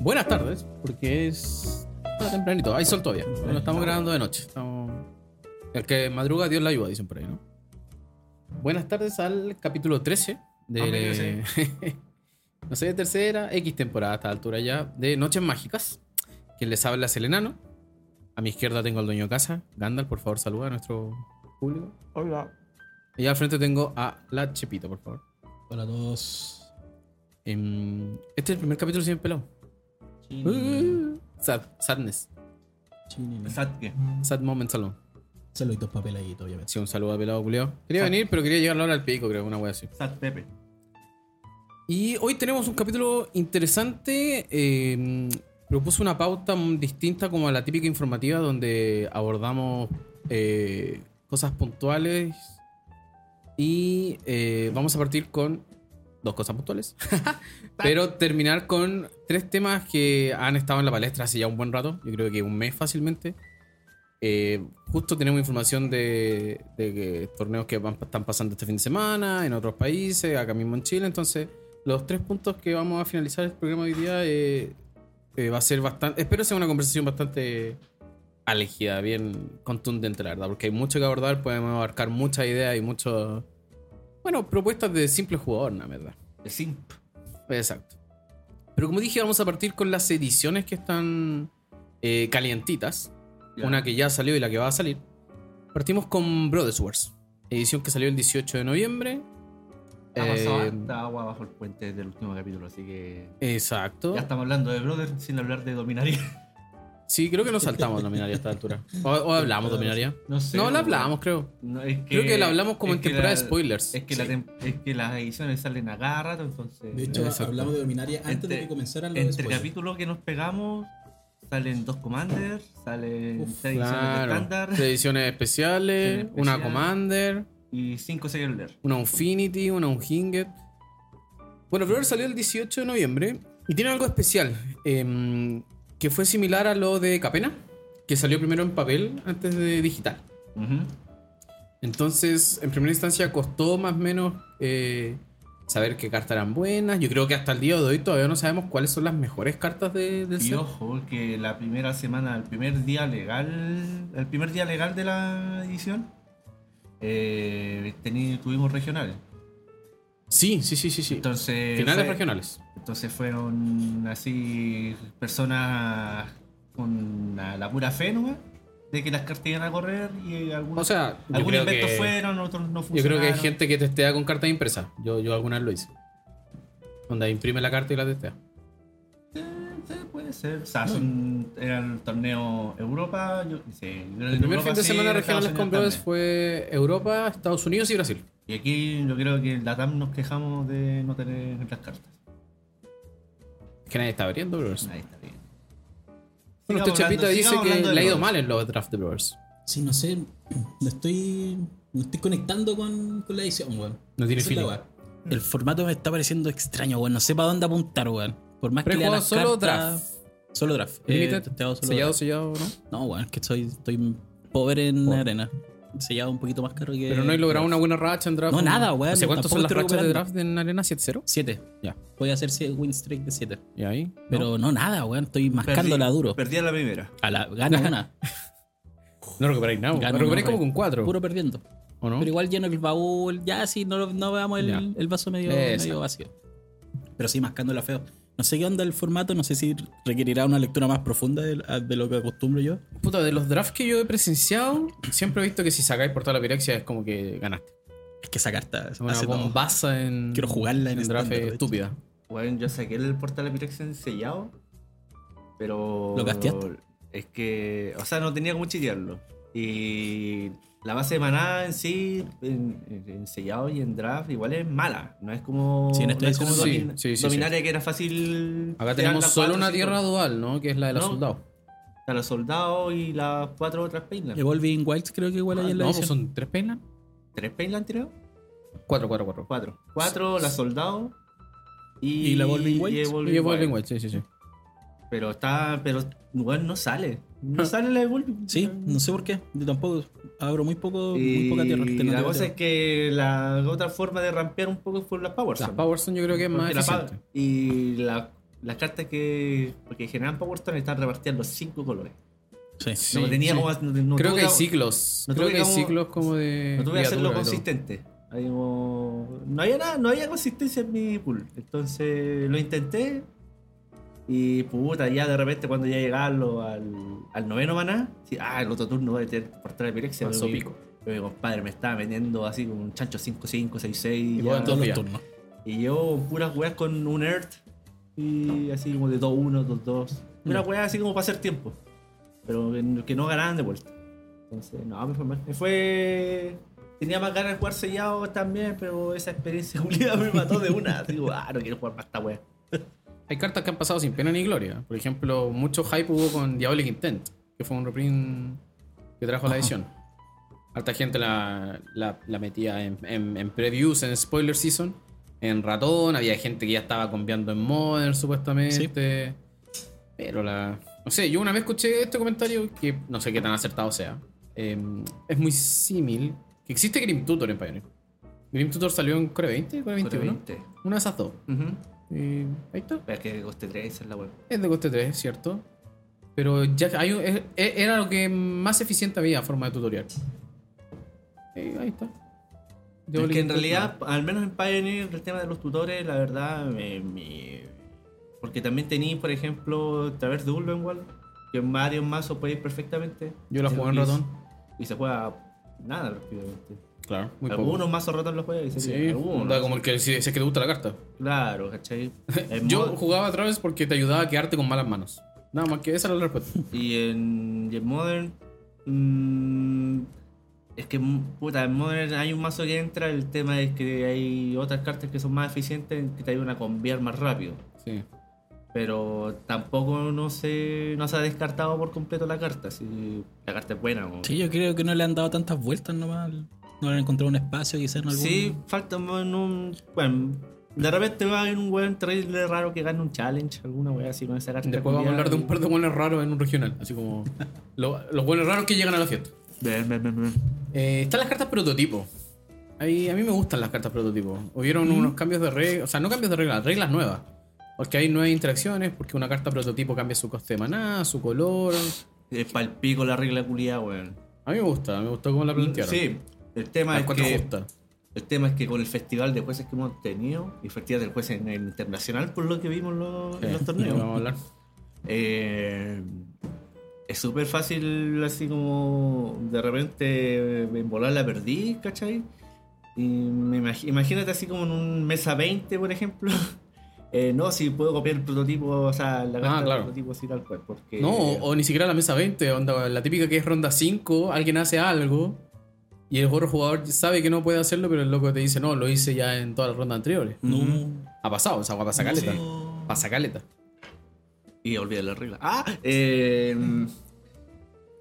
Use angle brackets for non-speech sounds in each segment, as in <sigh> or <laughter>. buenas tardes, porque es está tempranito, hay sol todavía. No estamos grabando de noche. Estamos... El que madruga, Dios la ayuda, dicen por ahí, ¿no? Buenas tardes al capítulo 13 de. <laughs> no sé, tercera, X temporada a esta altura ya, de Noches Mágicas. Quien les habla es el enano. A mi izquierda tengo al dueño de casa, Gandalf, por favor, saluda a nuestro público. Hola. Y al frente tengo a la Chepita, por favor. Hola a todos. Em, Este es el primer capítulo sin el pelado. Uh, sad, sadness. Satke. Sad moment salón. Saluditos para Peladito, obviamente. Sí, un saludo a pelado culiao. Quería venir, pero quería llegar la hora al pico, creo, una wea así. Sat Pepe. Y hoy tenemos un capítulo interesante. eh, propuso una pauta m- distinta como a la típica informativa donde abordamos eh, cosas puntuales. Y eh, vamos a partir con dos cosas puntuales. Pero terminar con tres temas que han estado en la palestra hace ya un buen rato. Yo creo que un mes fácilmente. Eh, justo tenemos información de, de que torneos que van- están pasando este fin de semana en otros países, acá mismo en Chile. Entonces, los tres puntos que vamos a finalizar el programa de hoy día eh, eh, va a ser bastante. Espero sea una conversación bastante álgida, bien contundente, la verdad, porque hay mucho que abordar. Podemos abarcar muchas ideas y muchos. Bueno, propuestas de simple jugador, la verdad. El Simp. Exacto. Pero como dije, vamos a partir con las ediciones que están eh, calientitas. Ya. Una que ya salió y la que va a salir. Partimos con Brothers Wars. Edición que salió el 18 de noviembre. Ha pasado Eh, harta agua bajo el puente del último capítulo, así que. Exacto. Ya estamos hablando de Brother sin hablar de Dominaria. <laughs> Sí, creo que nos saltamos Dominaria a esta altura. O, o hablamos Dominaria. No sé. No, la weón. hablamos, creo. No, es Creo que la hablamos como es en que temporada la- de spoilers. Es que, la Sí. tem- es que las ediciones salen a cada rato, entonces. De hecho, Exacto. hablamos de Dominaria antes Entre- de que comenzaran los entre spoilers. capítulos que nos pegamos, salen dos Commanders, salen Uf, tres ediciones de Claro. estándar Tres Ediciones especiales, Ediciones una especiales. Commander. y cinco Cellular. una Infinity, una Unhinged. Bueno, Brother salió el 18 de noviembre y tiene algo especial, em, que fue similar a lo de Capena, que salió primero en papel antes de digital. Ujú. Entonces, en primera instancia costó más o menos eh, saber qué cartas eran buenas. Yo creo que hasta el día de hoy todavía no sabemos cuáles son las mejores cartas de- del Y set. ojo, que la primera semana, el primer día legal, el primer día legal de la edición, eh, teni- tuvimos regionales. Sí, sí, sí, sí, sí. Entonces, Finales fue- regionales. Entonces fueron así personas con la, la pura fe nomás, de que las cartas iban a correr y O algunos, sea, yo algunos creo inventos que- fueron, otros no Yo creo funcionaron. que hay gente que testea con cartas impresas. Yo, yo algunas lo hice. Donde imprime la carta y la testea. Sí, puede ser. O sea, son- era el torneo Europa. Yo, sí, yo creo que en El primer Europa fin de sí, semana Estados regionales Unidos con Brothers también. fue Europa, Estados Unidos y Brasil. Y aquí yo creo que en la TAM nos quejamos de no tener las cartas. Que nadie está abriendo Brothers. Ahí está bien. Bueno, Sigamos usted hablando- Chapita dice sigamos que hablando de le ha ido Brothers. mal en los drafts de Brothers. Sí, no sé. No estoy, no estoy conectando con, con la edición, weón. No tiene Esa es la feeling. weá. El formato me está pareciendo extraño, weón. No sé para dónde apuntar, weón. Por más que Pero he jugado lea las solo cartas- Solo draft. Eh, Limited, testeado solo sellado, sellado, ¿no? draft. No, weón, es que estoy, estoy pobre en Pobre. arena. Sellado un poquito más caro que. Pero no he logrado una buena racha en draft. No, nada, weón, No sé cuántos tampoco son las estoy rachas de recuperando. draft en Arena 7-0. 7. Ya. Voy a hacer sie- win streak de 7. Y ahí. Pero no, nada, weón. Estoy mascándola duro. Perdí a la primera. A la, gana <laughs> una. No recuperáis nada. Gano Lo recuperáis una como con 4. Puro perdiendo. ¿O no? Pero igual lleno el baúl. Ya sí, no, lo- no veamos el, Ya. el vaso medio, Exacto. medio vacío. Pero sí, mascándola feo. No sé qué onda el formato, no sé si requerirá una lectura más profunda de, de lo que acostumbro yo. Puta, de los drafts que yo he presenciado, siempre he visto que si sacáis por toda la pirexia es como que ganaste. Es que esa carta Es una hace todo. bombaza en. Quiero jugarla en en draft estándar, de hecho. estúpida. Bueno, yo saqué el portal de Pirexian sellado. Pero. ¿Lo casteaste? Es que. O sea, no tenía como chitearlo. Y. La base de maná en sí, en, en- en sellado y en draft, igual es mala. No es como. Sí, en esta no es como edición no. domin- este Sí, sí, sí, dominaria que era fácil. Acá tirar tenemos las solo cuatro, una cinco- tierra dual, ¿no? Que es la de los No. soldados. A los soldados y las cuatro otras Painland. Evolving Wilds creo que igual hay en la No, pues edición. son tres Painland. ¿Tres Painland creo? Cuatro, cuatro, cuatro. Cuatro. Cuatro, la soldado. Y, ¿Y la Evolving Wilds? y Evolving Y el Boiling Wilds. Wedge, sí, sí, sí. Pero está. Pero, bueno, no sale. No Ah. sale la Evolving. Sí, no sé por qué. Yo tampoco abro muy poco, muy Y poca tierra. la alternativa cosa tierra. es que la otra forma de rampear un poco fue las Powers. Las Powerstone yo creo que es más Porque la eficiente. pa- y la las cartas que. Porque generan Power Stone están repartidas en los cinco colores. Sí. Sí, no tenía sí. como. no- no Creo tuve que hay como- ciclos. no Creo tuve que hay como- ciclos como de. No tuve que hacerlo criaturas y todo. consistente. Ahí como- no había nada, no había consistencia en mi pool. Entonces lo intenté. Y puta, ya de repente cuando ya llegaba lo- al, al noveno maná, sí, ah, el otro turno va a tener por traer Pirexia. Manso pero mi- pico. pero mi compadre me estaba vendiendo así como un chancho 5-5, 6-6. Y ya. bueno, Todos los Confía. turnos. Y yo puras weas con un Earth. Y así como de 2-1, 2-2. Una Mm. wea así como para hacer tiempo. Pero que- que no ganaban de vuelta. Entonces, no, me fue mal. Me fue. Tenía más ganas de jugar sellado también, pero esa experiencia <laughs> culiada me mató de una. Digo, ah, no quiero jugar más esta wea. Hay cartas que han pasado sin pena ni gloria. Por ejemplo, mucho hype hubo con Diabolic Intent, que fue un reprint que trajo la edición. Harta gente la, la- la metía en, en, en previews, en spoiler season, en ratón. Había gente que ya estaba cambiando en modern, supuestamente. Pero la. No sé, yo una vez escuché este comentario que no sé qué tan acertado sea. Eh, es muy símil. que Existe Grim Tutor en Pioneer. Grim Tutor salió en Core 20, Core 21. Obviamente. Una de esas dos. Ujú. Eh, ahí está. Pero es que coste 3, esa es la wea. Es de coste 3, ¿cierto? Pero ya hay un- e- e- era lo que más eficiente había forma de tutorial. Eh, ahí está. Yo Es le que en intento- realidad, al menos en Pioneer, el tema de los tutores, la verdad, me, me- porque también tení, por ejemplo, Traverse de Ulvenwald, que en varios mazos podéis perfectamente. Yo la Sino jugué en que es- ratón. Y se juega nada prácticamente. Claro, muy poco. Algunos mazos ratón los juegan y se Sí, pierde, algunos. da como el que si, si es que te gusta la carta. <laughs> Claro, ¿cachai? En Yo mod- jugaba a través porque te ayudaba a quedarte con malas manos. Nada más que esa era la respuesta. Y en, y en Modern. mm, es que, puta, en Modern hay un mazo que entra. El tema es que hay otras cartas que son más eficientes que te ayudan a conviar más rápido. <laughs> Sí. Pero tampoco no se, no se ha descartado por completo la carta. Si la carta es buena. o- Sí, yo creo que no le han dado tantas vueltas nomás. No le han encontrado un espacio quizás en algún... Sí, falta en un. Bueno, de repente va a haber un weón trailer raro que gane un challenge, alguna wea así con esa carta. Después vamos a culiada hablar de y- un par de buenos raros en un regional. Así como lo- los buenos raros que llegan a la fiesta. <laughs> Ven, ven, ven, ven. Eh, están las cartas prototipo. Ahí, a mí me gustan las cartas prototipo. Hubieron unos cambios de reglas, o sea, no cambios de reglas, reglas nuevas. Porque hay nuevas interacciones, porque una carta prototipo cambia su coste de maná, su color. Es palpico la regla culiada, weón. A mí me gusta, me gustó cómo la plantearon. Mm, Sí, el tema, la es encuentro que, justa. el tema es que con el festival de jueces que hemos tenido, y festival de jueces en el internacional, por lo que vimos los, en los Sí, torneos, vamos a hablar. Eh, es súper fácil, así como de repente eh, en volar la perdí, ¿cachai? Y me imag- imagínate así como en un mesa 20, por ejemplo. <laughs> Eh, no, si puedo copiar el prototipo, o sea, la carta del Ah, claro. prototipo así tal cual. Porque, No, o, o ni siquiera la mesa 20, onda, la típica que es ronda 5, alguien hace algo y el otro jugador sabe que no puede hacerlo, pero el loco te dice, no, lo hice ya en todas las rondas anteriores. Mm. No. Ha pasado, esa agua pasa caleta. No. Pasa caleta. Y olvidé la regla. Ah, eh,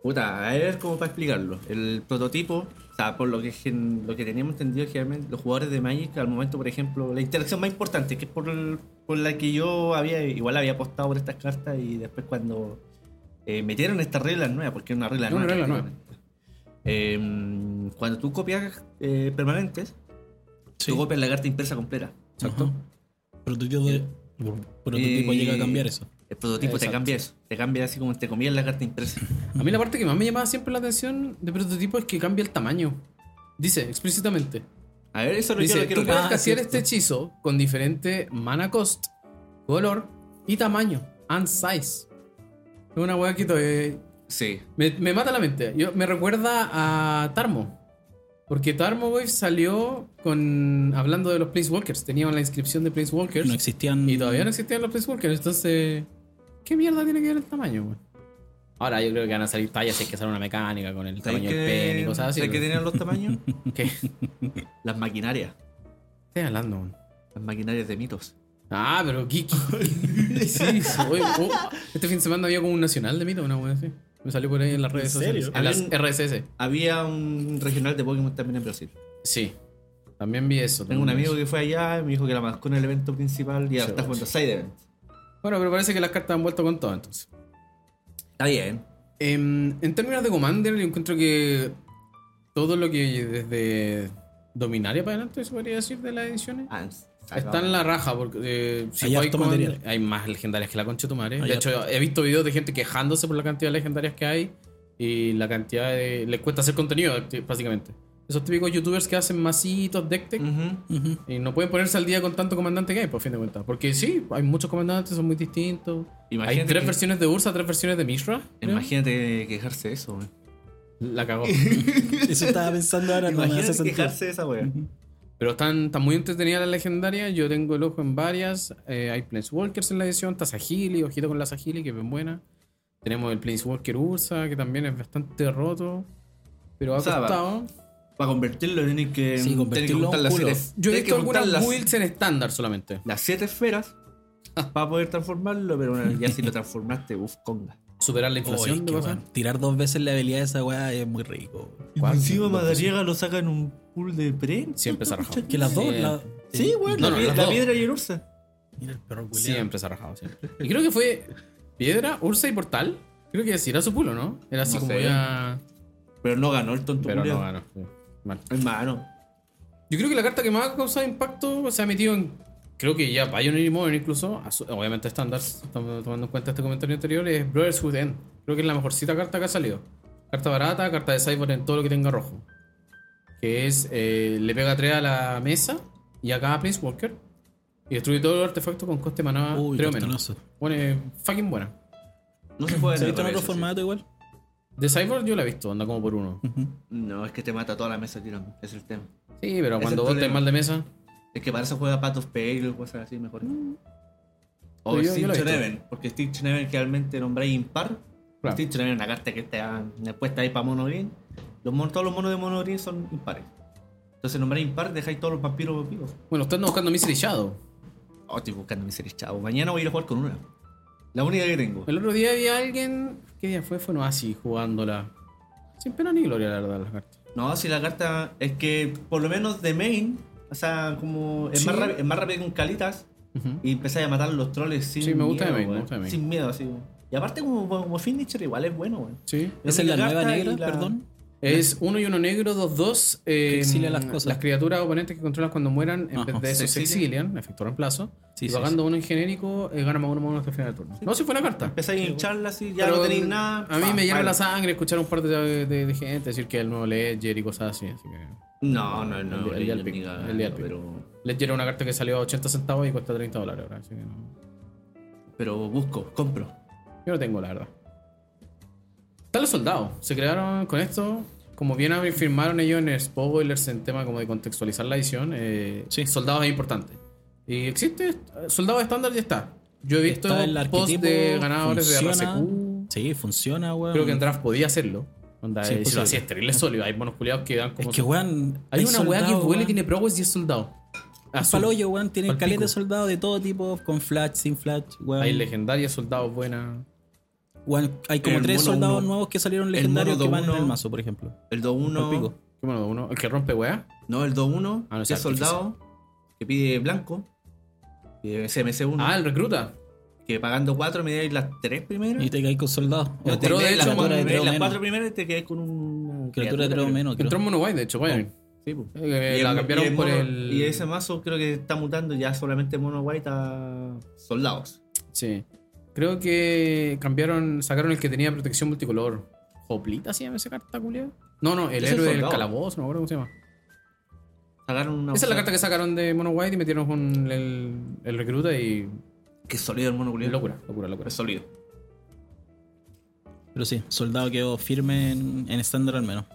puta, a ver cómo para explicarlo. El prototipo, o sea, por lo que, gen- lo que teníamos entendido generalmente, los jugadores de Magic al momento, por ejemplo, la interacción más importante, que es por, el- por la que yo había, igual había apostado por estas cartas y después cuando eh, metieron estas reglas nuevas, porque es una regla Es una nueva. regla nueva. prácticamente. Eh, cuando tú copias eh, permanentes, Sí. tú copias la carta impresa completa. Exacto. Prototipo, de- prototipo Y- llega a cambiar eso. El prototipo te Exacto. cambia eso, te cambia así como te comillas la carta impresa. A mí la parte que más me llamaba siempre la atención de prototipo es que cambia el tamaño. Dice explícitamente. A ver, eso lo yo Dice, lo quiero tú ver. puedes Ah, castear cierto. este hechizo con diferente mana cost, color y tamaño. And size. Es una weá que todavía- Ah, Sí. Me, me mata la mente. Yo, me recuerda a Tarmo. Porque Tarmo Wave salió con. hablando de los Planeswalkers. Tenían la inscripción de Planeswalkers. No existían... Y todavía no existían los Planeswalkers, entonces. ¿Qué mierda tiene que ver el tamaño, güey? Ahora yo creo que van a salir tallas, si es que sale una mecánica con el ¿Sabes tamaño que, del pene y cosas así. pues. ¿sabes qué güey. tenían <laughs> los tamaños? ¿Qué? Las maquinarias. Estoy hablando, güey? Las maquinarias de mitos. Ah, pero Kiki. <laughs> sí, soy- oh, Este fin de semana había como un nacional de mito, una güey así. Me salió por ahí en las redes ¿En serio? sociales. En las RSS. Había un regional de Pokémon también en Brasil. Sí. También vi eso. Tengo un también vi amigo eso. que fue allá y me dijo que la mascó en el evento principal y pues. ahora está jugando side event. Bueno, pero parece que las cartas han vuelto con todo entonces. Está bien. Em, en términos de Commander, yo encuentro que todo lo que desde, Dominaria para adelante, se podría decir, de las ediciones. Ah, se Está en la raja, porque eh, si Hay jugáis harto con- material. hay más legendarias que la concha de tu madre. Hay de hecho, harto. he visto videos de gente quejándose por la cantidad de legendarias que hay y la cantidad de. Les cuesta hacer contenido, eh, básicamente. Esos típicos youtubers que hacen masitos deck tech <laughs> Ujú. Ujú. y no pueden ponerse al día con tanto comandante que hay, por fin de cuentas. Porque sí, hay muchos comandantes, son muy distintos. Imagínate, hay tres que- versiones de Ursa, tres versiones de Mishra. creo. imagínate quejarse de eso, weón. La <laughs> cagó. Eso estaba pensando ahora, no me hace Imagínate sentido. quejarse de esa weá. Ujú. Pero están, están muy entretenidas las legendarias. Yo tengo el ojo en varias. Eh, hay Planeswalkers en la edición. Está Sahili, ojito con la Sahili, que es bien buena. Tenemos el Planeswalker Ursa, que también es bastante roto. Pero ha O sea, va- costado. Para convertirlo tienes que, Sí, tienes que convertirlo juntar en las culo. siete. Yo he tienes que visto juntar algunas las, builds Ah. en estándar solamente. las siete esferas para poder transformarlo, pero bueno, ya si lo transformaste, uff, conga. Superar la inflación Oy, de qué pasar. bueno. Tirar dos veces la habilidad de esa weá es muy rico. ¿Cuál? Encima Dos Madariaga lo saca en un pool de prensa. Siempre se ha rajado. Que las dos. Sí. la- Sí, weón, No, la, no, pie- las la dos. piedra y el ursa. Mira el perro culiao. Siempre se ha rajado, siempre. Y creo que fue Piedra, Ursa y Portal. Creo que sí, era su pulo, ¿no? Era así No como sé. ya. Pero no ganó el tonto Pero no culiao. ganó. sí. Mal. Hermano. Yo creo que la carta que más ha causado impacto se ha metido en. Creo que ya Pioneer y Modern incluso, a su- obviamente estándar, estamos tomando en cuenta este comentario anterior, es Brotherhood End. Creo que es la mejorcita carta que ha salido. Carta barata, carta de cyborg en todo lo que tenga rojo. Que es, eh, le pega 3 a la mesa y a cada Prince Walker. Y destruye todos los artefactos con coste de maná Uy, 3 o menos. cartonazo. Bueno, es fucking buena. No se puede ¿Se ha visto en ganar eso, otro sí. formato igual? De cyborg yo la he visto, anda como por uno. Ujú. No, es que te mata toda la mesa, tirón. Es el tema. Sí, pero el cuando vos te problema. mal de mesa, Es que para eso juega Path of Pale o cosas así mejor. O Pero yo- yo Stitch lo he visto. Neven, porque Stitch Neven que realmente nombráis impar. Claro. Stitch Neven es una carta que está puesta ahí para Mono Green. Los monos, todos los monos de Mono Green son impares. Entonces nombráis impar, dejáis todos los vampiros vivos. bueno, usted anda buscando Misery Shadow. Oh, estoy buscando mis series, chavo. Mañana voy a ir a jugar con una. La única que tengo. El otro día había alguien. ¿Qué día fue? Fue no así jugándola. Sin pena ni gloria, la verdad, las cartas. No, si la carta es que por lo menos de main, o sea, como es, Sí. más, rápido- es más rápido que un calitas Ujú. y empezáis a matar a los troles sin Sí, me gusta de miedo, main, me weón. gusta de main. Sin miedo, así. weón. Y aparte como, como finisher igual es bueno, weón. Sí. Esa es la nueva carta y negra, la- perdón. Es uno y uno negro, dos, dos. eh, exilia las cosas. criaturas oponentes que controlas cuando mueran, en Ajá. vez de eso, se Se exilian, efecto reemplazo. Sí, y sí, pagando uno en genérico, eh, gana más uno más uno hasta el final del turno. No, si fue la carta. Empezáis a hincharla así, ya Pero no tenéis nada. A mí pa, me llena pa. la sangre escuchar a un par de, de- de gente decir que el nuevo Ledger y cosas así. así que- No, no, no. El día del yo pic, ni cagando, el día del pic. pero, Ledger era una carta que salió a 80 centavos y cuesta 30 dólares ahora. Así que no. pero busco, compro. Yo no tengo, la verdad. Están los soldados. Se crearon con esto. Como bien afirmaron ellos en spoilers, en tema como de contextualizar la edición, eh, Sí. soldados es importante. Y existe, eh, soldado estándar ya está. Yo he visto Está el post arquetipo, de ganadores de funciona. RCQ. Sí, funciona, weón. Creo que en draft podía hacerlo. Onda, Sí, eh, si lo posible. hacía es terrible sólido. Hay monos culiados que dan como. Es que, weón. hay, una weá que huele huele y tiene progress y es soldado. Azul. Paloyo, weón. Tienen Palpico. caleta de soldados de todo tipo, con flash, sin flash, weón. Hay legendarias soldados buenas. Weón, hay como El tres mono soldados uno. nuevos que salieron El legendarios mono que van en uno. el mazo, por ejemplo. El Al 2-1. pico. Qué bueno, uno. El que rompe weá. No, el 2-1. Ah, no, que ese es soldado. Que pide blanco. Que es CMC1. Ah, el recluta. Que pagando 4 me dais las 3 primeras. Y te caes con soldados. No, O te entró, con de dais hecho, las cuando criatura me de 4 tres primeras, o las menos. cuatro primeras y te quedas con una Criatura de tres o menos, creo. Entró en mono white, de Oh. hecho, vaya. Sí, pues. Eh, Y la el- cambiaron y el por mono- el. Y ese mazo creo que está mutando ya solamente mono white a soldados. Sí. Creo que cambiaron, sacaron el que tenía protección multicolor. ¿Hoplita se llama esa carta, culiao? No, no, el Ese es héroe del soldado. calabozo, no me acuerdo cómo se llama. Sacaron una. esa es la carta que sacaron de Mono White y metieron con el, el recluta y. que. es sólido el mono culiao. Locura, locura, locura. Es sólido. Pero sí, soldado quedó firme en en estándar al menos.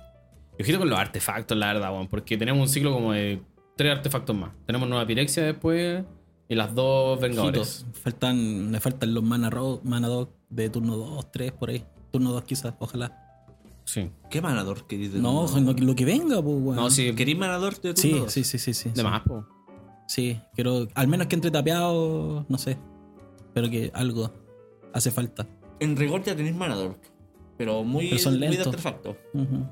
Y ojito con los artefactos, la verdad, weón, porque tenemos un ciclo como de tres artefactos más. Tenemos nueva pirexia después y las dos vengadores. Ojitos, Faltan, me faltan los mana, ro- mana dog de turno 2, 3, por ahí. Turno 2 quizás, ojalá. Sí. ¿Qué manador querís de No, turno? lo, lo que venga, pues, weón. No, sí, ¿Querís manador de turno? Sí, dos? sí, sí, sí, sí. de sí. más, po. Sí, quiero, al menos que entre tapeado, no sé. Pero que algo hace falta. En rigor ya tenéis manador. Pero muy, Pero son muy de lentos. Mm. artefacto. Ujú.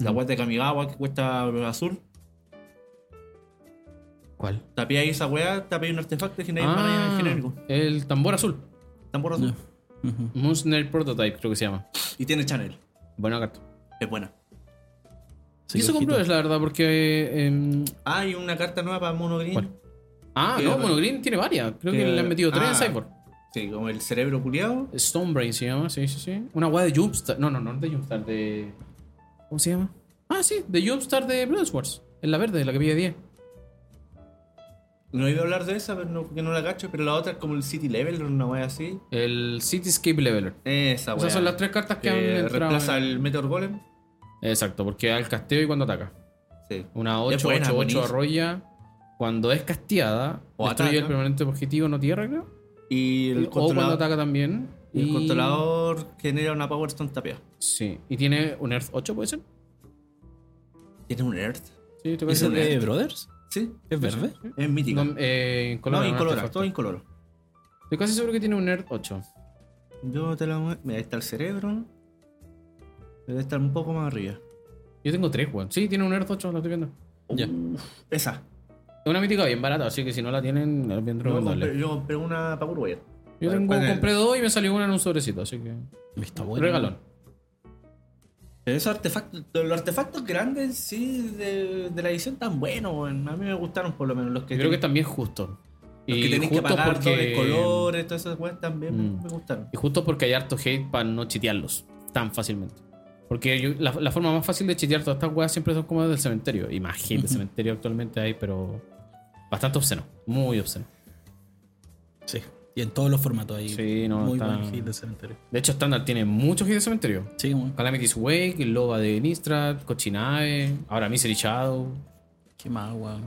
La guata de Kamigawa que cuesta azul. ¿Cuál? Tapeáis esa weá, tapeáis un artefacto y generáis mana Ah, genérico. el tambor azul. Tambor azul. Ujú. Moonsnail Prototype, creo que se llama. Y tiene channel. Buena carta. Es buena. Y eso ojito. compró es la verdad, porque. eh, em, Ah, y una carta nueva para Mono Green. ¿Cuál? ah, Que- no, Mono Green tiene varias. Creo que que- le han metido tres ah. en Cyborg. Sí, como el cerebro culiado. Stonebrain se llama, sí, sí, sí. Una weá de Jumpstar. No, no, no, de Jumpstar, de. ¿Cómo se llama? Ah, sí, de Jumpstar de Brothers En la verde, la que pide 10. No iba a hablar de esa, pero no, porque no la cacho. Pero la otra es como el City Level, una wea así. El Cityscape Leveler. Esa wea. Esas son las tres cartas que, han entrado. reemplaza en- el Meteor Golem. Exacto, porque al casteo y cuando ataca. Sí. Una Es 8, buena, 8, 8 buenísima. arrolla. Cuando es casteada, O destruye ataca. el permanente objetivo, no tierra, creo. Y el o cuando controlador, ataca también. y el controlador genera una Power Stone tapeada. Sí. ¿Y tiene un Earth 8, puede ser? Tiene un Earth. Sí, te ¿Es parece. el de Brothers? Sí, ¿Es verde? es mítico. No, eh, incoloro, no, un incoloro, artefacto. todo incoloro. Estoy casi seguro que tiene un Earth 8. Yo te la mue- Mira, ahí está el cerebro. Debe estar un poco más arriba. Yo tengo tres, weón. Sí, tiene un Earth 8, lo estoy viendo. Ya. Uf, esa. Es una mítica bien barata, así que si no la tienen, la bien Yo recomendable. compré, yo compré una Power Wire. Yo Para- tengo, para el- compré dos y me salió una en un sobrecito, así que. Está bueno. Regalón. Pero esos artefactos, los artefactos grandes sí de, de la edición tan buenos, weón. A mí me gustaron por lo menos los que Yo creo que ten- están bien justos. los que tenés que justos pagar doble colores, todas esas weas también me- Mm. me gustaron. Y justo porque hay harto hate para no chitearlos tan fácilmente. Porque yo- la, la forma más fácil de chitear todas estas weas siempre son como del cementerio. Y más hate de cementerio actualmente hay, pero bastante obsceno. Muy obsceno. Sí. Y en todos los formatos ahí. Sí, no, Muy está- buen hit de cementerio. De hecho, Standard tiene muchos hate de cementerio. Sí, bueno. Calamity's Wake, Loba de Nistrad, Cochinae, ahora Misery Shadow. Qué mal, weón.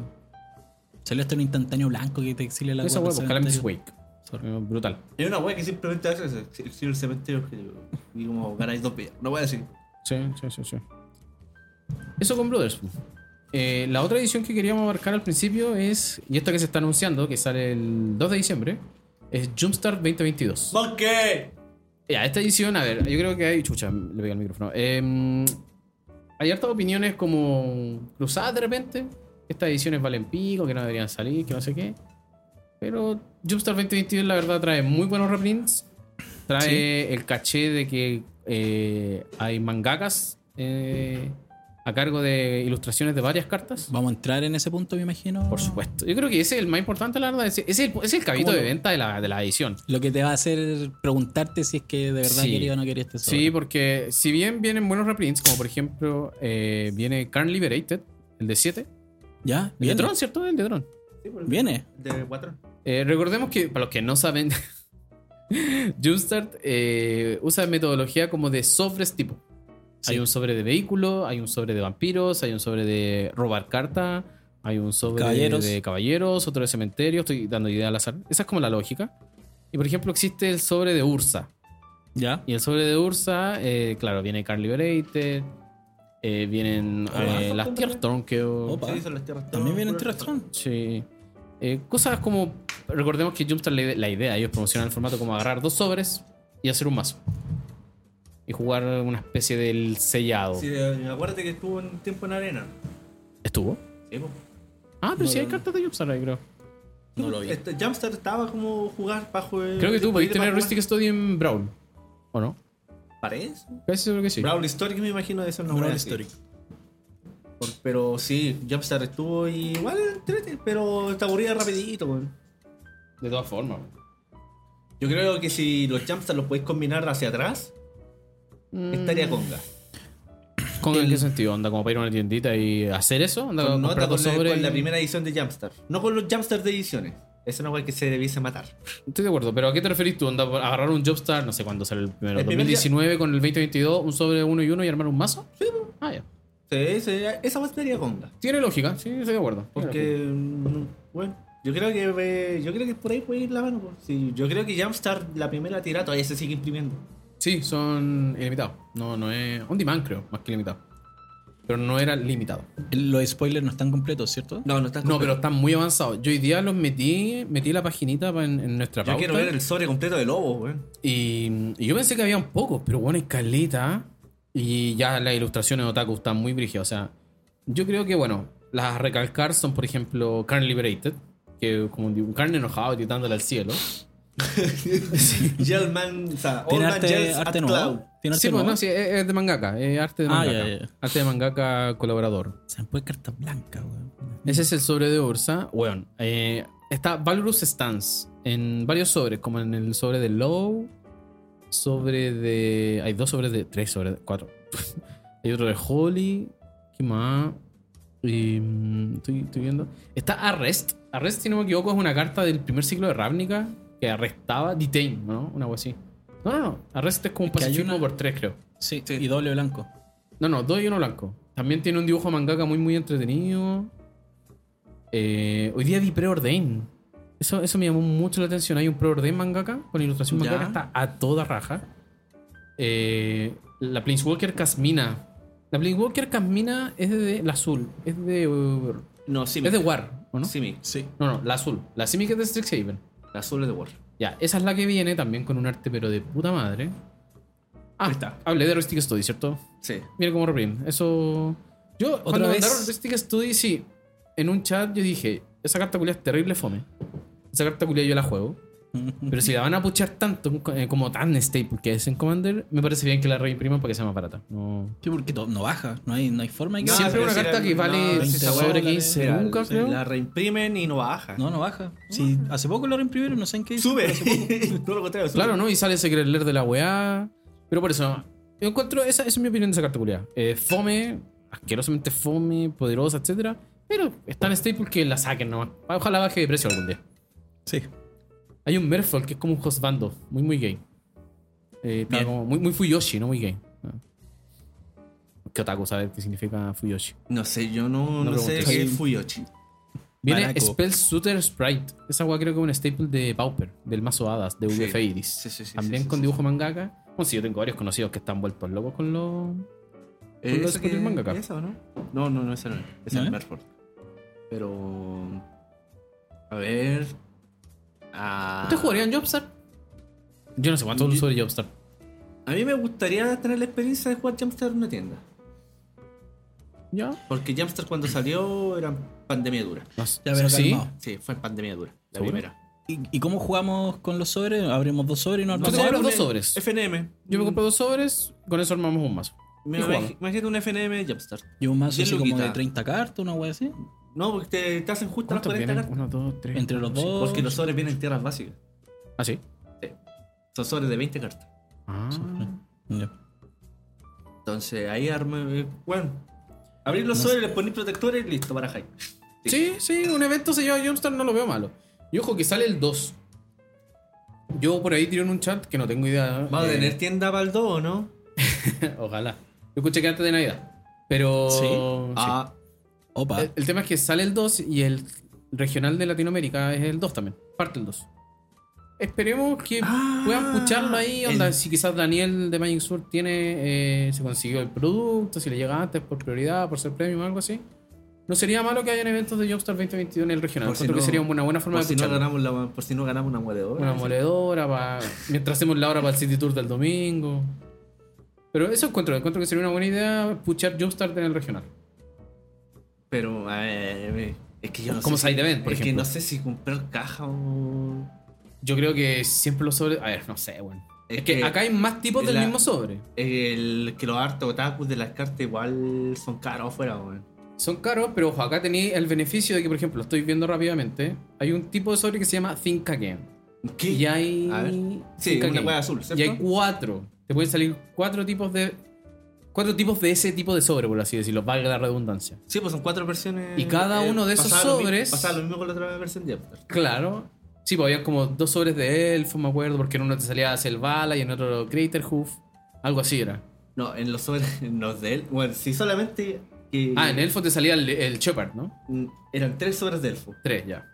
Salió hasta un instantáneo blanco que te exilia la Esa guarda wea, pues, al Calamity's cementerio. Wake. Sorry. Eh, Brutal. Y una wea que simplemente hace eso, si- si el cementerio objetivo. Y como ganáis dos vidas. No voy a decir. Sí, sí, sí, sí. Eso con Brothers. Eh, la otra edición que queríamos marcar al principio es, y esta que se está anunciando, que sale el 2 de diciembre, es Jumpstart 2022. ¡Monkey! Ya, esta edición, a ver, yo creo que hay. Chucha, le pegué el micrófono. Eh, hay hartas opiniones como cruzadas de repente. que Estas ediciones valen pico, que no deberían salir, que no sé qué. Pero Jumpstart 2022, la verdad, trae muy buenos reprints. Trae el caché de que eh, hay mangakas eh, a cargo de ilustraciones de varias cartas. Vamos a entrar en ese punto, me imagino. Por supuesto. Yo creo que ese es el más importante, la verdad. Ese ese es el, ese es el cabito ¿Cómo de lo- venta de la, de la edición. Lo que te va a hacer preguntarte si es que de verdad Sí. quería o no quería este sobre. Sí, porque si bien vienen buenos reprints, como por ejemplo eh, viene Carn Liberated, el de 7. ¿Ya? El de ¿Viene? Tron, ¿cierto? El de Tron. ¿Viene? De cuatro. Eh, recordemos que, para los que no saben, <laughs> Jumpstart eh, usa metodología como de sobres tipo. Sí. Hay un sobre de vehículo, hay un sobre de vampiros, hay un sobre de robar carta, hay un sobre Caballeros. de caballeros, otro de cementerio, estoy dando idea al azar. Esa es como la lógica. Y por ejemplo existe el sobre de Ursa, ¿Ya? Y el sobre de Ursa, eh, claro, viene Carl Liberated, eh, vienen Opa. eh, las tierras Tornqueo. Opa. Sí, son las tierras. ¿También viene el puras Tierra Strong? Sí. Eh, cosas como. Recordemos que Jumpstart, la ide- la idea, ellos promocionan el formato como agarrar dos sobres y hacer un mazo. Y jugar una especie del sellado. Sí, eh, acuérdate que estuvo un tiempo en arena. ¿Estuvo? Sí, po. Ah, pero No, sí hay no, cartas de Jumpstart ahí, creo. No lo vi. Este, Jumpstart estaba como jugar bajo el. Creo que tú podías podías tener Rustic Study en Brown. ¿O no? Parece. Casi seguro que sí. Brawl Historic me imagino de ser una Brawl wea así. Story. Por- pero sí, Jumpstart estuvo y igual era entrete, pero te aburría rapidito, weón. De todas formas. Yo creo que si los Jumpstart los podéis combinar hacia atrás, estaría conga. ¿Con en qué sentido? ¿Onda como para ir a una tiendita y hacer eso? ¿Onda Con, nota comprar con, dos la- sobres? con la y- primera edición de Jumpstart. No con los Jumpstart de ediciones. Es una wea que se debiese matar. Estoy de acuerdo, pero ¿a qué te referís tú? Onda, agarrar un Jobstar, no sé cuándo sale el primero, El primer 2019 con el 2022, un sobre uno y uno y armar un mazo? Sí, Ah, ya. Sí, sí, esa wea sería conga. Tiene lógica, sí, estoy de acuerdo. Porque, mm, bueno, yo creo que eh, yo creo que por ahí puede ir la mano. po. Sí, yo creo que Jumpstart, la primera tirada, todavía se sigue imprimiendo. Sí, son ilimitados. No, no es. On demand, creo, más que limitado. Pero no era limitado. Ah, Los spoilers no están completos, ¿cierto? No, no está No, pero están muy avanzados. Yo hoy día los metí, metí la paginita pa- en, en nuestra Yo pauta. quiero ver el sobre completo de Lobo, weón. Y, y yo pensé que habían pocos, pero bueno, es caleta. Y ya las ilustraciones de Otaku están muy brígidas. O sea, yo creo que, bueno, las a recalcar son, por ejemplo, Carne Liberated, que es como un dibujo- carne enojado y tirándole al cielo. Gelman, o sea, Tiene Old Man arte, Yells at arte nuevo. Cloud. Tiene arte Sí, pues, nuevo. no, sí, es es de mangaka, es arte de Ah, mangaka. ya, ya, ya. Arte de mangaka colaborador. Se me puede carta blanca, weón. Ese es el sobre de Ursa. Weón. eh, está Valorous Stance en varios sobres, como en el sobre de Low, sobre de. Hay dos sobres de. Tres sobres de. Cuatro. <laughs> hay otro de Holly. ¿Qué más? Y, mm, estoy, estoy viendo. Está Arrest. Arrest, si no me equivoco, es una carta del primer ciclo de Ravnica que arrestaba. Detain, ¿no? Una cosa así. No, no, no. Arrest es como un que hay pacifismo una- por tres, creo. Sí, y doble blanco. No, no, dos y uno blanco. También tiene un dibujo mangaka muy, muy entretenido. Eh, hoy día vi preorden. Eso, eso me llamó mucho la atención. Hay un preorden mangaka con ilustración Ya. mangaka. Está a toda raja. Eh, la Planeswalker Casmina. La Planeswalker Casmina es de la azul. Es de, uh, No, es Simic. de War, ¿o no? Simic. <laughs> Sí. No, no, la azul. La Simic es de Strixhaven. La azul es de War. Ya, esa es la que viene también con un arte, pero de puta madre. Ah, Ahí está. hablé de Rustic Study, ¿cierto? Sí. Mira cómo reprint. Eso. Yo, cuando vez. mandaron Rustic Study, sí. En un chat yo dije: Esa carta culia es terrible, fome. Esa carta culia yo la juego. Pero si la van a puchar tanto, eh, como tan staple que es en Commander, me parece bien que la reimpriman para que sea más barata. No. Sí, porque to- no baja. No hay, no hay forma de que No, baje. Siempre una pero si carta la- que vale no, 20 sobre dólares, 15 Mira, nunca, se creo. La reimprimen y no baja. No, no baja. Sí, hace poco lo reimprimieron, no sé en qué. Sube. Todo lo contrario. sube. Claro, ¿no? Y sale ese creer de la weá. Pero por eso, yo encuentro, esa, esa es mi opinión de esa carta culia. Eh, fome, asquerosamente fome, poderosa, etcétera. Pero es tan staple que la saquen nomás. Ojalá baje de precio algún día. Sí. Hay un Merfolk que es como un Josbando, muy, muy gay. Eh, está Bien. como muy, muy Fuyoshi, no muy gay. Ah. ¿Qué otaku sabe qué significa Fuyoshi? No sé, yo no, No no, sé preguntes. qué es Fuyoshi. Viene Baraco. Spell Shooter Sprite. Esa agua creo que es un staple de Pauper, del mazo Hadas, de Sí. VF Iris. Sí, sí, sí, También sí, con sí, dibujo mangaka. Bueno, sí, yo tengo varios conocidos que están vueltos locos con los. Eh, ¿Tú lo ¿Esa escuchas que- manga acá? esa o no? No, no, no, esa no es. Esa ¿No es es? Merford. Pero. A ver. Ah, Mm. ¿Ustedes jugarían Jobstar? Yo no sé cuánto Yo- sobre Jobstar. A mí me gustaría tener la experiencia de jugar Jamster en una tienda. ¿Ya? Porque Jamster cuando salió era pandemia dura. No sé. Ya, pero ¿Sí? calmado. Sí, fue pandemia dura. La ¿Seguro? primera. ¿Y, y cómo jugamos con los sobres? Abrimos dos sobres y nos Tú armamos tenías ahora? los dos sobres. FNM. Yo me compré dos sobres, con eso armamos un mazo. Mm, Me y imag- jugamos. Imagínate un FNM Jamster. Y un mazo Diez así como de luquitas. 30 cartas, una wea así. No, porque te, te hacen justo las ¿Cuántos 40 vienen? cartas. Uno, dos, tres. Entre los cuatro, dos. Porque los sobres vienen en tierras básicas. cinco. Ah, sí. Son sobres de 20 cartas. Ah. Ya. Entonces ahí arme. Bueno, abrir los sobres, le poní protectores y listo, para hype. Sí, sí, un evento se lleva a Jumpstart, no lo veo malo. Y ojo que sale el 2. Yo por ahí tiro en un chat que no tengo idea. ¿Va a eh, tener tienda para el 2 o no? <laughs> Ojalá. Yo escuché que antes de Navidad. Pero. ¿Sí? Ah, Opa. El, el tema es que sale el 2 y el regional de Latinoamérica es el 2 también. Parte el 2. Esperemos que Ah, puedan escucharlo ahí. Onda, el- Si quizás Daniel de Magic Sur tiene, eh, se consiguió el producto, si le llega antes por prioridad, por ser premium o algo así. No sería malo que hayan eventos de Jobstar 2022 en el regional. Por si Creo que no- sería una buena forma por de si, no escucharlo. ganamos la, por si no ganamos una moledora. Una moledora pa- mientras hacemos la hora para el City Tour del domingo. Pero eso encuentro, encuentro que sería una buena idea puchar Jobstar en el regional. Pero, a ver, a ver, es que yo no Como sé. si- side event, por es ejemplo. que no sé si comprar caja o. Yo creo que siempre los sobres. A ver, no sé, bueno. Es, Es que, que acá hay más tipos del la- mismo sobre. El que los hartos otakus de las cartas igual son caros afuera, weón. Son caros, pero ojo, acá tenéis el beneficio de que, por ejemplo, estoy viendo rápidamente. Hay un tipo de sobre que se llama Think Again. ¿Qué? Y hay. A ver. Sí, Think una Again. hueá azul, Y ¿cierto? hay cuatro. Te pueden salir cuatro tipos de. Cuatro tipos de ese tipo de sobre, por así decirlo, valga la redundancia. Sí, pues son cuatro versiones. eh, Y cada uno de esos pasaba lo mi- sobres- Pasaba lo mismo con la otra versión de After. Claro. Sí, pues había como dos sobres de elfo, me acuerdo, porque en uno te salía Selvala y en otro Crater Hoof. Algo así era. No, en los sobres, <laughs> en los de él. Bueno, si solamente. que- mm, Ah, en elfo te salía el, el Shepard, ¿no? Eran tres sobres de elfo. Tres, ya.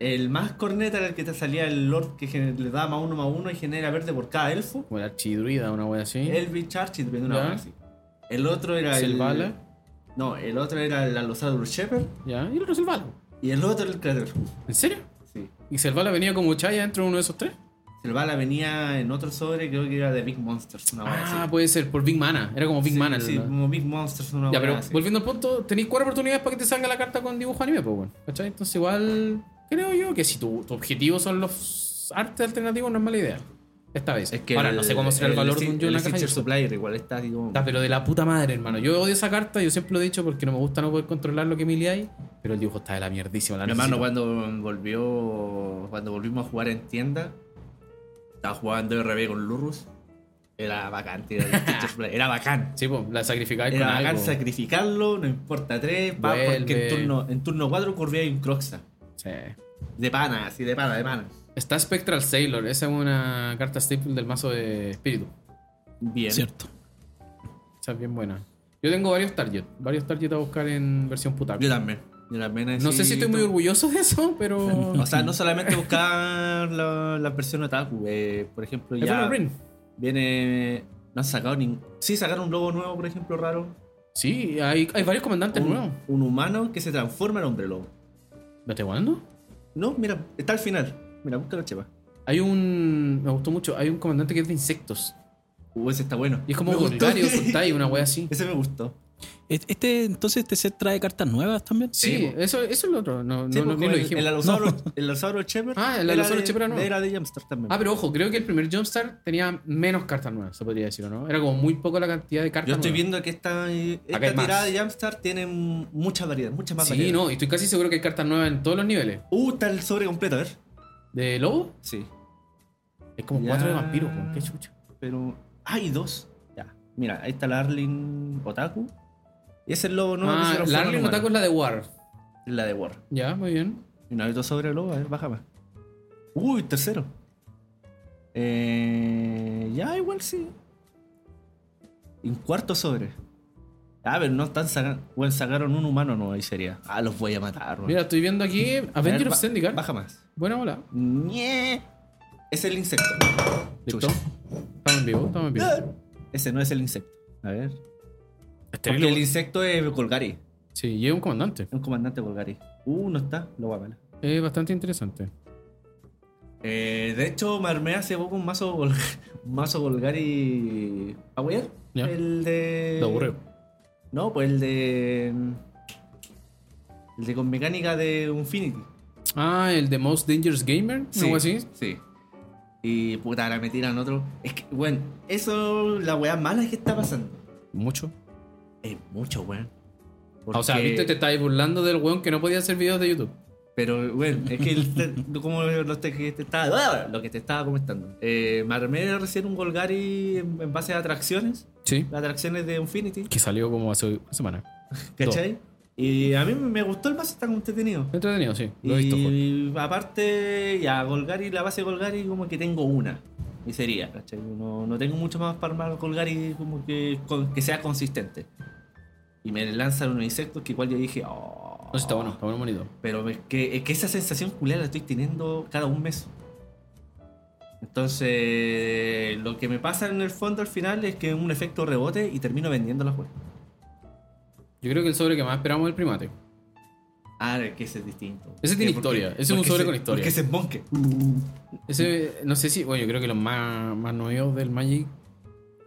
El más corneta era el que te salía el Lord que gener- le da más uno más uno y genera verde por cada elfo. Como el archidruida, una wea así. El Bicharchi, depende de una Ya. hora así. El otro era el. Selvala. No, el otro era el Alosaurus Shepherd. Ya, y el otro Selvala. Y el otro el Crater. ¿En serio? Sí. ¿Y Selvala venía como Chaya dentro de uno de esos tres? Selvala venía en otro sobre, creo que era de Big Monsters, una hora Ah, así. puede ser, por Big Mana. Era como Big sí, Mana. el- Sí, como Big Monsters, una ya, hora pero así. volviendo al punto, tenéis cuatro oportunidades para que te salga la carta con dibujo anime, pues bueno. ¿Cachai? Entonces igual creo yo que si tu, tu objetivo son los arte alternativo no es mala idea. Esta vez. Es que Ahora, no sé cómo será el, valor de un yo en El la caja. Stitcher Yo- Supplier igual está así como- Puta, pero de la puta madre, hermano. Yo odio esa carta, yo siempre lo he dicho porque no me gusta no poder controlar lo que me hay, pero el dibujo está de la mierdísima. La Mi hermano necesito. cuando volvió. Cuando volvimos a jugar en tienda, estaba jugando RB con Lurrus. Era bacán, tío, el <laughs> Stitcher Supplier, Era bacán. Sí, pues, la sacrificáis con Era bacán algo. sacrificarlo, no importa tres, pa, porque Vuelve. en turno, en turno 4 curvía un Croxa. Sí. De pana, así de pana, de pana. Está Spectral Sailor, esa es una carta staple del mazo de espíritu. Bien. Cierto. Esa es bien buena. Yo tengo varios targets, varios targets a buscar en versión putaco. Yo también. Yo también así No sé si estoy muy tomo- orgulloso de eso, pero. <laughs> O sea, no solamente buscar la, la versión otaku. eh, por ejemplo, Es bueno, ya Rin. viene. No han sacado ni. Sí, sacaron un logo nuevo, por ejemplo, raro. Sí, hay, hay varios comandantes nuevos. Un, un humano que se transforma en hombre lobo. ¿Me estoy jugando? No, mira, está al final. Mira, búscalo, chepa. Hay un. Me gustó mucho. Hay un comandante que es de insectos. Uh, ese está bueno. Y es como Me gustó. <laughs> Golgario, Sultai, una wea así. Ese me gustó. Este- Este, entonces, este set trae cartas nuevas también. Sí, Sí, po. eso, eso es lo otro. No, Sí, no, no, porque ni lo el, dijimos. el Alosauro, el Alosauro Shepherd. Ah, el era Alosauro de- Shepherd era nuevo. Era de Jamstar también. Ah, pero ojo, creo que el primer Jumpstart tenía menos cartas nuevas, se podría decir, ¿o no? Era como muy poco la cantidad de cartas Yo estoy nuevas. viendo que esta, eh, esta hay más. tirada de Jamstar tiene mucha variedad, mucha más Sí, variedad. no, y estoy casi seguro que hay cartas nuevas en todos los niveles. Uh, está el sobre completo, a ver. ¿De lobo? Sí. Es como Ya. cuatro de vampiros, po, qué chucha. Pero. Ah, y dos. Ya. Mira, ahí está la Arlin Otaku. Y ese es el lobo nuevo. que se ah, transforma la en Arlen humano. Otaku es la de War. La de War. Ya, muy bien. Y no hay dos sobre el lobo, a ver, baja más. Uy, tercero. Eh, ya, igual sí. Y un cuarto sobre. Ah, pero no están sacando. Bueno, sacaron un humano nuevo ahí sería. Ah, los voy a matar, weón. Mira, estoy viendo <laughs> aquí A ver, Avenger ba- of Syndicate. Baja más. Buena bola. Ñe. Es el insecto. Listo. Chucha. Estamos en vivo, estamos en vivo. Ese no es el insecto. A ver. Este Porque es el el- insecto es Colgari. Sí, lleva un comandante. Es un comandante Colgari. Uh, no está. Lo voy a pelar. Es bastante interesante. Eh, de hecho, me armé hace poco un mazo, gol- un mazo Golgari. ¿A wear? Ya. El de. Lo aburrido. No, pues el de. El de con mecánica de Infinity. Ah, el de Most Dangerous Gamer, algo así. Sí. Y puta, ahora me tiran otro. Es que, bueno, eso, la weá mala es que está pasando. Mucho. Es mucho, weón. Ah, O sea, Porque- viste, te estáis burlando del weón que no podía hacer videos de YouTube. Pero, bueno, es que el- como lo te- <laughs> que te estaba, ah, lo que te estaba comentando. Eh, me armé recién un Golgari en, en base a atracciones. Sí. Las atracciones de Infinity. Que salió como hace una semana. ¿Cachai? Y a mí me gustó el mazo, está como entretenido. Entretenido, sí. Lo he visto. Jorge. Y aparte, ya, Golgari, la base de Golgari, como que tengo una. Y sería, ¿cachai? No, no tengo mucho más para armar Golgari, como que, con- que sea consistente. Y me lanzan unos insectos que igual yo dije, oh. No, sí, está bueno, está bueno, bonito. Pero es que, es que esa sensación culera la estoy teniendo cada un mes. Entonces, lo que me pasa en el fondo al final es que es un efecto rebote y termino vendiendo la juega. Yo creo que el sobre que más esperamos es el primate. Ah, es que ese es distinto. Ese tiene Eh, porque- historia, ese es un porque sobre con historia. Porque ese es Bonke. Ese, no sé si, bueno, yo creo que los más, más nuevos del Magic.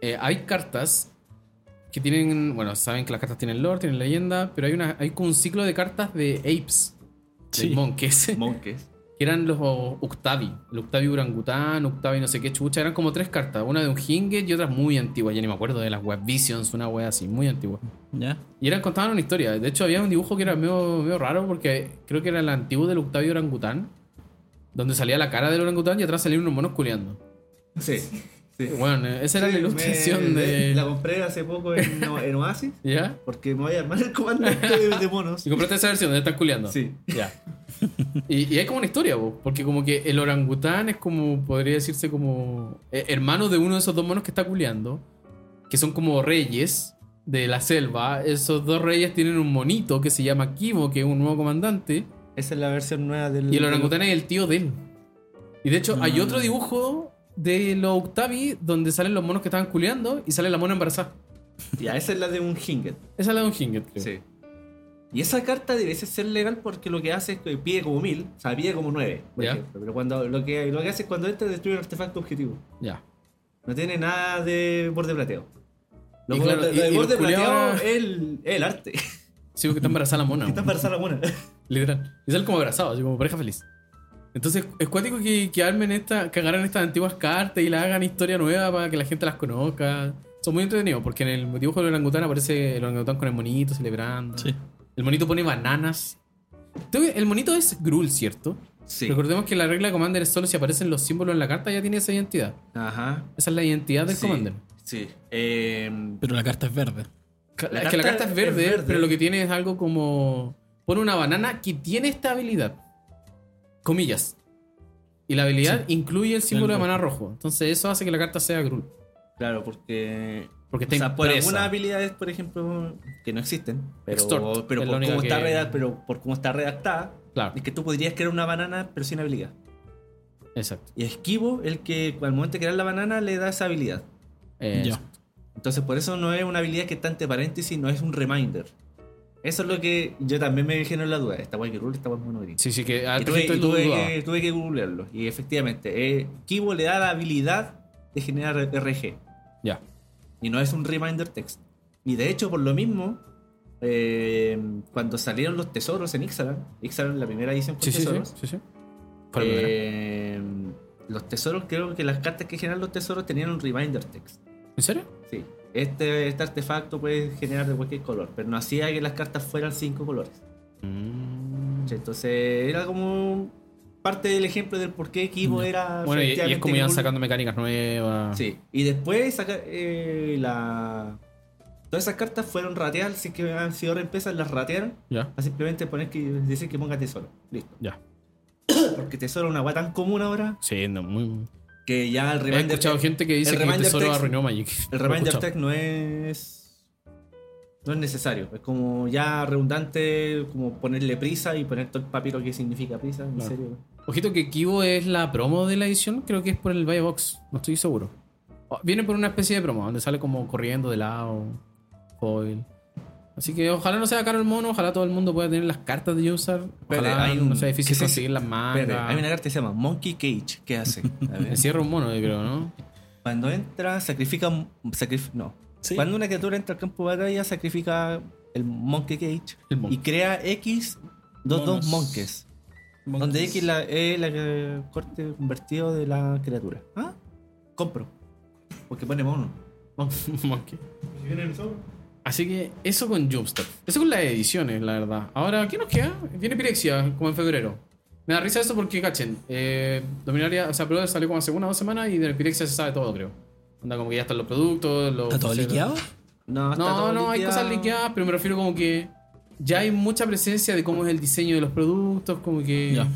eh, hay cartas que tienen, bueno, saben que las cartas tienen lore, tienen leyenda, pero hay una hay como un ciclo de cartas de apes, Sí. de monkeys, <laughs> que Monkeys. eran los Octavi, el Octavi Urangután, Octavi no sé qué chucha, eran como tres cartas, una de un Hinge y otras muy antiguas, ya ni me acuerdo de las web Visions, una web así, muy antigua. Ya. Y eran contaban una historia. De hecho, había un dibujo que era medio, medio raro porque creo que era el antiguo del Octavio Orangután, donde salía la cara del orangután y atrás salían unos monos culeando. Sí. sí. Bueno, eh, esa era Sí, la ilustración me- de. <laughs> La compré hace poco en, en Oasis ¿Ya? porque me voy a armar el comandante de, de <laughs> monos. Y compraste esa versión donde están culeando. Sí. Ya. Y, y hay como una historia, po, porque como que el orangután es como, podría decirse como eh, hermano de uno de esos dos monos que está culeando, que son como reyes de la selva. Esos dos reyes tienen un monito que se llama Kibo, que es un nuevo comandante. Esa es la versión nueva del. Y el orangután es el tío de él. Y de hecho, hay otro dibujo de los Octavi donde salen los monos que estaban culeando y sale la mona embarazada. Ya, esa es la de un Hinget. Esa es la de un Hinget, creo. Sí. Y esa carta debe ser legal porque lo que hace es que pide como mil, o sea, pide como nueve, por Ya. ejemplo. Pero cuando, lo, que, lo que hace es cuando entra destruye un artefacto objetivo. Ya. No tiene nada de borde plateado. Lo, Y claro, lo- lo y- de y borde los culiados plateado ahora- es el, es <laughs> el arte. Sí, porque está embarazada la mona. <laughs> <laughs> Está weón. para la buena. Literal. Y sale como abrazado, así como pareja feliz. Entonces, es cuático que, que armen esta, que agarren estas antiguas cartas y las hagan historia nueva para que la gente las conozca. Son muy entretenidos, porque en el dibujo del orangután aparece el orangután con el monito celebrando. Sí. El monito pone bananas. Creo que El monito es Grul, ¿cierto? Sí. Recordemos que la regla de Commander es solo si aparecen los símbolos en la carta, ya tiene esa identidad. Ajá. Esa es la identidad del sí, Commander. Sí. Eh, Pero la carta es verde. Ca- La es que la carta carta es verde, es verde. pero lo que tiene es algo como. Pone una banana que tiene esta habilidad. Comillas. Y la habilidad incluye el símbolo de rojo. maná rojo. Entonces eso hace que la carta sea Grul. claro, porque. Porque está O sea, por impresa. algunas habilidades, por ejemplo, que no existen, pero, Extort, pero, es la por única cómo está que- reda- pero por cómo está redactada, Claro, es que tú podrías crear una banana, pero sin habilidad. exacto. Y esquivo el que al momento de crear la banana le da esa habilidad. Eh, Ya. Entonces, por eso no es una habilidad que está entre paréntesis, no es un reminder. Eso es lo que yo también me dije en la duda. Esta guay que rule, esta guay monográfica. Sí, sí, que ah, Y harta tuve, gente y tuve lo dudaba. que, tuve que googlearlo. Y efectivamente, eh, Kibo le da la habilidad de generar RG. Ya. Y no es un reminder text. Y de hecho, por lo mismo, eh, cuando salieron los tesoros en Ixalan, Ixalan la primera edición con Sí, sí, sí, tesoros, sí, sí. Fue la primera. eh, los tesoros, creo que las cartas que generan los tesoros tenían un reminder text. ¿En serio? Sí. Este, este artefacto puede generar de cualquier color, pero no hacía que las cartas fueran cinco colores. ¿Cachai? Mm. Entonces era como parte del ejemplo del por qué Kibo era. Bueno, y, y es efectivamente como iban cool. sacando mecánicas nuevas. Sí, y después saca, eh, la... todas esas cartas fueron rateadas, si que han sido reemplazas, las ratearon. Ya, A simplemente poner que dice que ponga tesoro. Listo. ya. Porque tesoro es una guay tan común ahora Sí, no, muy. que ya el He reminder, escuchado text, gente que dice el que este el reminder tesoro text- arruinó Magic. el Lo he reminder escuchado. text no es. No es necesario. Es como ya redundante, como ponerle prisa y poner todo el papiro que significa prisa. En Claro. serio. Ojito que Kibo es la promo de la edición, creo que es por el Valle Box, no estoy seguro. O- Viene por una especie de promo, donde sale como corriendo de lado, foil. Así que ojalá no sea caro el mono, ojalá todo el mundo pueda tener las cartas de Yusar. Ojalá Espérate, hay un- no sea ¿qué difícil es eso? conseguir las mangas. Espérate, hay una eh. carta que se llama Monkey Cage. <laughs> ¿Qué hace? A ver. Encierra un mono, yo creo, ¿no? Cuando entra, sacrifica. sacrif- no. Sí. Cuando una criatura entra al campo de batalla, sacrifica el Monkey Cage El mono. y crea X, dos, dos Monos. monjes. Donde X la, es la que- corte convertido de la criatura. ¿Ah? Compro. Porque pone mono. <laughs> Monkey. Así que eso con Jumpstart. Eso con las ediciones, la verdad. Ahora, ¿qué nos queda? Viene Pirexia, como en febrero. Me da risa eso porque, cachen, eh, Dominaria, o sea, Brother salió como hace una o dos semanas y de Pirexia se sabe todo, creo. Onda como que ya están los productos, los... ¿Está todo liqueado? No, está No, todo no, hay liqueado. cosas liqueadas, pero me refiero como que ya hay mucha presencia de cómo es el diseño de los productos, como que... Ya.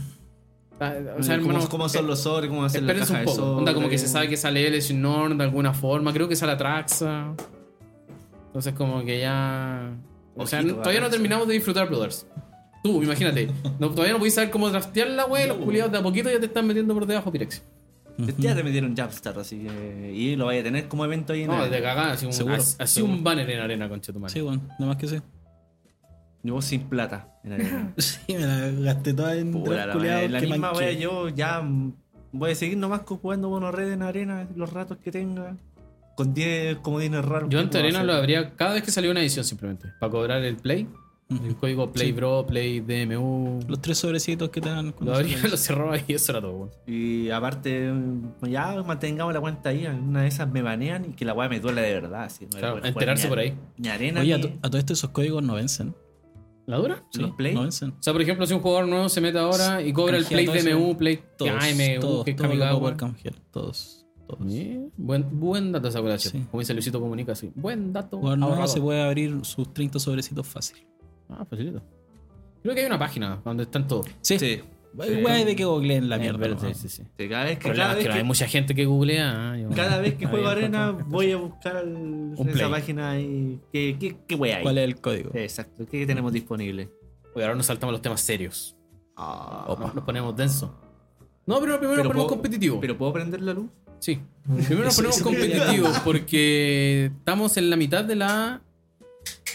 Ah, O sea, ¿Cómo- hermano, Mm, ¿Cómo son los sobres? ¿Cómo hacer la Espérense caja un de poco. sobres? Onda como que se sabe que sale él es Norn de alguna forma. Creo que sale Atraxa. Entonces como que ya... O sea, Ojito, todavía no Atraxa. terminamos de disfrutar Brothers. Tú, imagínate. No, todavía no podéis saber cómo draftear la wey. Los culiados de a poquito ya te están metiendo por debajo, Pirex. este- Ya te metieron Jumpstart, así que. Y lo vaya a tener como evento ahí en No, el- te cagás. Así, un, Seguro, así seguro. un banner en arena, concha tu madre. Sí, bueno, nada más que sí. Y vos sin plata. En el- <laughs> Sí, me la gasté toda en Pura draft la, culiado wea, la que misma manqué. wea, yo ya mm, voy a seguir nomás co- jugando Bono Red en arena los ratos que tenga. Con 10 comodines raros. Yo ¿qué en puedo Arena hacer? lo habría cada vez que salió una edición simplemente. Para cobrar el play. El código Play Bro, Play DMU. Los tres sobrecitos que te dan. con Lo los abría, <laughs> sobres. lo cerraba y eso era todo, weón. Y aparte, mm, ya mantengamos la cuenta ahí. En una de esas me banean y que la weá me duele de verdad. Así, no voy a Claro, poder enterarse por jugar ni ahí. a- Ni arena, Oye, a, ni to- a todo esto esos códigos no vencen. ¿La dura? Sí, los play. No vencen. O sea, por ejemplo, si un jugador nuevo se mete ahora y cobra el Canjea Play todo eso. DMU, Play Todos. AMU, todos, que es todos los puedo Kamigawa. poder canjear. Todos. todos. Bien. Buen, buen dato esa colación. Sí. Como dice Luisito Comunica, sí. Buen dato. Jugador nuevo ahorrado. se puede abrir sus 30 sobrecitos fácil. Ah, facilito. Creo que hay una página donde están todos. Sí. Sí. Wea de que googleen la Eh, mierda. verdad, nomás. sí, sí. Sí, Cada vez que, Pero cada es vez que hay que, mucha gente que googlea. ah, yo- <laughs> cada vez que Ah, juego ya, arena, entonces- voy a buscar al- en esa play. página y. ¿Qué, qué, qué wea hay? ¿Cuál es el código? Exacto, ¿qué tenemos disponible? Oye, ahora nos saltamos los temas serios. Ah, Nos, nos ponemos denso. No, pero primero Pero nos ponemos puedo- competitivo. ¿Pero puedo prender la luz? Sí. Primero <laughs> nos Eso- ponemos eso quería decir. competitivos porque estamos en la mitad de la.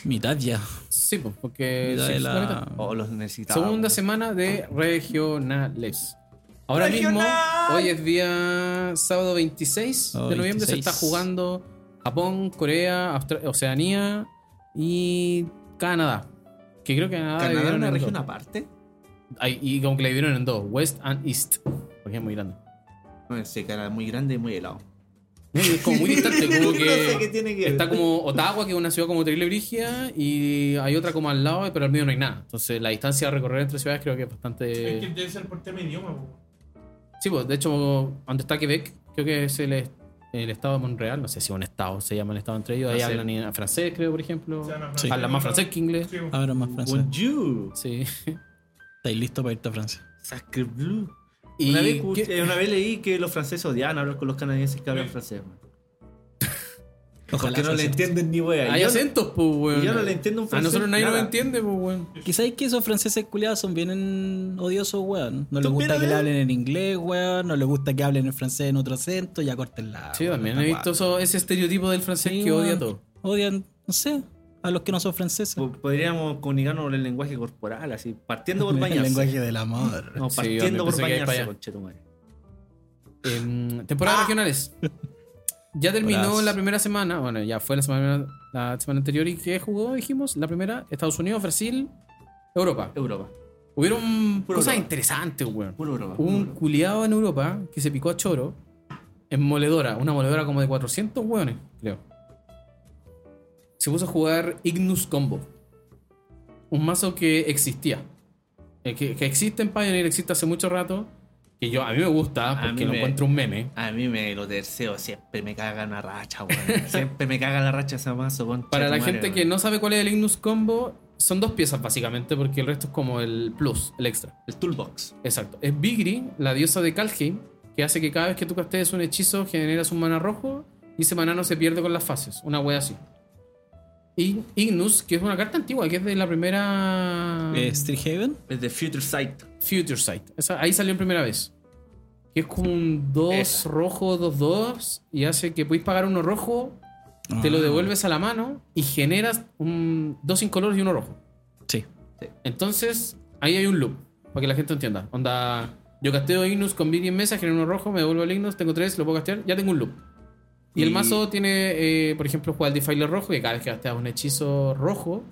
Mitad ya. Sí, pues, porque. Mitad sí, de pues, la mitad. la. O los necesitamos. Segunda semana de regionales. Ahora ¡Regional! mismo, hoy es día sábado 26 Oh, de noviembre, se 26. está jugando Japón, Corea, Austra- Oceanía y Canadá. Que creo que Canadá, ¿Canadá es dividieron una en región dos. aparte? Ay, y como que la dividieron en dos, West and East, porque es muy grande. No sé, cara, muy grande y muy <laughs> helado. Es como <laughs> muy distante, como que, No sé qué tiene que ver. está como Ottawa, que es una ciudad como terrible brigia, y hay otra como al lado, pero al medio no hay nada. Entonces la distancia a recorrer entre ciudades creo que es Es que bastante... debe ser por tema de idioma, po. Sí, pues de hecho, donde está Quebec, creo que es el, est- el estado de Montreal, no sé si es un estado, se llama el estado entre ellos, ahí No sé. hablan en francés, creo, por ejemplo. O sea, no, Sí. Ah. Hablan más francés que inglés. Sí, po. Ahora más francés. Bonjour. Sí. ¿Estáis listos para irte a Francia? Sacre bleu. Y Una, vez, ¿qué- escuché- una vez leí que los franceses odiaban hablar con los canadienses que hablan Sí. francés. man. Ojalá. Porque no sea le así. entienden ni wea. Hay Yo no- acentos, pues, weón. y yo no le entiendo un A francés nosotros nadie nos nada. entiende, pues, weón. Quizás que esos franceses culiados son bien odiosos, weón. No les ¿Tú gusta opinas que de le él? hablen en inglés, weón. No les gusta que hablen en francés en otro acento. Ya Ah, cortenla. Sí, weón, también esta he visto weá. eso- ese estereotipo del francés Sí, que odia weón. todo. Odian, no sé, a los que no son franceses. Po- Podríamos comunicarnos por el lenguaje corporal, así, partiendo <laughs> por el bañarse. lenguaje del amor. No, Sí, partiendo yo por pensé que iba para bañarse, allá. conchetumare. Em, Ah. temporadas regionales. Ya terminó Temporadas. la primera semana, bueno, ya fue la semana, la semana anterior y que jugó, dijimos, la primera, Estados Unidos, Brasil, Europa. Europa. Hubieron Puro cosas Europa. interesantes, weón. Puro Europa. Hubo puro Un Europa. culiado en Europa que se picó a choro en moledora, una moledora como de 400 weones, creo. Se puso a jugar Ignus Combo. Un mazo que existía. Eh, Que, que existe en Pioneer, existe hace mucho rato. Que yo, a mí me gusta A porque mí lo me- encuentro un meme. A mí me lo terceo, siempre me caga una <laughs> racha, weón. siempre me caga la racha esa mazo, conchetumare, Para la gente weón. que no sabe cuál es el Ignus Combo, son dos piezas básicamente, porque el resto es como el plus, el extra. El toolbox. Exacto. Es Vigri, la diosa de Kalheim, que hace que cada vez que tú castees un hechizo generas un mana rojo y ese mana no se pierde con las fases. Una wea así. Y Ignus, que es una carta antigua, que es de la primera Eh, Este. Street Haven. Es de Future Sight. Future Sight. Esa- ahí salió en primera vez. Que es como un 2 Esa. rojo, 2 2 y hace que podéis pagar uno rojo, te lo Ah, devuelves a la mano y generas un, dos incolores y uno rojo. Sí. Entonces, ahí hay un loop, para que la gente entienda. Onda, yo casteo Ignus con Vigri en mesa, genero uno rojo, me devuelvo el Ignus, tengo tres, lo puedo castear, ya tengo un loop. Y, el Y- mazo tiene, eh, por ejemplo, juega el Defiler rojo, que cada vez que casteas un hechizo rojo,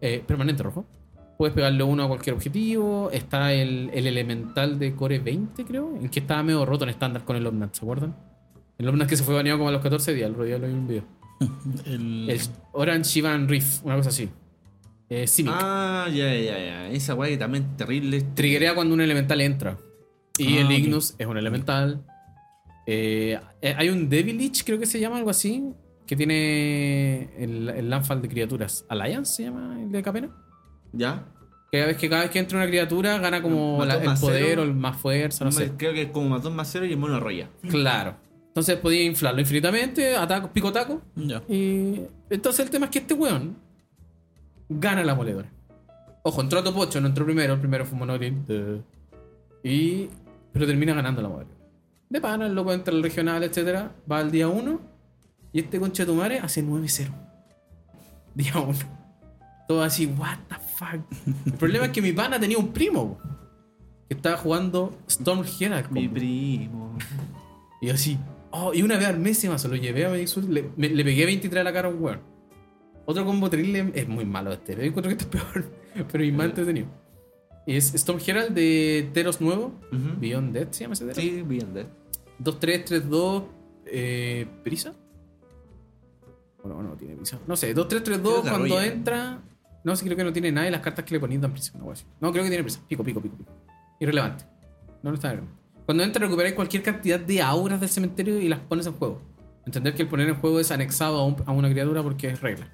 eh, permanente rojo, puedes pegarle uno a cualquier objetivo. Está el, el elemental de Core 20, creo, en que estaba medio roto en estándar con el Omnat, ¿se acuerdan? El Omnat que se fue baneado como a los 14 días, el otro día lo vi en un video. El, El Orange Shivan Reef, una cosa así. Eh, Simic. Ah, ya, ya, ya. Esa weá que también es terrible. triggerea cuando un elemental entra. Y Ah, el ok. Ignus es un elemental. Eh, eh, hay un Devilich, creo que se llama algo así, que tiene el, el landfall de criaturas. Alliance se llama el de Capena. ¿Ya? Que cada vez que, cada vez que entra una criatura gana como Mató la- el más poder cero. o el más fuerza, no sé. Creo que es como matón más cero y el mono arroya. Claro. Entonces podía inflarlo infinitamente, ataco, pico taco. ya. Y entonces el tema es que este weón gana la moledora. Ojo, entró a top 8, no entró primero, el primero fue Monolin. Y. Pero termina ganando la moledora. De pana, el loco entra al regional, etcétera, va al día 1 y este conchetumare hace 9-0. <laughs> Día 1. Todo así, what the fuck. El problema es que mi pana tenía un primo po, que estaba jugando Storm Herald. Mi combo. primo. Y yo así, oh, y una vez al mes se lo llevé a Medixur, le, me- le pegué 23 a la cara a un weón. Otro combo terrible es muy malo este, pero yo encuentro que este es <laughs> peor, pero es más entretenido. Y es Storm Herald de Teros nuevo, Ujú. Beyond Death se llama ese Teros. Sí, bien, de. 2-3-3-2, eh, ¿Prisa? Bueno, no tiene prisa. No sé, 2-3-3-2 Creo que cuando arrulla. entra. No sé, creo que no tiene nada y las cartas que le ponían dan prisa. una wea así. No, creo que tiene prisa. Pico, pico, pico, pico. Irrelevante. No, no está relevante. Cuando entra, recuperáis cualquier cantidad de auras del cementerio y las pones en juego. Entender que el poner en juego es anexado a, un- a una criatura porque es regla.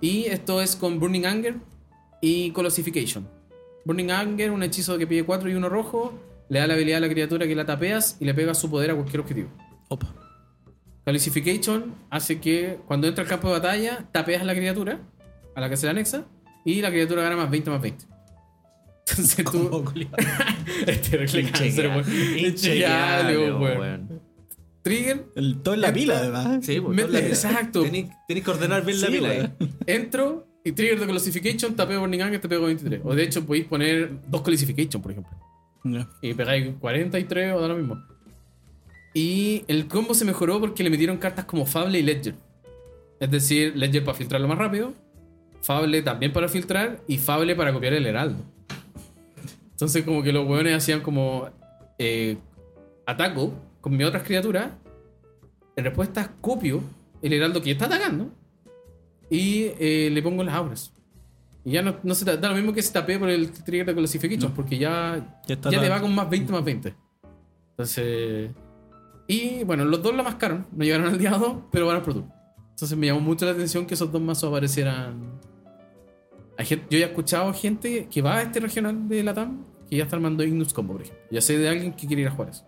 Y esto es con Burning Anger y Colossification. Burning Anger, un hechizo que pide 4 y 1 rojo, le da la habilidad a la criatura que la tapeas y le pega su poder a cualquier objetivo. Opa. Calcification hace que cuando entra al campo de batalla, tapeas a la criatura a la que se le anexa y la criatura gana más 20 más 20. <laughs> Entonces tú. <laughs> Combo, culiao. <laughs> Este terrible cáncer, weón. <laughs> Inchequeable, weón. Trigger, El- todo en la pila, además. Sí, weón. Me- toda la vida. exacto. Tenés tenés que ordenar bien la Sí, pila. weón. eh. <laughs> entro y trigger de Calcification, tapeo Burning Anger, te pego 23. O de hecho, podéis poner dos Calcification, por ejemplo. Ya. Y pegáis 43 o da lo mismo. Y el combo se mejoró porque le metieron cartas como Fable y Ledger. Es decir, Ledger para filtrarlo más rápido, Fable también para filtrar y Fable para copiar el heraldo. Entonces, como que los hueones hacían como eh, ataco con mis otras criaturas. En respuesta, copio el heraldo que está atacando y eh, le pongo las auras. Y ya no, no se ta- da lo mismo que se tapee por el trigger de Classification, No. porque ya, Ya ya, está te la- va con más 20 más 20. Entonces. Y bueno, los dos la mascaron, no llegaron al día 2, pero van al Pro Tour. Entonces me llamó mucho la atención que esos dos mazos aparecieran. Hay gen- yo ya he escuchado gente que va a este regional de Latam que ya está armando Ignus Combo, por ejemplo. Ya sé de alguien que quiere ir a Juárez.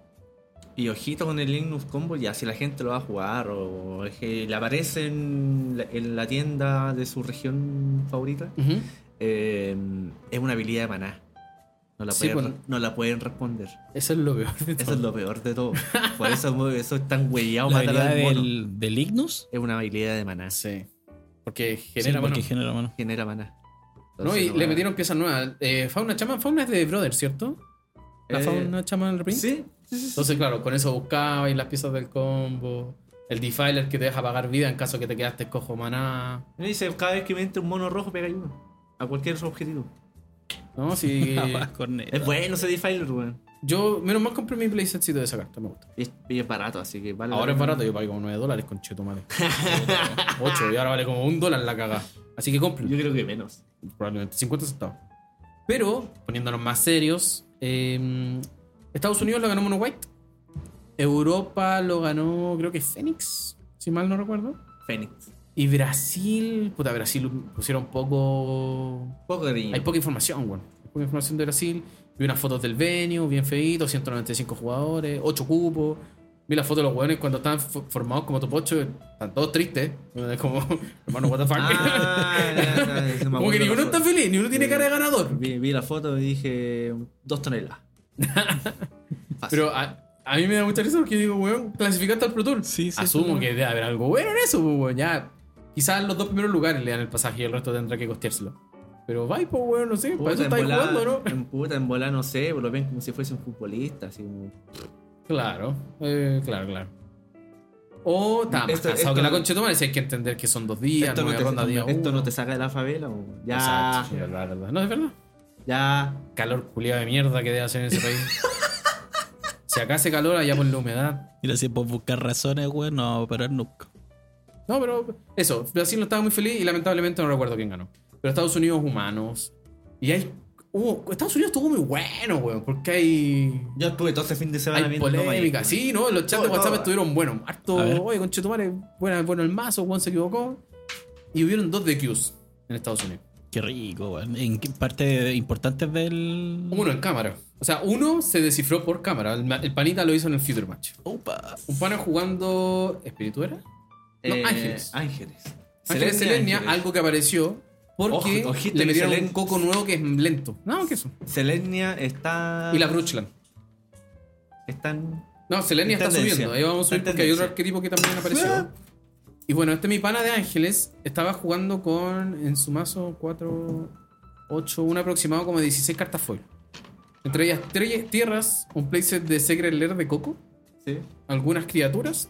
Y ojito con el Linux Combo, ya si la gente lo va a jugar o es que le aparece en la, en la tienda de su región favorita, Ujú. eh, es una habilidad de maná. No la, Sí, pues. pueden, bueno. no la pueden responder. <laughs> Eso es lo peor de todo. Eso es lo peor de todo. <laughs> Por eso, eso es tan huellado La matar habilidad al mono. del, del Ignus. Es una habilidad de maná. Sí. Porque Sí, genera porque bueno, genera mano. Genera maná. No, y Entonces, le va- metieron piezas nuevas. Eh, fauna Chaman, Fauna es de Brother, ¿cierto? La Eh, Fauna Chaman Reprint. Sí, Entonces, claro, con eso buscaba y las piezas del combo. El defiler que te deja pagar vida en caso que te quedaste cojo maná. Me dice, cada vez que me entra un mono rojo, pega uno. A cualquier objetivo. <laughs> No, sí. Ah, va, corneta. Es bueno ese Defiler, weón. yo, menos mal compré mi playsetcito de esa carta, me gusta. Y es, y es barato, así que vale. la Ahora es pena. barato, yo pagué como 9 dólares con <laughs> chetumare. 8 y ahora vale como un dólar la cagada. Así que compren. Yo creo que menos. probablemente 50 centavos. Pero, poniéndonos más serios, eh, Estados Unidos lo ganó Mono White. Europa lo ganó, creo que Fénix, si mal no recuerdo. Fénix. Y Brasil, puta, Brasil pusieron poco. Poco cariño. Hay poca información, bueno. Hay poca información de Brasil. Vi unas fotos del venue, bien feíto, 195 jugadores, 8 cupos. Vi las fotos de los hueones cuando estaban fo- formados como topocho, están todos tristes. <laughs> Es como, hermano, what the fuck. <laughs> Ah, ya, ya, ya, se me como que acuerdo la ninguno está foto. feliz, ninguno tiene Sí. cara de ganador. Vi, vi la foto y dije, dos toneladas. Fácil. <laughs> Pero a, a mí me da mucha risa porque digo, weón, clasificaste al Pro Tour. Sí, sí, Asumo sí. que debe haber algo bueno en eso, pues, weón. Ya, quizás los dos primeros lugares le dan el pasaje y el resto tendrá que costeárselo. Pero bye, pues, weón, no sé. Para eso Puta, en estáis volá- jugando, ¿no? <laughs> En puta, en volá, no sé, lo ven como si fuese un futbolista. Así como... Claro, eh, claro, claro. O está más Esto- cansado esto que la no- conchetumare, si hay que entender que son dos días, esto, no nueve te, rondas, día esto- esto uno. no te saca de la favela. o- Ya, Exacto, sí, es verdad, es verdad. No, es verdad. ya. Calor culiado de mierda que debe hacer en ese <laughs> país. si acá hace calor, allá por la humedad. Mira, si por buscar razones, weón, no vamos a parar nunca. No, pero eso, Brasil no estaba muy feliz y lamentablemente no recuerdo quién ganó. Pero Estados Unidos humanos. Y hay. hubo- Estados Unidos estuvo muy bueno, weón, porque hay. Yo estuve todo ese fin de semana Hay viendo polémica. Bayern. Sí, no, los chats Todo, de WhatsApp todo. estuvieron buenos. Harto, A ver. oye, conchetumare, bueno, bueno el mazo, Juan se equivocó. Y hubieron dos DQs en Estados Unidos. Qué rico, weón. En qué parte importantes del. Uno en cámara. O sea, uno se descifró por cámara. El, ma- el panita lo hizo en el Future Match. Opa. Un pana jugando. ¿Espíritu era? No, Eh, Ángeles. Ángeles. Ángeles Selenia, Ángeles. algo que apareció porque este Ojo, ojito le que metieron Selen- un coco nuevo que es lento. No, que eso. Selenia está. Y la Bruchland. Están. No, Selenia está Tendencia. subiendo. Ahí vamos a subir Está porque hay otro tendencia. Ah. arquetipo que también apareció. Y bueno, este mi pana de Ángeles estaba jugando con en su mazo 4, 8, un aproximado como 16 cartas foil. Entre ellas tres tierras, un playset de Secret Lair de Coco, Sí. algunas criaturas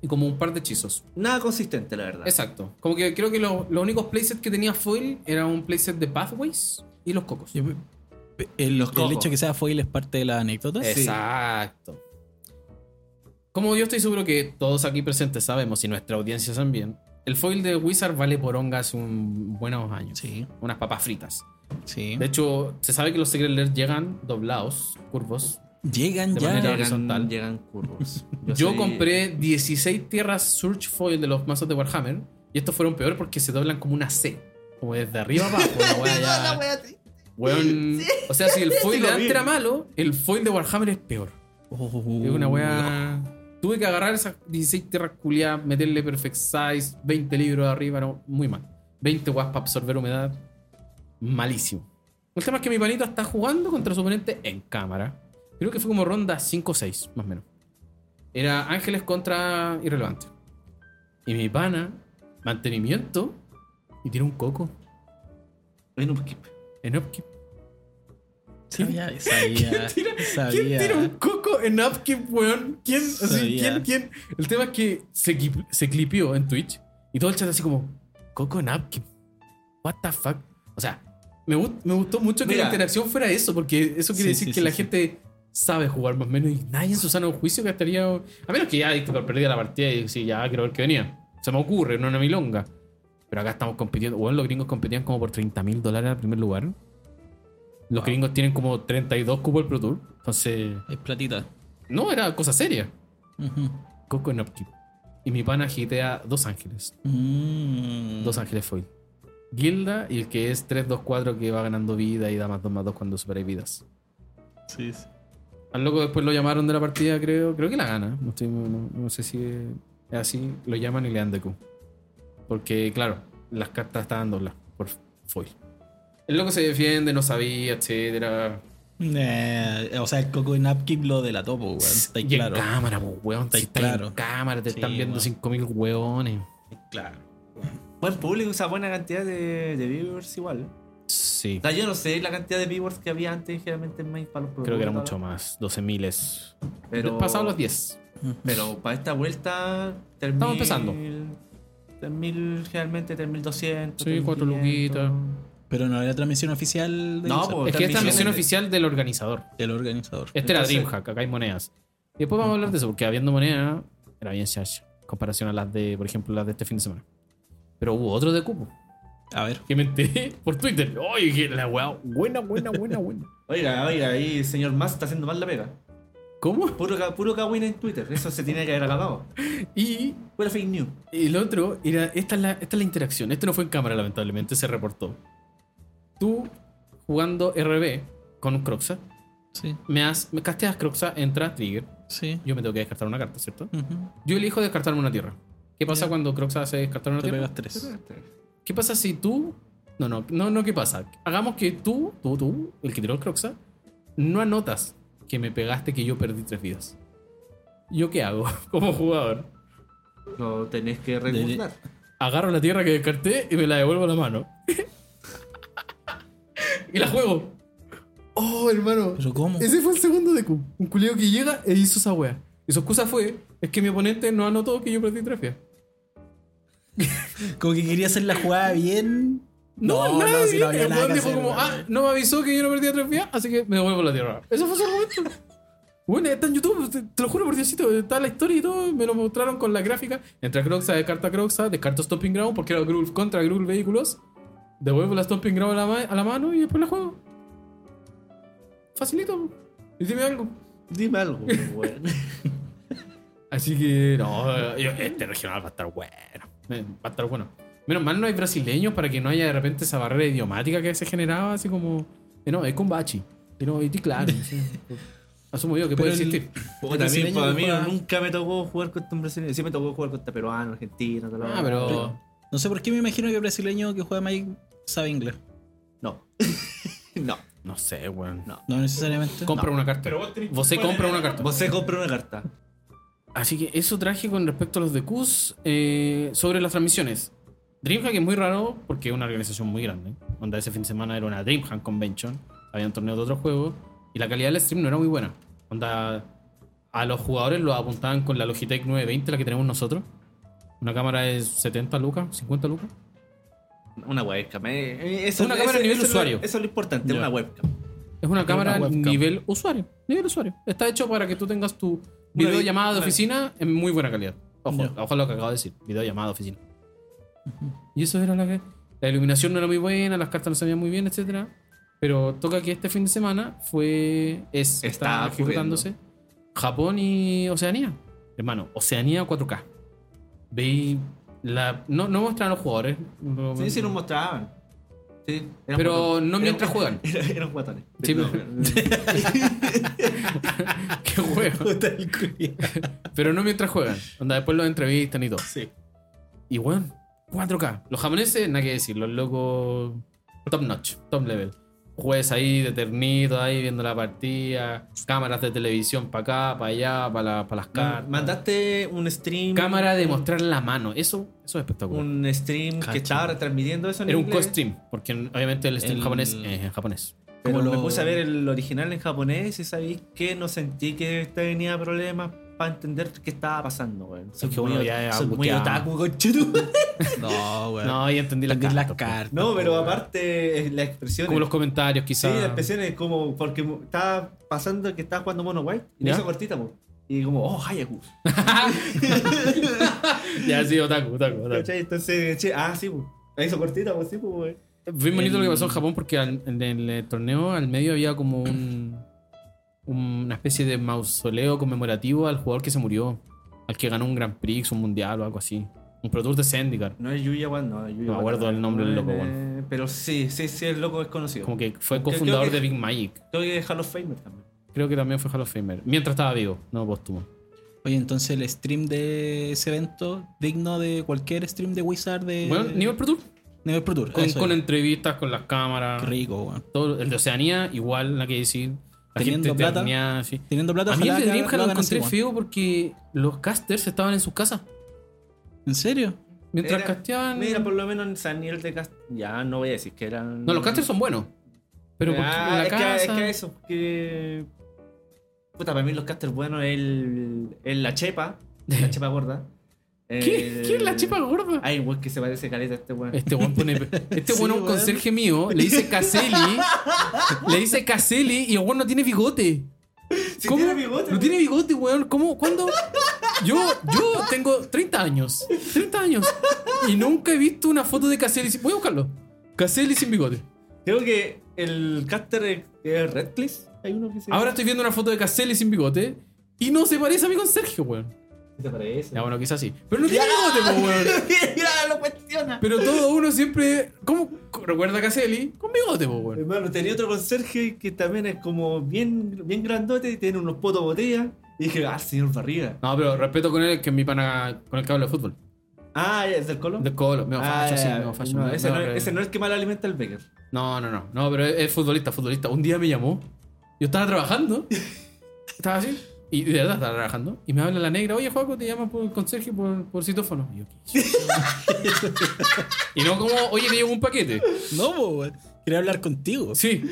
y como un par de hechizos. Nada consistente, la verdad. Exacto. Como que creo que lo- los únicos playsets que tenía foil era un playset de Pathways y los cocos. Yo- El, Los el cojos. hecho que sea foil es parte de la anécdota. Eh. Exacto. Como yo estoy seguro que todos aquí presentes sabemos y nuestra audiencia también, el foil de Wizard vale por ongas un buenos años. Sí, Unas papas fritas. sí. De hecho, se sabe que los Secret Lair llegan doblados, curvos. Llegan de ya. manera- horizontal. Llegan, llegan <laughs> curvos. Yo, soy- compré 16 tierras Surge Foil de los mazos de Warhammer y estos fueron peores porque se doblan como una C. Como desde arriba <laughs> abajo. la wea ya- Weón, O sea, si el foil Sí, de lo antes vi. era malo, el foil de Warhammer es peor. Oh, Es una wea. Tuve que agarrar esas 16 tierras culiadas, meterle perfect size, 20 libros arriba, no, muy mal. 20 weas para absorber humedad. Malísimo. El tema es que mi panita está jugando contra su oponente en cámara. Creo que fue como ronda 5 o 6, más o menos. Era Ángeles contra Irrelevante. Y mi pana, mantenimiento, y tiene un coco En un skip. en upkeep. <laughs> Sabía, sabía. tira- ¿Quién sabía. tira un coco en Upkeep, weón? ¿Quién? Así, Sabía. ¿quién, quién? El tema es que se, clip- se clipió en Twitch y todo el chat así como, coco en Upkeep. What the fuck? O sea, Me, gust- me gustó mucho que Mira. la interacción fuera eso, porque eso quiere decir Sí, sí, que sí, la sí. gente sabe jugar más o menos y nadie en su sano juicio gastaría. A menos que ya Dictator perdiera la partida y sí, ya quiero ver qué venía. Se me ocurre, no una milonga. Pero acá estamos compitiendo. Bueno, los gringos competían como por 30 mil dólares al primer lugar. Los gringos tienen como 32 cupos del Pro Tour. Entonces, Es platita. no, era cosa seria. Ujú. Coco en Upkeep. Y mi pana gitea Dos Ángeles. Mm. Dos Ángeles Foil. Gilda y el que es 3-2-4 que va ganando vida y da más 2 más 2 cuando supera vidas. Sí, sí. Al loco después lo llamaron de la partida, creo. Creo que la gana. No, estoy- no- no- no sé si es así. Lo llaman y le dan de Q. Porque, claro, las cartas estaban doblas por foil. El loco se defiende, no sabía, etcétera. Eh, o sea, el Coco en Upkeep lo de la topo, weón. Está y claro. en cámara, pues, weón. Está si estás claro. en cámara, te Sí, están viendo weón. 5.000 weones. Claro. Buen público, o sea, buena cantidad de, de viewers igual. Sí. O sea, yo no sé la cantidad de viewers que había antes generalmente en Magic para los Creo que era programas, mucho más. 12.000 Pero, Pasado los 10. Pero para esta vuelta, 3.000... Estamos empezando. 3.000, generalmente 3.200. Sí, cuatro 3.500. luquitas. Pero no era transmisión oficial de No, Blizzard, pues, Es que esta es la transmisiones misión de- oficial del organizador. del organizador. Este era Entonces- DreamHack, acá hay monedas. Y después vamos a hablar de eso, porque habiendo moneda, era bien Shash, en comparación a las de, por ejemplo, las de este fin de semana. Pero hubo otro de cupo, A ver. que me enteré <laughs> por Twitter. ¡Oye, que la weá! Buena, buena, buena, buena. Oiga, oiga, ahí el señor Más está haciendo mal la pega. ¿Cómo? Puro, ca- puro Kawin en Twitter, eso se tiene que haber acabado. Y Pura fake news. el otro era. Esta es la, esta es la interacción. Esto no fue en cámara, lamentablemente, se reportó. Tú, jugando RB con un Croxa, Sí, me, has, me casteas Croxa, entra Trigger. sí. Yo me tengo que descartar una carta, ¿cierto? Ujú. Yo elijo descartarme una tierra. ¿Qué pasa Ya. cuando Croxa hace descartar una Te tierra? pegas tres. ¿Qué pasa si tú... No, no, no, no, ¿qué pasa? Hagamos que tú, tú, tú, el que tiró el Croxa, no anotas que me pegaste que yo perdí tres vidas. ¿Yo qué hago <laughs> como jugador? Lo tenés que recordar. Agarro la tierra que descarté y me la devuelvo a la mano. <laughs> y la juego. Oh, hermano. Pero ¿cómo? Ese fue el segundo de Q. Un culeo que llega e hizo esa wea. Y su excusa fue, es que mi oponente no anotó que yo perdí tres vidas. Como que quería hacer la jugada bien. No, no, no, no, si no había el nada weón que dijo hacer, como, weón. ah, no me avisó que yo no perdía tres vías, así que me devuelvo a la tierra. Eso fue su argumento. Bueno, está en YouTube, te, te lo juro por Diosito, está la historia y todo, me lo mostraron con la gráfica. Entra Croxa, descarta Croxa, descarto Stomping Ground porque era Gruul contra Gruul Vehículos. Devuelvo la Stomping Ground a la, ma- a la mano y después la juego. Facilito. Y dime algo. Dime algo, <laughs> weón. Así que, <laughs> no, yo- este regional va a estar bueno. Eh, Va a estar bueno. Menos mal no hay brasileños para que no haya de repente esa barrera idiomática que se generaba, así como. eh, no, es con bachi. Y no, y ti <laughs> claro. sí. Asumo yo que Pero puede el- existir. Puta, a mí, brasileño para que mí juega- nunca me tocó jugar contra un brasileño. Sí me tocó jugar contra peruano, argentino, tal, Ah, pero. No sé por qué me imagino que el brasileño que juega Magic sabe inglés. No. <laughs> no. No sé, weón. No. No necesariamente. Compra una carta. Pero vos tenés que Vos se poner- compra una carta. Vos se compra una carta. Así que eso traje con respecto a los de Qs eh, sobre las transmisiones. Dreamhack es muy raro porque es una organización muy grande. Onda ese fin de semana era una Dreamhack Convention. Había un torneo de otros juegos. Y la calidad del stream no era muy buena. Onda a los jugadores los apuntaban con la Logitech 920, la que tenemos nosotros. Una cámara de 70 lucas, 50 lucas. Una webcam. eh, eh, eso- Una cámara a nivel eso es lo- usuario. Eso es lo importante, Ya. una webcam. Es una cámara webcam. nivel usuario. Nivel usuario. Está hecho para que tú tengas tu videollamada de una vi- oficina en muy buena calidad. Ojo, Ya. ojo a lo que acabo de decir. Videollamada de oficina. Y eso era la que... La iluminación no era muy buena, las cartas no se veían muy bien, etc. Pero toca que este fin de semana fue... Es, Está está ejecutándose. Japón y Oceanía. Hermano, Oceanía 4K. Veí la... No, no muestran a los jugadores. No- Sí, sí, nos mostraban. Sí, eran Pero guatones. no mientras <laughs> Eran- Eran guatones. Sí, No, pero- <laughs> Qué huevo. <laughs> Puta el culiao. Pero no mientras juegan. Onda, después los entrevistan y todo. Sí. Y weón, 4K. Los japoneses, nada que decir, los locos. Top notch, top level. Jueves ahí, de ternito, ahí viendo la partida. Cámaras de televisión para acá, para allá, para las Mm, Ma- cartas. <laughs> Mandaste un stream. Cámara de mostrar la mano. Eso, eso es espectacular. Un stream Cacha. que estaba retransmitiendo eso en Era un inglés, co-stream, porque obviamente el stream El- japonés es en japonés. Pero Como me lo- puse a ver el original en japonés y sabéis que no sentí que este tenía problemas para entender qué estaba pasando, weón. Es Soy que muy uno ot- ya es soy muy angustiado. otaku, conchetu. <laughs> No, weón. No, ya entendí las Entendí cartas. las cartas. No, pero weón. aparte, eh, las expresiones. Como los comentarios, Sí, quizás. la expresión es como, porque mu- estaba pasando que estaba jugando Mono White y me ¿Ya? hizo cortita, po. Y como, oh, Hayaku. ya, sí, otaku, otaku, otaku. ¿Cachai? Entonces, che, ah, sí, po. Me hizo cortita, po, sí, po, wey. Fue bonito El- lo que Em. pasó en Japón porque al- en el eh, torneo al medio había como un, una especie de mausoleo conmemorativo al jugador que se murió, al que ganó un Grand Prix, un mundial o algo así. Un Pro Tour de Zendikar. No es Yuya Wan, no, es Yuya No me Wan, acuerdo el nombre del es, loco, eh, weón. Pero sí, sí, sí, el loco es conocido. Como que fue creo cofundador que- de Big Magic. Creo que es Hall of Famer también. Creo que también fue Hall of Famer. Mientras estaba vivo, no póstumo. Oye, entonces el stream de ese evento, digno de cualquier stream de Wizard de Bueno, nivel Pro Tour. Nivel Pro Tour. Con, eso con es. entrevistas, con las cámaras. Qué rico, weón. Todo, el de Oceanía, igual, la que decir. La Teniendo gente plata. terneada, sí. Teniendo plata, A mí el ojalá de que Dreamhack lo lo hagan así, encontré weón. feo porque los casters estaban en sus casas. ¿En serio? Mientras Era- casteaban. Mira, por lo menos en San Miguel de Cast... Ya, no voy a decir que eran... No, los casters son buenos. Pero porque Ah, en la es, casa. Que, es que eso, que... Puta, para mí los casters buenos es el, el la chepa, <laughs> la chepa gorda. ¿Qué? Eh, ¿Quién es la chipa gorda? Ay, weón, que se parece caleta a este weón. Este weón pone. <laughs> Este Sí, weón es weón. un conserje mío. Le dice Caselli. le dice Caselli y el weón no tiene bigote. Si tiene bigote, No weón. tiene bigote, weón. ¿Cómo? ¿Cuándo? Yo, yo tengo 30 años. 30 años. Y nunca he visto una foto de Caselli. sin- Voy a buscarlo. Caselli sin bigote. Creo que el caster es, es Redcliffe. Hay uno que se... Ahora estoy viendo una foto de Caselli sin bigote. Y no se parece a mi conserje, weón. ¿Te parece? Ya, bueno, quizás sí. Pero no tiene bigote, po, weón. <laughs> Ya, lo cuestiona. Pero todo uno siempre. ¿Cómo recuerda a Caselli? Con bigote, po, weón. Hermano, tenía otro conserje que también es como bien, bien grandote y tiene unos potos botella. Y dije, ah, señor Barriga. No, pero respeto con él, que es mi pana con el que hablo de fútbol. Ah, ¿es del Colón? De colo, me Ah, facho, sí, ya, me facho. no, me- ese, me- no, me- es- ese no es el que mal alimenta el Becker. No, no, no. No, pero es, es futbolista, futbolista. Un día me llamó. Yo estaba <laughs> trabajando. Estaba así. Y de verdad estaba trabajando. Y me habla la negra, oye, Juaco, te llaman por el conserje por, por citófono. Y, yo, ¿qué? <laughs> y no como, oye, te llevo un paquete. No, po, weón. Quería hablar <laughs> contigo. Sí.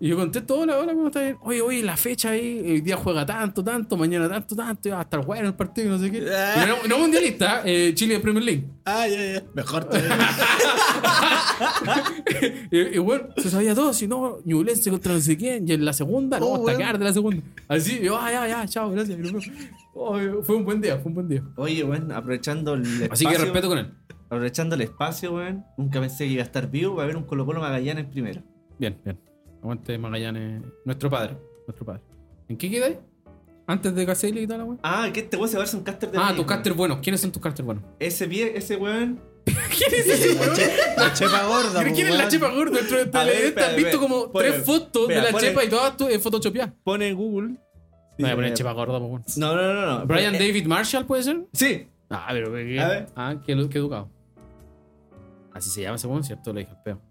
Y yo conté todo, hola, hola, ¿cómo estás? Oye, oye, la fecha ahí, el día juega tanto, tanto, mañana tanto, tanto, y va a estar bueno el partido, y no sé qué. Ah. Y no, no mundialista, eh, Chile Premier League. Ah, ya, ya. <laughs> Mejor todavía. Y, y bueno, se sabía todo, si no, Ñublense contra no sé quién, y en la segunda, Oh, no, hasta bueno. que arde la segunda. Así, yo, ah, ya, ya, chao, gracias. y nos vemos. Oh, fue un buen día, fue un buen día. Oye, weón, aprovechando el <laughs> espacio. Así que respeto con él. Aprovechando el espacio, weón. Nunca pensé que iba a estar vivo para ver un Colo Colo Magallanes primero. Bien, bien. Aguante Magallanes, nuestro padre, nuestro padre. ¿En qué quedáis? Antes de Caselli y tal, la wea. Ah, que este weón se va a hacer un caster de Ah, Magic, tus weón. casters buenos. ¿Quiénes son tus casters <laughs> buenos? Ese, vie- <laughs> ese weón. ¿Quién es ese weón? La chepa gorda, ¿Quién po, es la weón. chepa gorda? Dentro del A ver, PLD espera, has visto espera, como ponle, tres fotos espera, de la ponle. chepa y todas tu- eh, photoshopeadas. Pone en Google. No voy a poner eh, chepa gorda, por favor. No, no, no, no. Brian Eh, David Marshall, ¿puede ser? Sí. Ah, pero qué. A ver. Ah, qué, lu- qué educado. Así se llama ese weón, ¿cierto? Le dije al peo.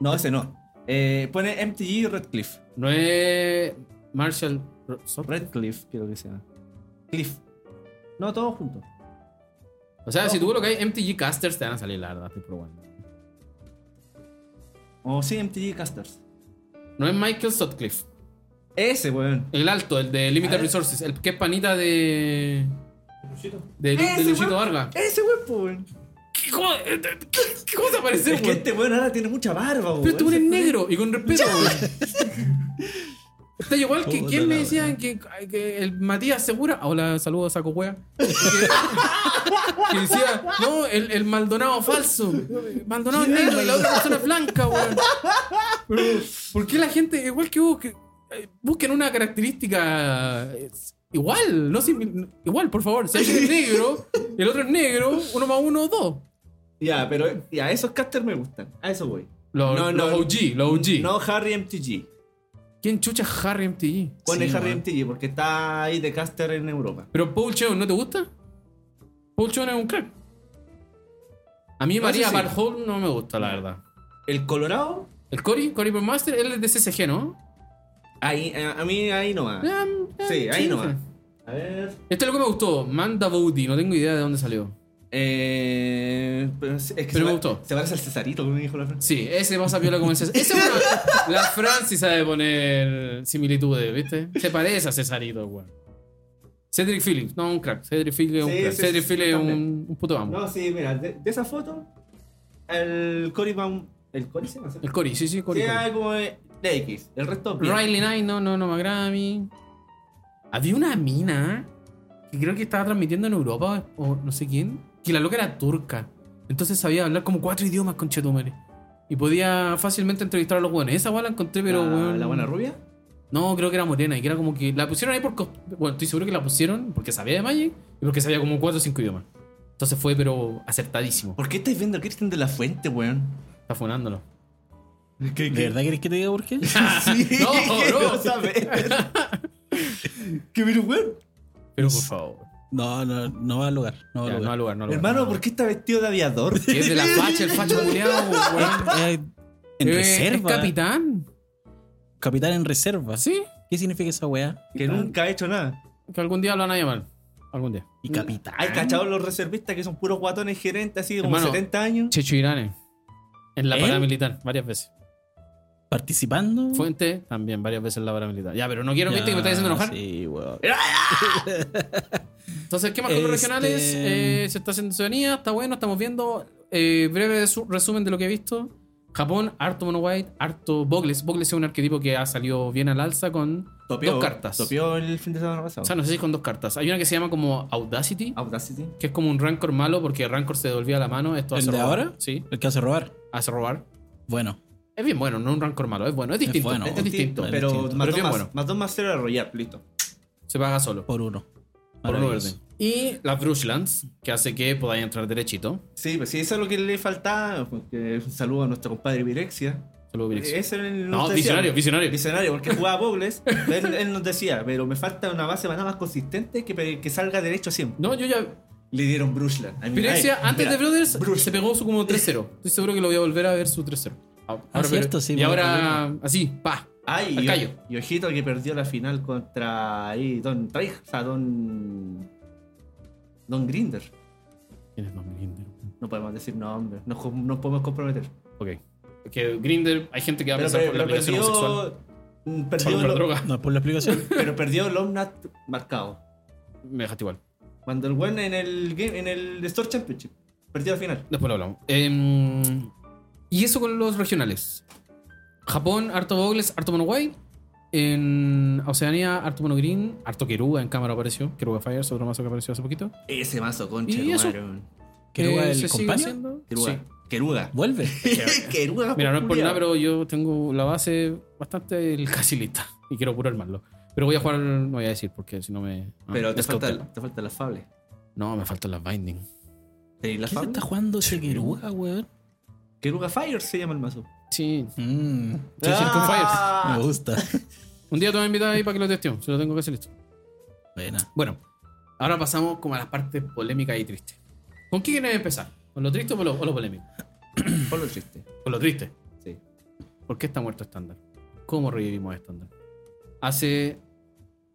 No, ese no. Eh, pone MTG Redcliffe. No es Marshall. Ro- Sot- Redcliffe, quiero que sea. Cliff. No, todos juntos. O sea, No. si tú colocas MTG Casters, te van a salir la verdad, estoy probando. O sí, MTG Casters. No es Michael Sutcliffe. Ese, weón. El alto, el de Limited A ver. Resources. El que es panita de. De, de Ah, Ese Luchito weón. Vargas. Ese weón, po, weón. ¿Qué- ¿Cómo, eh, te- qué- qué- cómo te parece, Es que weón? este weón ahora tiene mucha barba, Pero este weón weón es negro y con respeto, weón. Está igual que Puta quien la me decían que, que el Matías Segura. ah, Hola, saludos, saco wea. Que, que decía, no, el, el Maldonado falso. Maldonado es negro y la otra persona es blanca, weón. Pero, ¿por qué la gente, igual que vos, que, eh, busquen una característica eh, igual? No simil- igual, por favor. Si alguien es negro y el otro es negro, uno más uno, dos. Ya, pero ya, esos casters me gustan. A eso voy. Los, No, no, los OG, los OG. No Harry MTG. ¿Quién chucha es Harry MTG? Pone Sí, Harry weón. MTG porque está ahí de caster en Europa. Pero Paul Cheon, ¿no te gusta? Paul Cheon es un crack. A mí Eso María sí. Barholm no me gusta, la verdad. El Colorado, El Cory, Cory Master, él es de CSG, ¿no? ahí, eh, a, a mí ahí no va. Ah, ah, Sí, ahí no va. sí. A ver. Este es lo que me gustó, Manda Booty, no tengo idea de dónde salió. Eh, pero es es que Pero se me va- gustó. Se parece al Cesarito, como dijo la frase. Sí, ese pasa piola como el César. Ese bueno, la Francis sabe poner similitudes, ¿viste? Se parece a Cesarito, weón. Cedric Phillips, no un crack. Cedric Phillips es un Sí, crack. sí, Cedric sí, Phillips es un, también. un puto amo. No, sí, mira, de, de esa foto, el Cory Baum. ¿El Cory se me hace? El Cory, sí, sí, Cory. Sí, Cory. ah, como de, de X. El resto. bien. Riley Knight, no, no, no me agrada a mí. Había una mina que creo que estaba transmitiendo en Europa o no sé quién, que la loca era turca. Entonces sabía hablar como cuatro idiomas con Chetumare. Y podía fácilmente entrevistar a los buenos. Esa weá la encontré, pero la, weón, la buena rubia. No, creo que era morena y que era como que la pusieron ahí por. cos- Bueno, estoy seguro que la pusieron porque sabía de Magic y porque sabía como cuatro o cinco idiomas. Entonces fue, pero acertadísimo. ¿Por qué estáis viendo a Kristen de la Fuente, weón? Está funándolo. ¿Qué, ¿De verdad querés que te diga por qué? <laughs> Sí, <laughs> No, quiero no. saber. <laughs> que pero, weón. <laughs> Pero por favor. <laughs> No, no, no va al lugar. No va Ya, al no al lugar. lugar, no al lugar. Hermano, ¿por qué está vestido de <laughs> aviador? Que es de la facha, el facho <laughs> culiado, weón. Eh, en Eh, reserva. Es capitán. Capitán en reserva. Sí. ¿Qué significa esa weá? que nunca ha hecho nada. Que algún día lo van a llamar. Algún día. Y capitán. Hay cachados los reservistas que son puros guatones gerentes así de como Hermano. 70 años. Checho Irane. En la ¿Eh? paramilitar, varias veces. Participando. Fuente, también varias veces en la paramilitar. Ya, pero no quiero, viste, que me está diciendo enojar. Sí, weón. Entonces, ¿qué más con los Este- regionales? Eh, se está haciendo ciudadanía, está bueno, estamos viendo. eh, breve su- resumen de lo que he visto. Japón, harto Mono White, harto Bogles. Bogles es un arquetipo que ha salido bien al alza con Topió, dos cartas. Topió el fin de semana pasado. O sea, no sé si con dos cartas. Hay una que se llama como Audacity, Audacity. que es como un Rancor malo porque Rancor se devolvía la mano. Esto ¿El hace de robar. ahora? Sí, El que hace robar. hace robar. Bueno. Es bien bueno, no un Rancor malo, es bueno, es distinto. Es, bueno. distinto, distinto, pero es distinto. Más, Pero dos bien más, bueno. más dos más cero de Royal, listo. Se paga solo. Por uno. Por uno verde. Y las Brushlands, que hace que podáis entrar derechito. Sí, pues sí, eso es lo que le faltaba. porque un saludo a nuestro compadre Virexia. Solo Ese dirección. es el No, nos decía- visionario, visionario. Visionario, porque jugaba Bogles. <laughs> él, él nos decía, pero me falta una base más, más consistente que, que salga derecho siempre. No, yo ya Le dieron Brushland. Ay, mira, Pirexia, ay, antes mira, de Brothers, Bruce. se pegó su <laughs> como 3-0. Estoy seguro que lo voy a volver a ver su 3-0. Ahora, pero- Ah, cierto, sí, Y me ahora, así, pa. Ay, Al y, callo. y ojito que perdió la final contra ahí Don Traig, o sea, Don. Don Grinder. ¿Quién es Don Grinder? No podemos decir nombre, nos, com- nos podemos comprometer. Ok. Es que Grinder, hay gente que va a Pero, pensar pero- por la pero aplicación homosexual. perdió. mm, Solo Perdió, por la lo- droga. No es por la <laughs> explicación. pero perdió el Omnat marcado. Me dejaste igual. Cuando el buen en el, game, en el Store Championship perdió la final. Después lo hablamos. Em, y eso con los regionales. Japón, harto Bogles, harto Mono White. En Oceanía, harto Mono Green, harto Keruga en cámara apareció. Keruga Fires, otro mazo que apareció hace poquito. Ese mazo, concha, ¿Y tu eso? madre, weón. ¿Keruga Eh, el se sigue compañero? haciendo. Keruga. Sí. Keruga. <laughs> Vuelve. <laughs> Keruga, Mira, no es por culiao. nada, pero yo tengo la base bastante casi lista y quiero puro armarlo. Pero voy a jugar, no voy a decir porque si no me. ah, Pero te es cautela. falta, te falta la fable. No, me faltan las binding. ¿Tenéis la ¿Qué se fable? está jugando ese Keruga, weón? Keruga Fire se llama el mazo. Sí, Mm, sí, Circle Fires. Ah. me gusta. Un día te voy a invitar ahí para que lo testemos, se lo tengo casi listo. Buena. Bueno, ahora pasamos como a las partes polémicas y tristes. ¿Con qué quieres empezar? ¿Con lo triste o, por lo, o lo polémico? Por lo triste. Con lo triste. Sí. ¿Por qué está muerto estándar? ¿Cómo revivimos estándar? Hace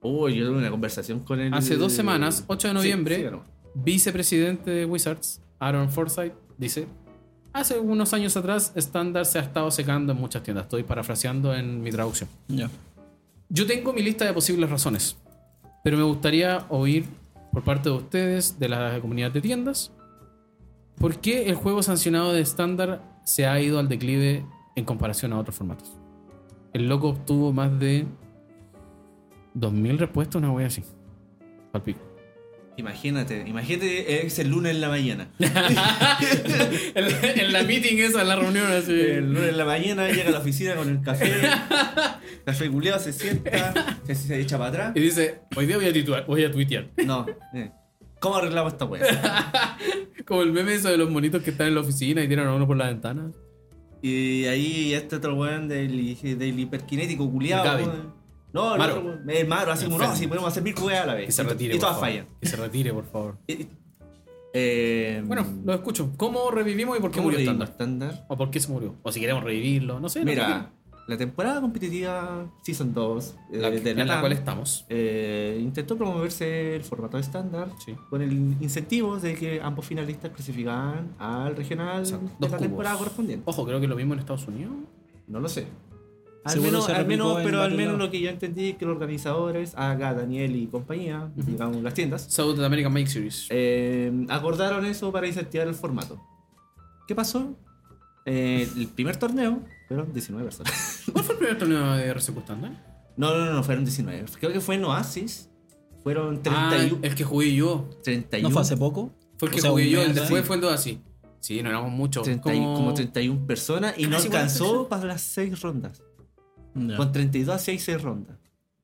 Uy, yo tuve una conversación con él. Hace dos semanas, 8 de noviembre. Sí, sí, no. vicepresidente de Wizards, Aaron Forsyth, dice: Hace unos años atrás, estándar se ha estado secando en muchas tiendas. Estoy parafraseando en mi traducción. Ya. Yo tengo mi lista de posibles razones, pero me gustaría oír por parte de ustedes, de la comunidad de tiendas, por qué el juego sancionado de estándar se ha ido al declive en comparación a otros formatos. El loco obtuvo más de 2.000 respuestas, una wea así. Palpico. Imagínate, imagínate, es el lunes en la mañana. en, la, <laughs> en la meeting esa, en la reunión así. <laughs> El lunes en la mañana llega a la oficina con <laughs> el café. café culeado se sienta, se, se echa para atrás. Y dice, hoy día voy a titular, voy a tuitear. No. eh, ¿Cómo arreglamos esta wea? Como el meme eso de los monitos que están en la oficina y tiran a uno por la ventana. Y ahí este otro weón del, del hiperkinético Gaby. culiado. No, el Maro. otro weón, el Maro, así como no, Enfermo. así podemos hacer mil weas a la vez. Que se Y to- retire, Y por todas favor. fallan. Que se retire, por favor. Y- y- eh, Bueno, lo escucho. ¿Cómo revivimos y por qué ¿cómo murió leímos estándar? estándar? ¿O por qué se murió? O si queremos revivirlo, no sé. lo que Mira, quieran. la temporada competitiva Season 2 eh, La- de en la LATAM, cual estamos. eh, intentó promoverse el formato estándar Sí. con el incentivo de que ambos finalistas clasificaban al regional Exacto. de Dos la cubos. temporada correspondiente. Ojo, creo que lo mismo en Estados Unidos. No lo sé. Al Seguro menos, se al replicó menos- en pero al varios menos lados. lo que yo entendí es que los organizadores, acá Daniel y compañía, digamos las tiendas, South American Magic Series. eh, acordaron eso para incentivar el formato. ¿Qué pasó? Eh, el primer torneo fueron 19 personas. ¿Cuál fue el primer torneo de RC estándar? No, no, no, no, fueron 19. Creo que fue en Oasis. Fueron Ah, 31. el que jugué yo. 31. eh, ¿No fue hace poco? Fue el que O sea, jugué un yo, el mes, después sí. fue el dos así. Sí, no éramos muchos. 30 y- como... como 31 personas Ah, y no Casi igual a alcanzó Texas. para las 6 rondas. Ya. Con 32 a 6, 6 rondas.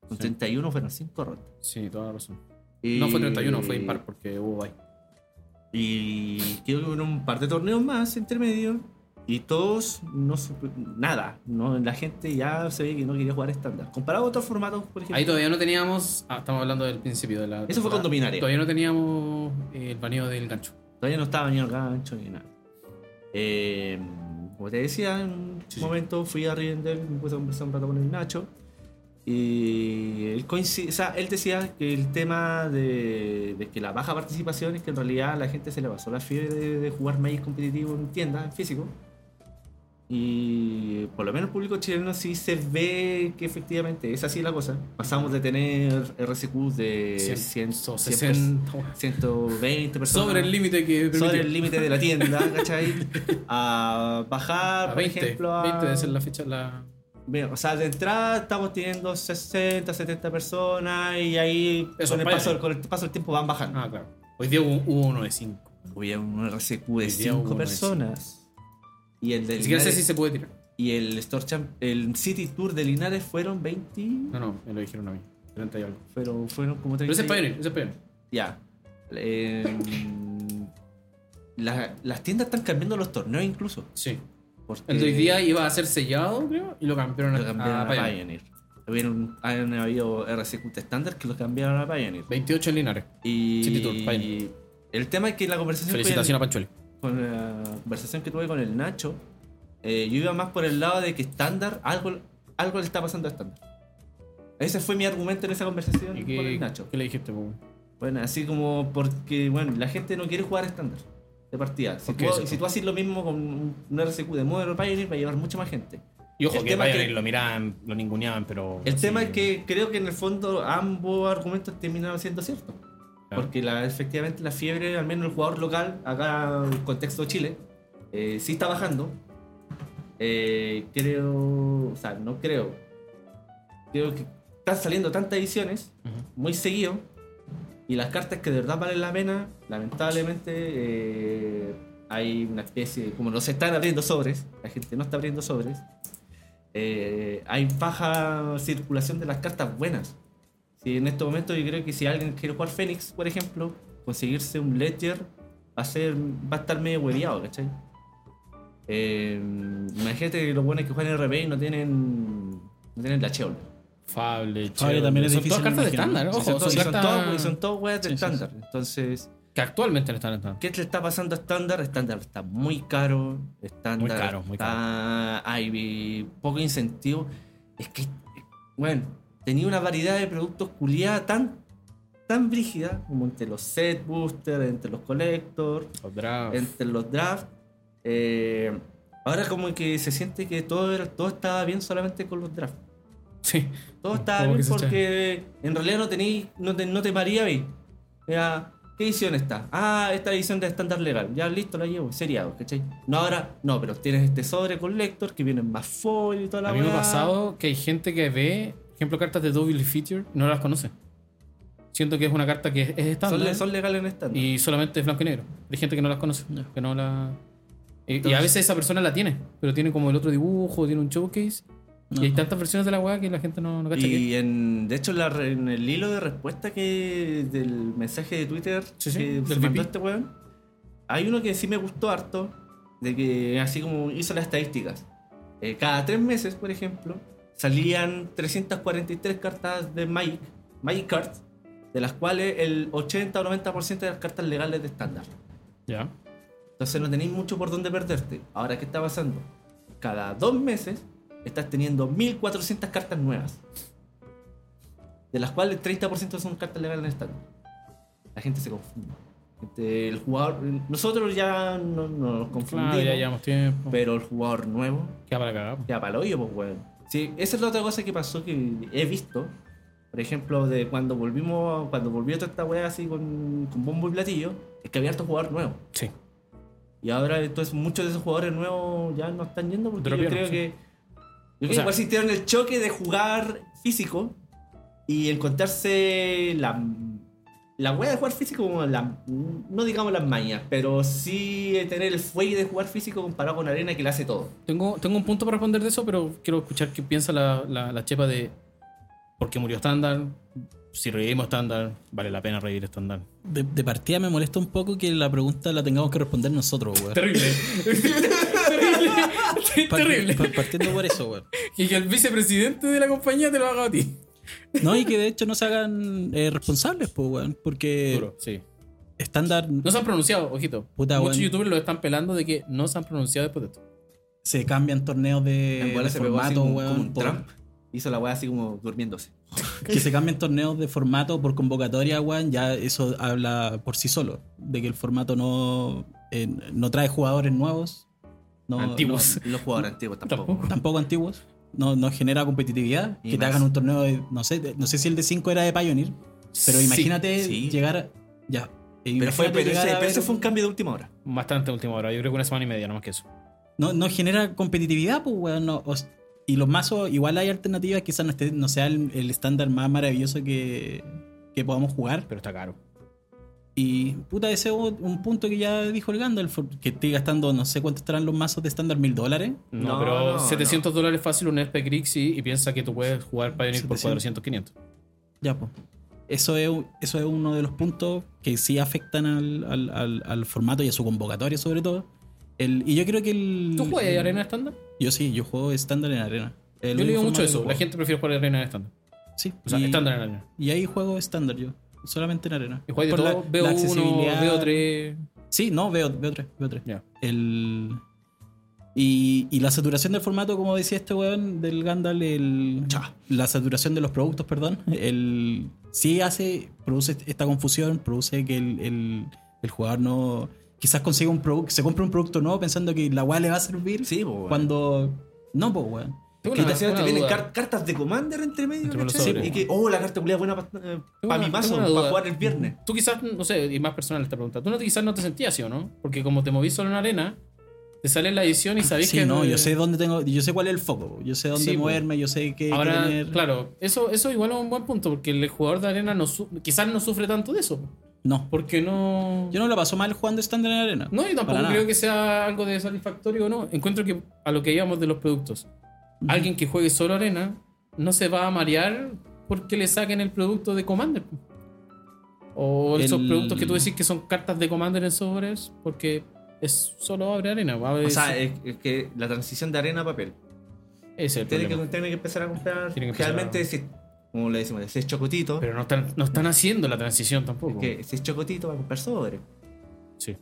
Con Sí. 31 fueron 5 rondas. Sí, toda la razón. Y- No fue 31, fue impar porque hubo bye. Y creo que hubo un par de torneos más entre medio. Y todos, no supe- nada. No, la gente ya se ve que no quería jugar estándar. Comparado a otros formatos, por ejemplo. Ahí todavía no teníamos. Ah, estamos hablando del principio de la. Eso fue con temporada. Dominaria. Todavía no teníamos eh, el baneo del gancho. Todavía no estaba ni el gancho ni nada. Eh, como te decía, en un Sí, sí. momento fui a Rivendell, me puse a conversar un rato con el Nacho. Y él, coinci- o sea, él decía que el tema de, de que la baja participación es que en realidad a la gente se le pasó la fiebre de, de jugar Magic competitivo en tienda, en físico. Y por lo menos el público chileno sí se ve que efectivamente es así la cosa. Pasamos de tener RCQs de 100, 160. 120 personas Sobre el límite que. <laughs> sobre permitió. el límite de la tienda, <laughs> ¿cachai? A bajar, A por 20. ejemplo, a... 20 debe ser la fecha. La... Bien, o sea, de entrada estamos teniendo 60, 70 personas y ahí Eso, con, el vaya. paso, con el paso del tiempo van bajando. Ah, claro. Hoy día hubo, hubo uno de 5. Hubo un RCQ de Hoy día 5 hubo personas. Y el del Ni siquiera sé Linares- si se puede tirar. y el Store Champ, el City Tour de Linares fueron 20, No, no, me lo dijeron a mí. 30 y algo. pero fueron como 30. Pero ese es Pioneer, ese es Pioneer. Ya. Em, la- las tiendas están cambiando los torneos incluso. Sí. porque- El de hoy día iba a ser sellado, creo, y lo cambiaron a, Eh, lo cambiaron a, a Pioneer. Pioneer. Hubieron, han habido RCQT estándar que lo cambiaron a Pioneer. 28 en Linares. Y City Tour, Pioneer. el tema es que la conversación, Felicitaciones a con, Pancholi. el- con la conversación que tuve con el Nacho, eh, yo iba más por el lado de que estándar, algo, algo le está pasando a estándar. Ese fue mi argumento en esa conversación ¿Y con el qué, Nacho. qué le dijiste, po? Bueno, así como porque, bueno, la gente no quiere jugar estándar de partida. Si, Ok, tú, exacto. si tú haces lo mismo con un un RCQ de Modern o Pioneer, va a llevar mucha más gente. Y ojo, El que tema Pioneer que- lo miraban, lo ninguneaban, pero. El sí, tema es que creo que en el fondo ambos argumentos terminaron siendo ciertos. claro. Porque la, efectivamente la fiebre, al menos el jugador local, acá en el contexto de Chile, eh, sí está bajando. Eh, creo, o sea, no creo. Creo que están saliendo tantas ediciones Ujú. muy seguido. Y las cartas que de verdad valen la pena, lamentablemente eh, hay una especie, como no se están abriendo sobres, la gente no está abriendo sobres, eh, hay baja circulación de las cartas buenas. Si en este momento yo creo que si alguien quiere jugar Fénix, por ejemplo, conseguirse un Ledger va a, ser, va a estar medio hueviado, ¿cachai? Eh, imagínate los buenos que juegan RP y no tienen, no tienen la Cheol. Fable, Fable Cheol, también es son difícil, Todas cartas de me imagino. estándar, ojo. Y son, Son, todos- y son todos- y cartas son todos weas de Sí, sí, sí. estándar. Entonces, que actualmente no están en estándar. ¿qué le está pasando a estándar? Estándar está muy caro. Estándar Muy caro, muy está- Hay poco incentivo. Es que, bueno, tenía una variedad de productos culiada tan, tan brígida como entre los set boosters, entre los collectors, Los drafts. entre los drafts. Eh, ahora como que se siente que todo, era- todo estaba bien solamente con los drafts. Sí. Todo estaba Como bien que se porque en realidad no tení, no te, no te paría bien. Era, ¿qué edición está? Ah, esta edición de estándar legal. Ya listo, la llevo, seriado, ¿cachai? No, ahora, no, pero tienes este sobre con lector que vienen más folio y toda la A mí me ha weá. pasado que hay gente que ve, por ejemplo, cartas de Double Feature y no las conoce. Siento que es una carta que es es Son, estándar le- son legales en estándar. y solamente es blanco y negro. Hay gente que no las conoce, Ya. que no la... Y, y a Entonces- veces esa persona la tiene, pero tiene como el otro dibujo, tiene un showcase. No. Y hay tantas versiones de la weá que la gente no, no cacha que... Y en, de hecho, la re- en el hilo de respuesta que del mensaje de Twitter Sí, sí, que del se mandó VP. este weón, hay uno que sí me gustó harto, de que así como hizo las estadísticas. Eh, cada tres meses, por ejemplo, salían 343 cartas de Magic, Magic Cards, de las cuales el 80 o 90% de las cartas legales de estándar. Ya. Entonces no tenéis mucho por dónde perderte. Ahora, ¿qué está pasando? Cada dos meses estás teniendo 1400 cartas nuevas. De las cuales 30% son cartas legales en estándar. La gente se confunde. Gente- El jugador, nosotros ya no, no nos confundimos. Claro, ya llevamos tiempo. Pero el jugador nuevo Queda para cagar. po. ya para el hoyo, pues, weón. Sí, esa es la otra cosa que pasó que he visto. Por ejemplo, de cuando volvimos, cuando volvió toda esta weá así con, con bombo y platillo, es que había hartos jugadores nuevos. Sí. Y ahora entonces muchos de esos jugadores nuevos ya no están yendo porque yo Dropearon, creo sí. que. Yo creo que sea- igual sintieron el choque de jugar físico y encontrarse la. La wea de jugar físico, como la, no digamos las mañas, pero sí tener el fuelle de jugar físico comparado con Arena que le hace todo. Tengo, tengo un punto para responder de eso, pero quiero escuchar qué piensa la, la, la chepa de por qué murió estándar. Si revivimos estándar, vale la pena revivir estándar. De, de partida me molesta un poco que la pregunta la tengamos que responder nosotros, weón. Terrible. <laughs> terrible. Pa- terrible. pa- partiendo por eso, weón. Y que el vicepresidente de la compañía te lo haga a ti. No, y que de hecho no se hagan eh, responsables, pues, weón. Porque Duro, sí. estándar No se han pronunciado, ojito. Puta, Muchos weón. youtubers lo están pelando de que no se han pronunciado después de esto. se cambian torneos En de, bola de se pegó así Eh, formato, como, como weón. un por- Trump. Hizo la wea así como durmiéndose. que se cambien torneos de formato por convocatoria, weón. Ya eso habla por sí solo. De que el formato no, eh, no trae jugadores nuevos. No, Antiguos. Los jugadores antiguos tampoco. Tampoco. no- tampoco antiguos. No, no genera competitividad. Y que te más. hagan un torneo de, no sé, de- no sé si el de 5 era de Pioneer. Pero Sí, imagínate sí. llegar a- Ya. Pero, fue, imagínate pero ese, llegar a pero ese ver- fue un cambio de última hora. Bastante a última hora. Yo creo que una semana y media, no más que eso. no, no genera competitividad, pues, weón. no, os- y los mazos, igual hay alternativas, quizás no, esté- no sea el el estándar más maravilloso que, que podamos jugar. Pero está caro. Y, puta, ese es un un punto que ya dijo el Gandalf, que estoy gastando, no sé cuánto estarán los mazos de estándar, mil dólares. No, No, pero no, 700 dólares fácil un SP Grixie y piensa que tú puedes jugar Pioneer por 700. 400, 500. Ya, pues. Eso es, un- eso es uno de los puntos que sí afectan al, al- al- al formato y a su convocatoria, sobre todo. El, y yo creo que el. ¿Tú juegas el- arena estándar? Yo sí, yo juego estándar en arena. El Yo le digo único mucho formato eso. que La juego. gente prefiere jugar arena estándar. Sí, O sea, y- estándar en arena. Y ahí juego estándar yo, solamente en arena. Y juegas de Por la- todo. la veo uno, accesibilidad. veo tres. Sí, no, veo, veo tres, veo tres. Ya. El... Y, y la saturación del formato, como decía este weón del Gandalf, el... Cha. la saturación de los productos, perdón, el... sí hace, produce esta confusión, produce que el, el- el jugador no... Quizás consiga un producto, se compre un producto nuevo pensando que la weá le va a servir Sí, pues. cuando... No, pues weón. Tengo Que una- te hacen- una te vienen duda. car- cartas de Commander entre medio, Entre los ¿cachai? sobres. Y que, oh, la carta culiada buena para Tengo mi una- mazo, tengo una para duda. jugar el viernes. Tú quizás, no sé, y más personal esta pregunta. Tú no, quizás no te sentías así, ¿o no? Porque como te movís solo en arena, te sale la edición y sabés Ah, Sí, que. no, yo sé dónde tengo, yo sé cuál es el foco, yo sé dónde Sí, pues. moverme, yo sé qué Ahora, qué tener. claro, eso, eso igual es un buen punto, porque el jugador de arena no su- quizás no sufre tanto de eso. No, Porque no. yo no la paso mal jugando estándar en arena. No, yo tampoco Para nada. creo que sea algo de satisfactorio o no. Encuentro que a lo que íbamos de los productos, alguien que juegue solo arena no se va a marear porque le saquen el producto de Commander. po. O esos El- productos que tú decís que son cartas de Commander en sobres porque es solo abre arena. va a haber- O sea, es, es que la transición de arena a papel. ese es el Tienen que, problema. tienen que empezar a comprar. Tienen que empezar realmente, a- si- como le decimos, si es chocotito, Pero no están, no están haciendo la transición tampoco. que si es chocotito, va a comprar sobre. Sí.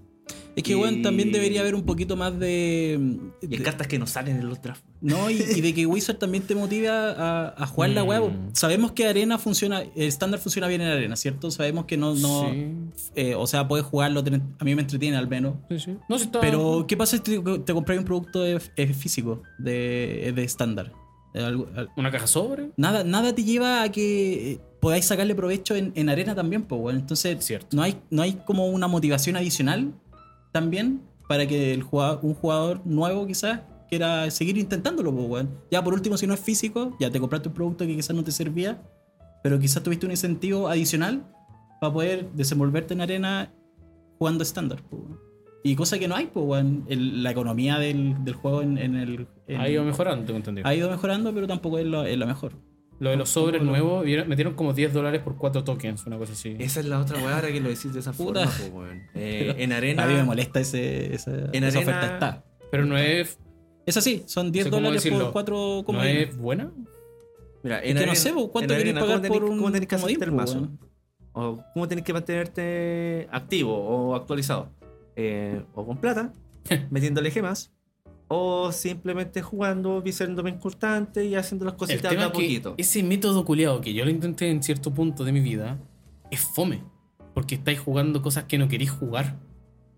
Es que, Y- weón, también debería haber un poquito más de. Y hay de- cartas que no salen en los drafts. no, y, y de que Wizard también te motive a, a jugar la weá. Mm. Sabemos que arena funciona, el estándar funciona bien en arena, ¿cierto? Sabemos que no. no Sí, eh, o sea, puedes jugarlo, te- a mí me entretiene al menos. sí, sí. No, si está- Pero, ¿qué pasa si te, te compras un producto de- eh, físico, de de estándar? Eh, algo- al- Una caja sobre. nada, nada te lleva a que eh, podáis sacarle provecho en, en arena también, pues, weón. Entonces, Cierto. No, hay, no hay como una motivación adicional también para que el jugador, un jugador nuevo quizás quiera seguir intentándolo, pues, weón. Ya por último, si no es físico, ya te compraste un producto que quizás no te servía, pero quizás tuviste un incentivo adicional para poder desenvolverte en arena jugando estándar, pues, weón. Y cosa que no hay, pues, weón. El- La economía del, del juego en, en el... en- Ha ido mejorando, tengo entendido. ha ido mejorando, pero tampoco es lo, es lo mejor. Lo de los sobres nuevos, vieron- metieron como 10 dólares por 4 tokens, una cosa así. Esa es la otra weá ahora que lo decís de esa Puta. forma, po, weón. Eh, en arena. A mí me molesta ese, esa, En esa arena- oferta. Está. Pero no es, Es así, son 10 Sí, ¿cómo dólares decirlo? por 4 no comodines. es buena. Mira, en que no arena- sé, po, ¿cuánto en querés arena, pagar ¿cómo tenés- por un ¿Cómo tenés que comodín, hacerte el po, mazo? weón? o cómo tenés que mantenerte activo o actualizado. Eh, o con <laughs> plata, metiéndole gemas, o simplemente jugando, siendo bien constante y haciendo las El cositas de tema a es que poquito. ese método culiado que yo lo intenté en cierto punto de mi vida es fome. Porque estáis jugando cosas que no queréis jugar.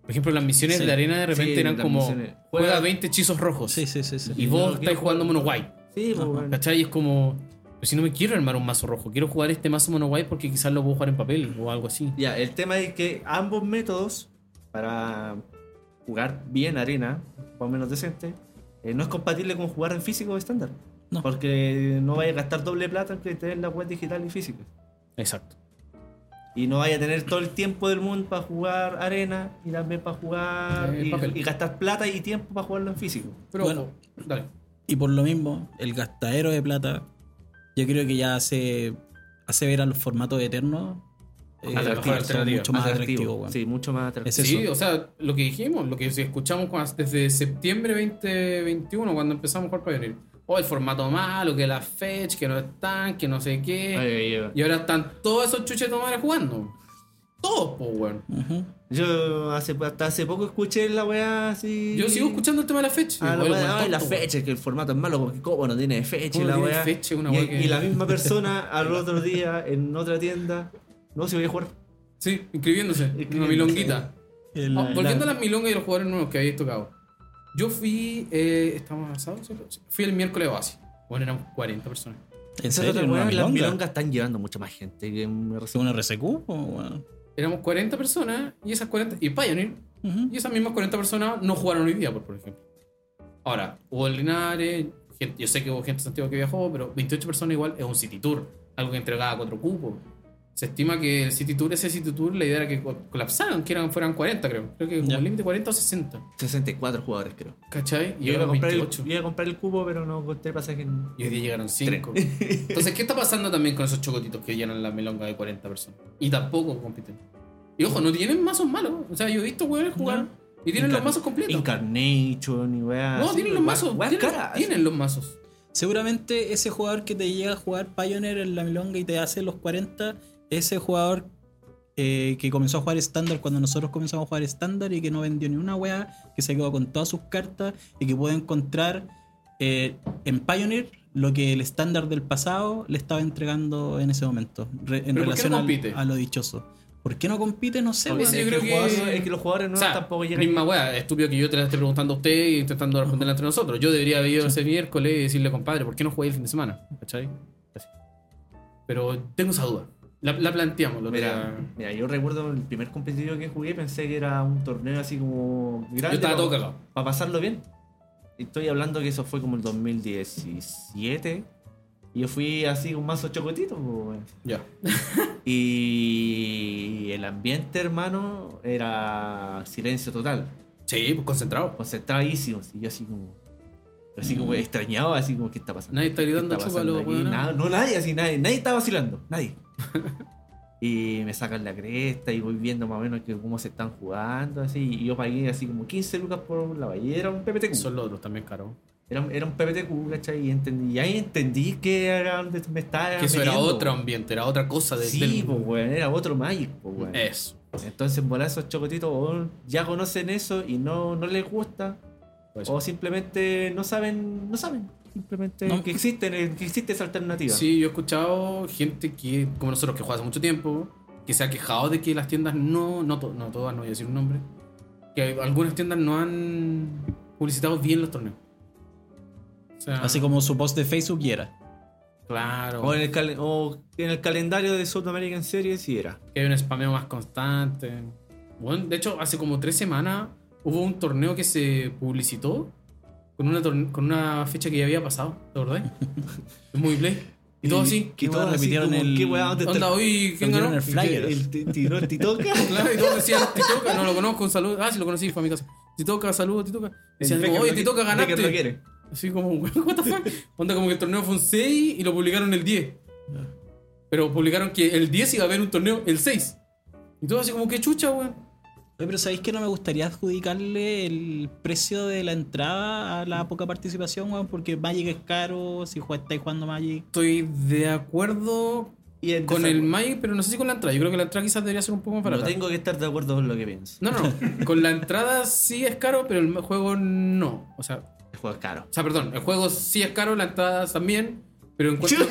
Por ejemplo, las misiones Sí. de arena de repente Sí, eran las como misiones. juega Juega- 20 hechizos rojos. Sí, sí, sí. sí. Y Yo vos no estáis quiero jugando mono white. Sí, pues, bueno. ¿Cachai? Y es como. Pues si no me quiero armar un mazo rojo, quiero jugar este mazo mono guay porque quizás lo puedo jugar en papel o algo así. Ya, el tema es que ambos métodos para jugar bien arena, más o menos decente, eh, no es compatible con jugar en físico estándar. No. Porque no vaya a gastar doble plata en tener la web digital y física. Exacto. Y no vaya a tener todo el tiempo del mundo para jugar arena y también para jugar Eh, y, papel. y gastar plata y tiempo para jugarlo en físico. Pero Bueno. bueno, dale. Y por lo mismo, el gastadero de plata, yo creo que ya hace, hace ver a los formatos eternos eh, Atractivo, son mucho más atractivos, weón. Sí, mucho más atractivo. Es Sí, eso. o sea, lo que dijimos, lo que escuchamos cuando- desde septiembre 2021, cuando empezamos a jugar Pioneer. Oh, el formato malo, que las fetch, que no están, que no sé qué. Ay, ay, ay. Y ahora están todos esos chuchetomares jugando. Todos, pues, weón. Ujú. Yo hace, hasta hace poco escuché la weá así. Yo sigo escuchando el tema de la fetch. Ah, la Igual, weá, weón, ay, la tonto, weón. fecha, que el formato es malo porque como no tiene fecha ¿Cómo la tiene weá. fecha una y, weá que- y la <laughs> misma persona al otro día en otra tienda. No, si voy a jugar. Sí, inscribiéndose. Una Inscribiéndose. milonguita. El- Ah, volviendo la- a las milongas y los jugadores nuevos que habéis tocado. Yo fui. eh, ¿Estamos avanzados? ¿cierto? Sí. Fui el miércoles base. Bueno, éramos 40 personas. ¿En Esa serio? otra ¿Una weá, las milonga? milongas están llevando mucha más gente. Que me ¿Es recibo. una RCQ? o, weón? Éramos 40 personas y esas 40. Y Pioneer. Ujú. Y esas mismas 40 personas no jugaron hoy día, por, por ejemplo. Ahora, hubo el Linares. gente- yo sé que hubo gente de Santiago que viajó, pero 28 personas igual es un City Tour. Algo que entregaba cuatro cupos. Se estima que el City Tour, ese City Tour, la idea era que co- colapsaran, que eran, fueran 40, creo. Creo que como Ya. el límite 40 o 60. 64 jugadores, creo. ¿Cachai? Y Yo iba, a eran comprar el, 28. yo iba a comprar el cubo, pero no encontré pasaje en. Y hoy día llegaron 5. Entonces, ¿qué está pasando también con esos chocotitos que llenan la melonga de 40 personas? Y tampoco compiten. Y ojo, no tienen mazos malos. O sea, yo he visto hueones jugar No. y tienen los Incar- mazos completos. Incarnation y weá. no, así, tienen los weá- mazos. weá Tienen, caras. tienen los mazos. Seguramente ese jugador que te llega a jugar Pioneer en la milonga y te hace los 40, ese jugador eh, que comenzó a jugar estándar cuando nosotros comenzamos a jugar estándar y que no vendió ni una weá, que se quedó con todas sus cartas y que puede encontrar eh, en Pioneer lo que el estándar del pasado le estaba entregando en ese momento, re- ¿Pero en por qué no relación al- compite? a lo dichoso. ¿Por qué no compite? No sé. Porque Ese weón. es yo que creo los que- jugadores- es que los jugadores no o sea, tampoco llegan. misma wea, estúpido que yo te la esté preguntando a usted y intentando responderla entre nosotros. Yo debería haber ido ese miércoles y decirle, compadre, ¿por qué no jugáis el fin de semana? ¿Cachai? Así. Pero tengo esa duda. La, la planteamos, lo Mira, mira, yo recuerdo el primer competitivo que jugué, pensé que era un torneo así como grande. Yo estaba todo para, cagado. para pasarlo bien. Estoy hablando que eso fue como el 2017. Y yo fui así un mazo chocotito, pues, weón. Ya. Y el ambiente, hermano, era silencio total. Sí, pues concentrado. concentradísimo, así, yo así como, así como extrañado, así como, ¿qué está pasando? Mm. Nadie está ¿Qué gritando está chúpalo, pasando aquí? weón. Nada- No, nadie, así, nadie, nadie está vacilando, <laughs> nadie. y me sacan la cresta y voy viendo más o menos que, cómo se están jugando, así, y yo pagué así como 15 lucas por la valla, era un PPTQ. Son los otros también caros. Era, un- era un PPTQ, ¿cachai? Y, entendí, y ahí entendí que era donde me estaba Que eso era metiendo, otro weón. ambiente, era otra cosa de Sí, del- Eh. pues, weón, era otro Magic, pues, weón. Eso. Entonces, volar esos chocotitos, o ya conocen eso y no, no les gusta. Pues- o simplemente no saben, no saben. Simplemente No. que, existen, eh, que existe esa alternativa. Sí, yo he escuchado gente que, como nosotros que juega hace mucho tiempo, que se ha quejado de que las tiendas no, no, to- no todas, no voy a decir un nombre, que algunas tiendas no han publicitado bien los torneos. O sea, Así como su post de Facebook y era. Claro. O en, el calen- o en el calendario de South American Series sí era. que hay un spameo más constante. Bueno, de hecho, hace como tres semanas hubo un torneo que se publicitó con una, torne- con una fecha que ya había pasado, ¿te <laughs> acordáis? En Movie Play. Y todo así. Que Qué todos weá, así repitieron como, el- ¿Qué weá? ¿Dónde está Onda, hoy, ¿quién ganó? Cambiaron el flyer. el- el tiró el titoca? <laughs> Claro, y todos decían, Titoca, no lo conozco, un saludo. Ah, sí, lo conocí, fue a mi casa. Titoca, saludo, Titoca. Decían, El Becker como, oye, lo Titoca, quiere- Becker lo ganaste. quiere. Así como, what the fuck. Onda como que el torneo fue un 6 y lo publicaron el 10. Pero publicaron que el 10 iba a haber un torneo el 6. Y todo así como, qué chucha, weón. Oye, pero ¿sabéis que no me gustaría adjudicarle el precio de la entrada a Mm. la poca participación, weón? Porque Magic es caro, si jue- estáis jugando Magic. Estoy de acuerdo Y en con el desacuerdo. Magic, pero no sé si con la entrada. Yo creo que la entrada quizás debería ser un poco más No barata. tengo que estar de acuerdo con lo que pienso. No, no, no. Con la entrada sí es caro, pero el juego no. O sea, El juego es caro. <laughs> o sea, perdón, el juego sí es caro, la entrada también. Pero <laughs> encuentro.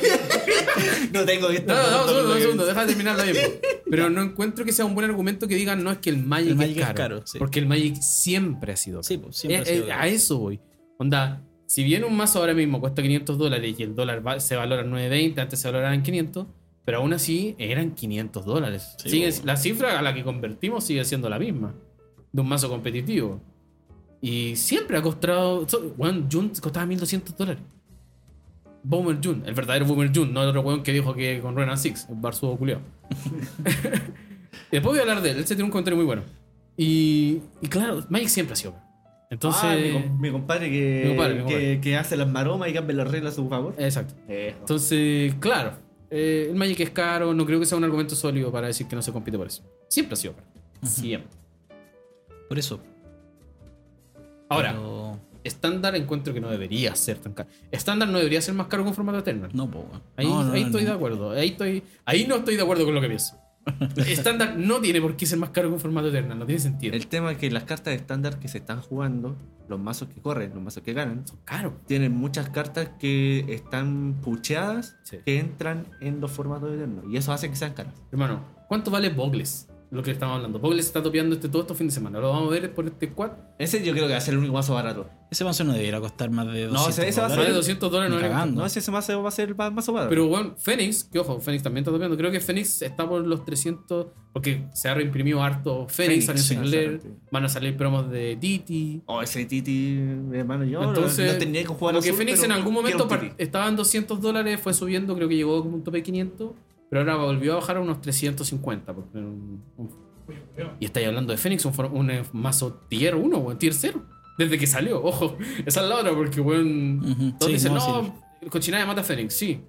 No tengo que estar No, no, no, un de acuerdo segundo, con lo un que segundo, pienso. deja de terminar la misma. Pero no encuentro que sea un buen argumento que digan no es que el Magic, El Magic es es caro. caro, sí. Porque el Magic siempre ha sido. Sí, caro. pues siempre ha Eh, sido eh, caro. A eso voy. Onda, si bien un mazo ahora mismo cuesta 500 dólares y el dólar va- se valora en 9.20, antes se valoraban 500, pero aún así eran 500 dólares. Sí, Sigue- bueno. la cifra a la que convertimos sigue siendo la misma, de un mazo competitivo. Y siempre ha costado... so- Weón, Jun costaba 1.200 dólares. Boomer Jun, el verdadero Boomer Jun, no el otro weón que dijo que con Renan Six, el barzudo culiao. Después voy a hablar de él, él se tiene un comentario muy bueno. Y, y claro, Magic siempre ha sido. bueno. Entonces... Ah, mi, com- mi compadre que, Mi compadre, mi compadre. Que, que hace las maromas y cambia las reglas a su favor. Exacto. Eh, Entonces, claro, eh, el Magic es caro, no creo que sea un argumento sólido para decir que no se compite por eso. Siempre ha sido caro. Siempre. Por eso. Ahora, Pero estándar encuentro que no debería ser tan caro. Estándar no debería ser más caro con formato Eternal. no, po, weón. Ahí, No, no, ahí no, estoy no. de acuerdo. Ahí, estoy, ahí no estoy de acuerdo con lo que pienso. Estándar no tiene por qué ser más caro con formato Eternal, no tiene sentido. el tema es que las cartas estándar que se están jugando, los mazos que corren, los mazos que ganan, Son caros. tienen muchas cartas que están pucheadas Sí. que entran en los formatos eternos. Y eso hace que sean caras. Hermano, ¿cuánto vale Bogles? Lo que estamos hablando. Bogles está topeando este, todo este fin de semana. Lo vamos a ver por este quad. Ese yo creo que va a ser el único mazo barato. Ese mazo no debería costar más de 200 No, ese- ese va a Vale ser- dólares. 200 dólares. Ni No vale cagando. No, ese mazo va a ser el ma- mazo barato. Pero bueno, Fénix, que ojo, Fénix también está topeando. Creo que Fénix está por los 300, porque se ha reimprimido harto Fénix, Fénix, salió sí, Singler, exactamente. van a salir promos de Titi. Oh, ese Titi, hermano, yo no- Entonces, no tenía que jugar porque azul, Fénix pero en algún quiero momento un par- Titi. estaba en 200 dólares, fue subiendo, creo que llegó como un tope de 500, pero ahora volvió a bajar a unos 350. por poner un- un- Y estáis hablando de Fénix, un, for- un, eh, mazo tier 1 o tier 0, desde que salió, <laughs> ojo, esa es la otra, porque bueno, Ujú, todos sí, dicen, no, no, sí. el cochinada mata a Fénix, sí.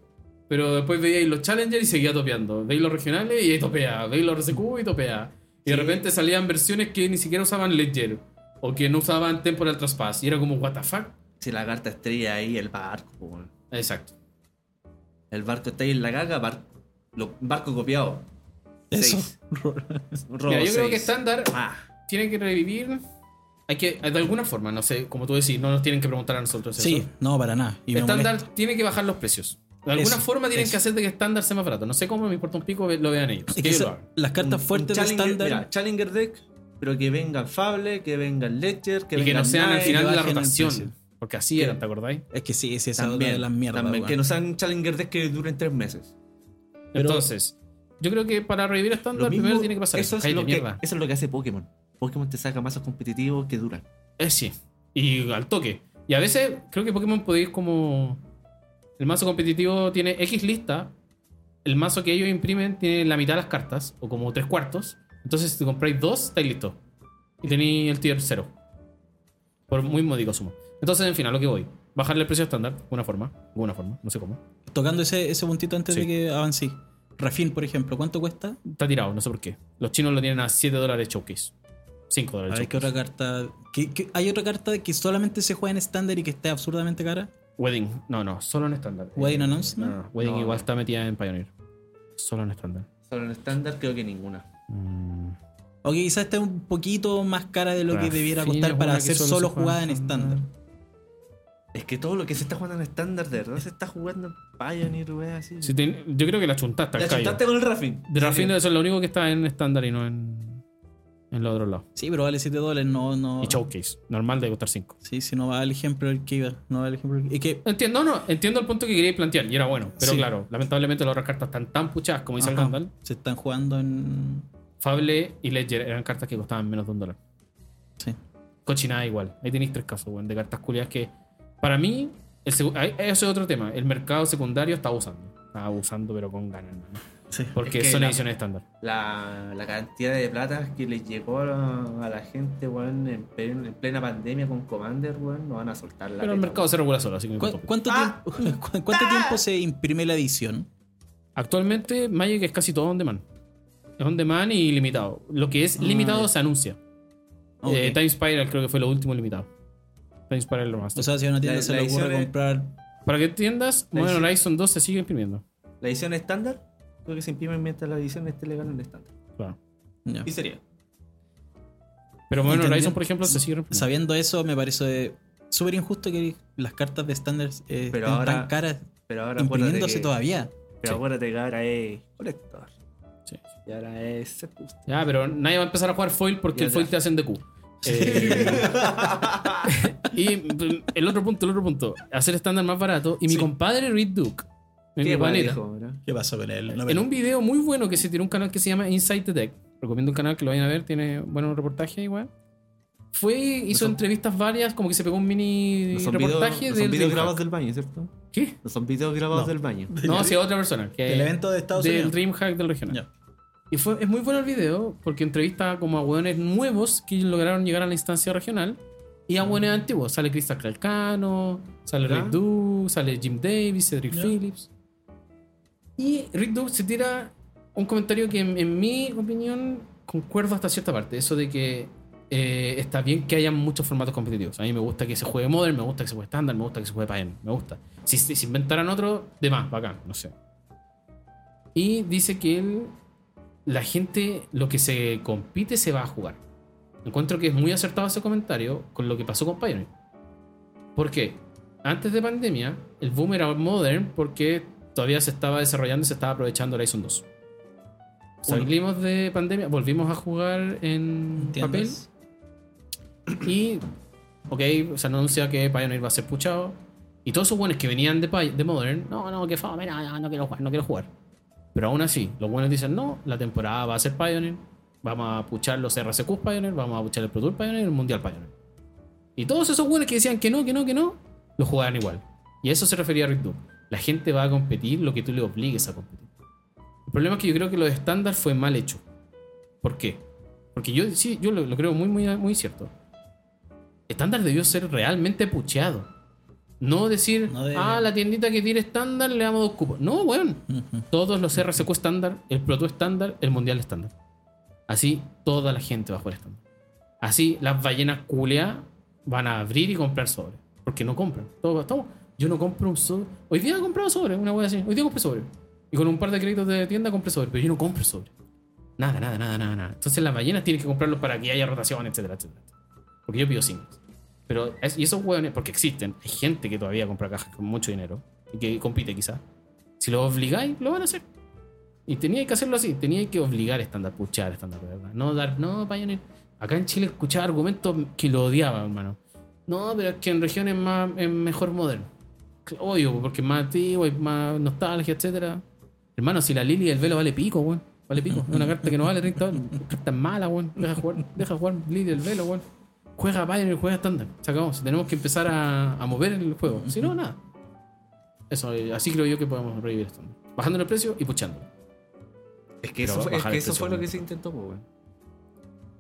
Pero después veíais los Challengers y seguía topeando. Veis los regionales y ahí topea. Veis los RCQ y topea. Y de Sí. repente salían versiones que ni siquiera usaban Ledger. O que no usaban Temporal Trespass. Y era como, ¿What the fuck? Si la carta estrella ahí, el barco, po, weón. Exacto. El barco está ahí en la caga, bar- lo- barco copiado. Eso. <laughs> Seis. Robo Mira, yo creo seis. que estándar Ah, tiene que revivir. Hay que, de alguna forma, no sé, como tú decís, no nos tienen que preguntar a nosotros. eso. Sí, no, para nada. Y me Estándar molesta. tiene que bajar los precios. De alguna Eso, forma tienen eso. que hacer de que estándar sea más barato. No sé cómo, me importa un pico, ve- lo vean ellos. Es que que ellos esa- lo hagan. las cartas un- un fuertes de Challenger- estándar. mira, Challenger Deck, pero que vengan Fable, que vengan Ledger, que y que vengan no sean al Knight, final que de la bajen el rotación. precio. Porque así eran, ¿te acordáis? Es que sí, sí, esa es otra También, de las mierdas. también, weón. que no sean Challenger Deck que duren tres meses. Pero- Entonces, yo creo que para revivir estándar Lo mismo- primero tiene que pasar eso. eso es, Cállate, lo que, mierda. eso es lo que hace Pokémon. Pokémon te saca mazos competitivos que duran. Eh, sí. Y al toque. Y a veces creo que Pokémon podéis como. El mazo competitivo tiene X lista. El mazo que ellos imprimen tiene la mitad de las cartas, o como tres cuartos. Entonces, si te compráis dos, estáis listos. Y tenéis el tier 0. Por muy módico sumo. Entonces, en fin, a lo que voy. Bajarle el precio estándar, de alguna forma. De alguna forma, no sé cómo. Tocando ese, ese puntito antes Sí. de que avancéis. Rafin, por ejemplo, ¿cuánto cuesta? Está tirado, no sé por qué. Los chinos lo tienen a 7 dólares showcase. 5 A dólares ver qué showcase. otra carta. ¿Qué- qué- ¿Hay otra carta que solamente se juega en estándar y que esté absurdamente cara? Wedding, no, no, solo en estándar. Wedding Eh, Announcement? no, no, Wedding No, igual no. está metida en Pioneer. Solo en estándar. Solo en estándar creo que ninguna. Mm. O que quizás esté un poquito más cara de lo Rafin que debiera es costar para una que hacer solo solo, se juega jugada en en estándar. estándar. Es que todo lo que se está jugando en estándar, de verdad, se está jugando en Pioneer, wey, así. Si te- yo creo que la chuntaste La al callo. chuntaste con el Rafin. De Rafin debe ser lo único que está en estándar y no en, en los otros lados. Sí, pero vale 7 dólares, no, no. Y showcase, normal debe costar 5. Sí, si no va al ejemplo el que iba. No va al ejemplo el que. Es que Entiendo, no, no, entiendo el punto que quería plantear y era bueno. Pero Sí. claro, lamentablemente las otras cartas están tan puchadas como dice el ajá, Gandalf. se están jugando en. Fable y Ledger eran cartas que costaban menos de un dólar. Sí. Cochinada igual. Ahí tenéis tres casos, weón, de cartas culiadas que. Para mí, el segu- ahí- eso es otro tema. El mercado secundario está abusando. Está abusando, pero con ganas, hermano. Sí. Porque Es que son la- ediciones estándar. la, la cantidad de plata que les llegó a, a la gente, weón, en, pe- en plena pandemia con Commander, weón, no van a soltar la Pero el teta, mercado se regula solo, así que me ¿Cu- importa. ¿Cuánto, Ah. tiempo, <laughs> cu- ¿Cuánto tiempo se imprime la edición? Actualmente, Magic es casi todo on demand. Es on demand y limitado. Lo que es Ah, limitado ya. Ah, se anuncia. Ok. Eh, Time Spiral creo que fue lo último limitado. Time Spiral lo más. O sea, si a una tienda La- se la le ocurre edición es- comprar. Para que entiendas, La Modern edición- Horizon 2 se sigue imprimiendo. weón. La edición estándar, creo que se imprime mientras la edición esté legal en estándar. Claro. Ya. Y sería. Pero Modern Entendiendo- Horizon, por ejemplo, se sigue imprimiendo. Sabiendo eso, me parece súper injusto que las cartas de estándar eh, Pero estén ahora- tan caras Pero ahora acuérdate imprimiéndose que, todavía. Sí. Pero acuérdate que ahora es Colector. Sí. Y ahora es Set Booster. Ya, pero nadie va a empezar a jugar foil porque Ya, el foil ya. te hacen de Q. Eh, <laughs> y mm, el otro punto, el otro punto. Hacer estándar más barato. Y mi Sí. compadre Reed Duke. En Qué mi mal planeta. hijo, ¿verdad? ¿Qué pasó con él? No me- En un video muy bueno que se tiene un canal que se llama Inside the Tech. Recomiendo un canal que lo vayan a ver, tiene buenos reportajes igual. Fue, hizo son- entrevistas varias, como que se pegó un mini No son video- reportaje no del. son videos del grabados hack. del baño, ¿cierto? ¿Qué? No son videos grabados <laughs> No. del baño. No, sí, otra persona. Que, El evento de Estados Eh, del Unidos. Dreamhack del regional. Ya. Y fue, es muy bueno el video porque entrevista como a hueones nuevos que lograron llegar a la instancia regional y a hueones antiguos. Sale Crystal Calcano, sale Ya. Rick Duke, sale Jim Davis, Cedric Ya. Phillips. Y Rick Duke se tira un comentario que en, en mi opinión concuerdo hasta cierta parte. Eso de que eh, está bien que haya muchos formatos competitivos. A mí me gusta que se juegue Modern, me gusta que se juegue Standard, me gusta que se juegue Pioneer, me gusta. Si se si inventaran otro, de más, bacán, no sé. Y dice que él, la gente, lo que se compite se va a jugar. Encuentro que es muy acertado ese comentario con lo que pasó con Pioneer. ¿Por qué? Antes de pandemia, el boom era Modern porque todavía se estaba desarrollando y se estaba aprovechando Horizon 2. Salimos de pandemia, volvimos a jugar en papel ¿Entiendes? y, ok, se anuncia que Pioneer va a ser puchado. Y todos esos buenos que venían de, Pi- de Modern, no, no, que fome, no, no, no quiero jugar, no quiero jugar. Pero aún así, los buenos dicen, no, la temporada va a ser Pioneer, vamos a puchar los RCQs Pioneer, vamos a puchar el Pro Tour Pioneer, el Mundial Pioneer. Y todos esos buenos que decían que no, que no, que no, lo jugaban igual. Y a eso se refería Rick Duke. La gente va a competir lo que tú le obligues a competir. El problema es que yo creo que lo de estándar fue mal hecho. ¿Por qué? Porque yo sí, yo lo, lo creo muy, muy, muy cierto. Estándar debió ser realmente pucheado. No decir, No debe. ah, la tiendita que tiene estándar le damos dos cupos. No, weón. Ujú. Todos los RSQ estándar, el Pro Tour estándar, el Mundial estándar. Así toda la gente va a jugar estándar. Así las ballenas culeas van a abrir y comprar sobre. Porque no compran. Todos, todos. Yo no compro un sobre. Hoy día he comprado sobre, una wea así. Hoy día compré sobre. Y con un par de créditos de tienda compré sobre. Pero yo no compro sobre. Nada, nada, nada, nada, nada. Entonces las ballenas tienen que comprarlos para que haya rotación, etcétera, etcétera. Porque yo pido singles. Pero es- y esos hueones, porque existen, hay gente que todavía compra cajas con mucho dinero y que compite quizás. Si lo obligáis, lo van a hacer. Y tenía que hacerlo así, tenía que obligar a estándar, puchar estándar, de ¿verdad? No dar, no, Pioneer. Acá en Chile escuchaba argumentos que lo odiaba, hermano. No, pero es que en regiones más, es mejor moderno. Obvio, porque es más antiguo, es más nostalgia, etcétera. Hermano, si la Lili del velo vale pico, weón. Vale pico. Es una carta que no vale 30 dólares. Carta es mala, weón. Deja jugar, deja jugar Lili del velo, weón. Juega Pioneer, juega estándar. Se acabó. Tenemos que empezar a, a mover el juego. Si no, nada. Eso, eh, así creo yo que podemos revivir esto. Bajando el precio y puchándolo. Es que Pero eso, va a fue, es bajar que el eso precio, fue lo que weón. se intentó, pues, weón.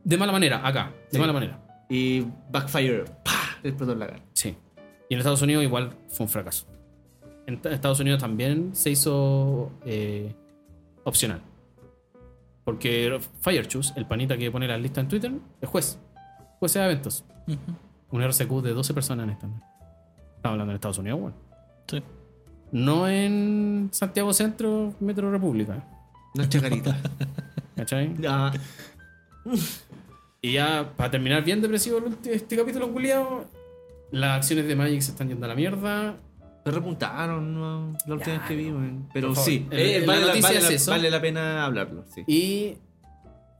De mala manera, acá. De Sí. mala manera. Y Backfire, ¡pah! Le explotó en la cara. Sí. Y en Estados Unidos igual fue un fracaso. En ta- Estados Unidos también se hizo eh, opcional. Porque Firechoose, el panita que pone las listas en Twitter, es juez. Juez de eventos. Ujú. Un RCQ de 12 personas en estándar. Estamos hablando en Estados Unidos, bueno. Sí. No en Santiago Centro, Metro República. <laughs> Una chacarita. ¿Cachai? Ah, Y ya, para terminar bien depresivo el ulti- este capítulo, culiado, las acciones de Magic se están yendo a la mierda. me repuntaron no, la última Ya, vez que vi, weón. Pero Por favor. sí, El- eh, el- la vale, la, noticia vale es la- eso. vale la pena hablarlo, sí. Y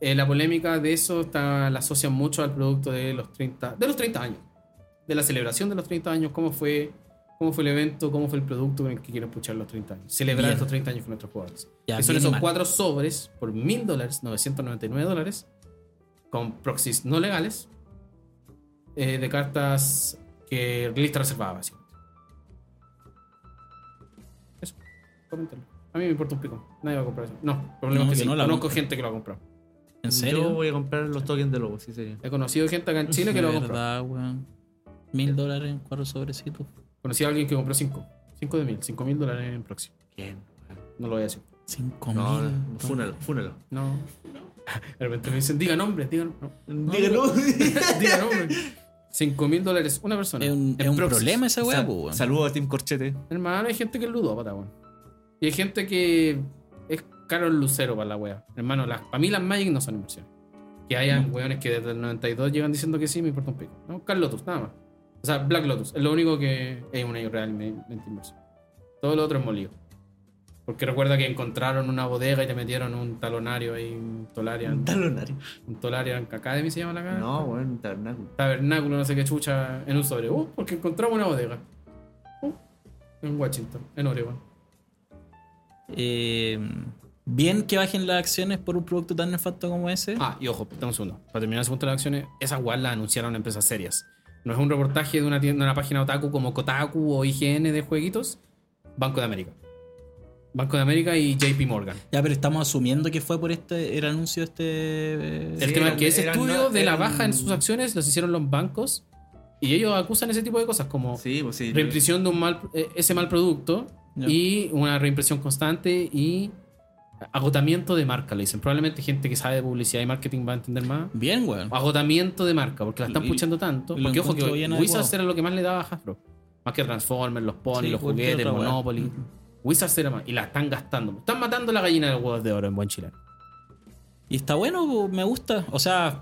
eh, la polémica de eso está, la asocian mucho al producto de los 30, de los 30 años. De la celebración de los 30 años, cómo fue, cómo fue el evento, cómo fue el producto con el que quieren puchar los 30 años. Celebrar Bien. estos 30 años con nuestros jugadores. <laughs> Ya, que son bien y esos mal. cuatro sobres por mil dólares, 999 dólares, con proxies no legales, eh, de cartas que lista reservada, básicamente. Eso, coméntalo. A mí me importa un pico. Nadie va a comprar eso. No, problema No, es que yo sí. no la Conozco compro. gente que lo ha comprado. ¿En Yo serio? voy a comprar los tokens de lobo, sí, sería. He conocido gente <laughs> acá en Chile que De lo ha comprado. verdad, weón. Mil dólares en cuatro sobrecitos. Conocí a alguien que compró 5. 5 de mil. 5 mil dólares en proxy. Bien. No lo voy a decir. Cinco No, mil. no, dólares. fúnalo, fúnalo. <laughs> No. De repente me dicen, diga nombres, diga nombres. Dígalo. <laughs> Diga nombres. 5 mil dólares una persona. Es un, en es un proxies. problema esa weá, Sal- po, weón. Saludos a Tim Corchete. Hermano, hay gente que es ludópata, weón. Y hay gente que es caro el lucero para la wea. Hermano, las, para mí las Magic no son inversiones. Que hayan weones que desde el 92 llevan diciendo que sí, me importa un pico. No, Carl Lotus, nada más. O sea, Black Lotus es lo único que es una realmente inversión. Todo lo otro es molido. Porque recuerda que encontraron una bodega y te metieron un talonario ahí, un Tolarian. Un talonario. Un Tolarian Academy se llama la cara. No, bueno, un tabernáculo. Tabernáculo, no sé qué chucha, en un sobre. Uh, porque encontramos una bodega. Uh, en Washington, en Oregon. Eh, bien que bajen las acciones por un producto tan nefasto como ese. Ah, y ojo, dame un segundo. Para terminar el punto de las acciones, esas guas las anunciaron empresas serias. No es un reportaje de una, tienda, una página otaku como Kotaku o IGN de jueguitos. Banco de América. Banco de América y JP Morgan. Ya, pero estamos asumiendo que fue por este el anuncio de este. eh, El tema Sí, es eran- que ese eran- estudio de la eran- baja en sus acciones los hicieron los bancos y ellos acusan ese tipo de cosas como Sí, pues sí. reimpresión de un mal, eh, ese mal producto Ya. y una reimpresión constante y agotamiento de marca, le dicen. Probablemente gente que sabe de publicidad y marketing va a entender más. Bien, weón. Ah. Agotamiento de marca, porque la están Y- puchando tanto. y lo Porque ojo que encuentro bien Wizards adecuado. era lo que más le daba a Hasbro. Más que Transformers, los ponies, Sí, los cualquier juguetes, otra weá. Monopoly. Ujú. Wizards era más. Y la están gastando. Están matando la gallina de los huevos de oro en buen chileno. Y está bueno, po, me gusta. O sea,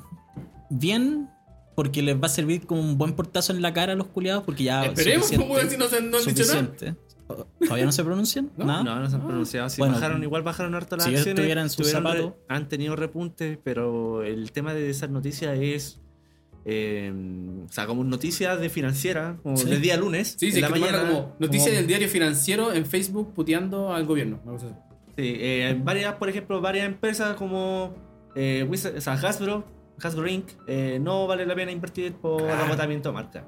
bien, porque les va a servir como un buen portazo en la cara a los culiados, porque ya. Esperemos, Ah, suficiente, po, weón, si no se- no han dicho nada. suficiente. ¿Todavía no se pronuncian? No, ¿Nada? No, no Ah. se han pronunciado. Si Bueno, bajaron, igual bajaron harto las si yo acciones. estuviera en sus tuvieron re- zapatos. han tenido repuntes, pero el tema de esas noticias es. eh, o sea, como noticias de financiera, como Sí. del día lunes. Sí, en sí, la que manda mañana, como noticias como- del diario financiero en Facebook puteando al gobierno. Una cosa así. Sí, eh, varias, por ejemplo, varias empresas como eh, Wizard- o sea, Hasbro, Hasbro Inc., eh, no vale la pena invertir por Ah. Claro. agotamiento de marca.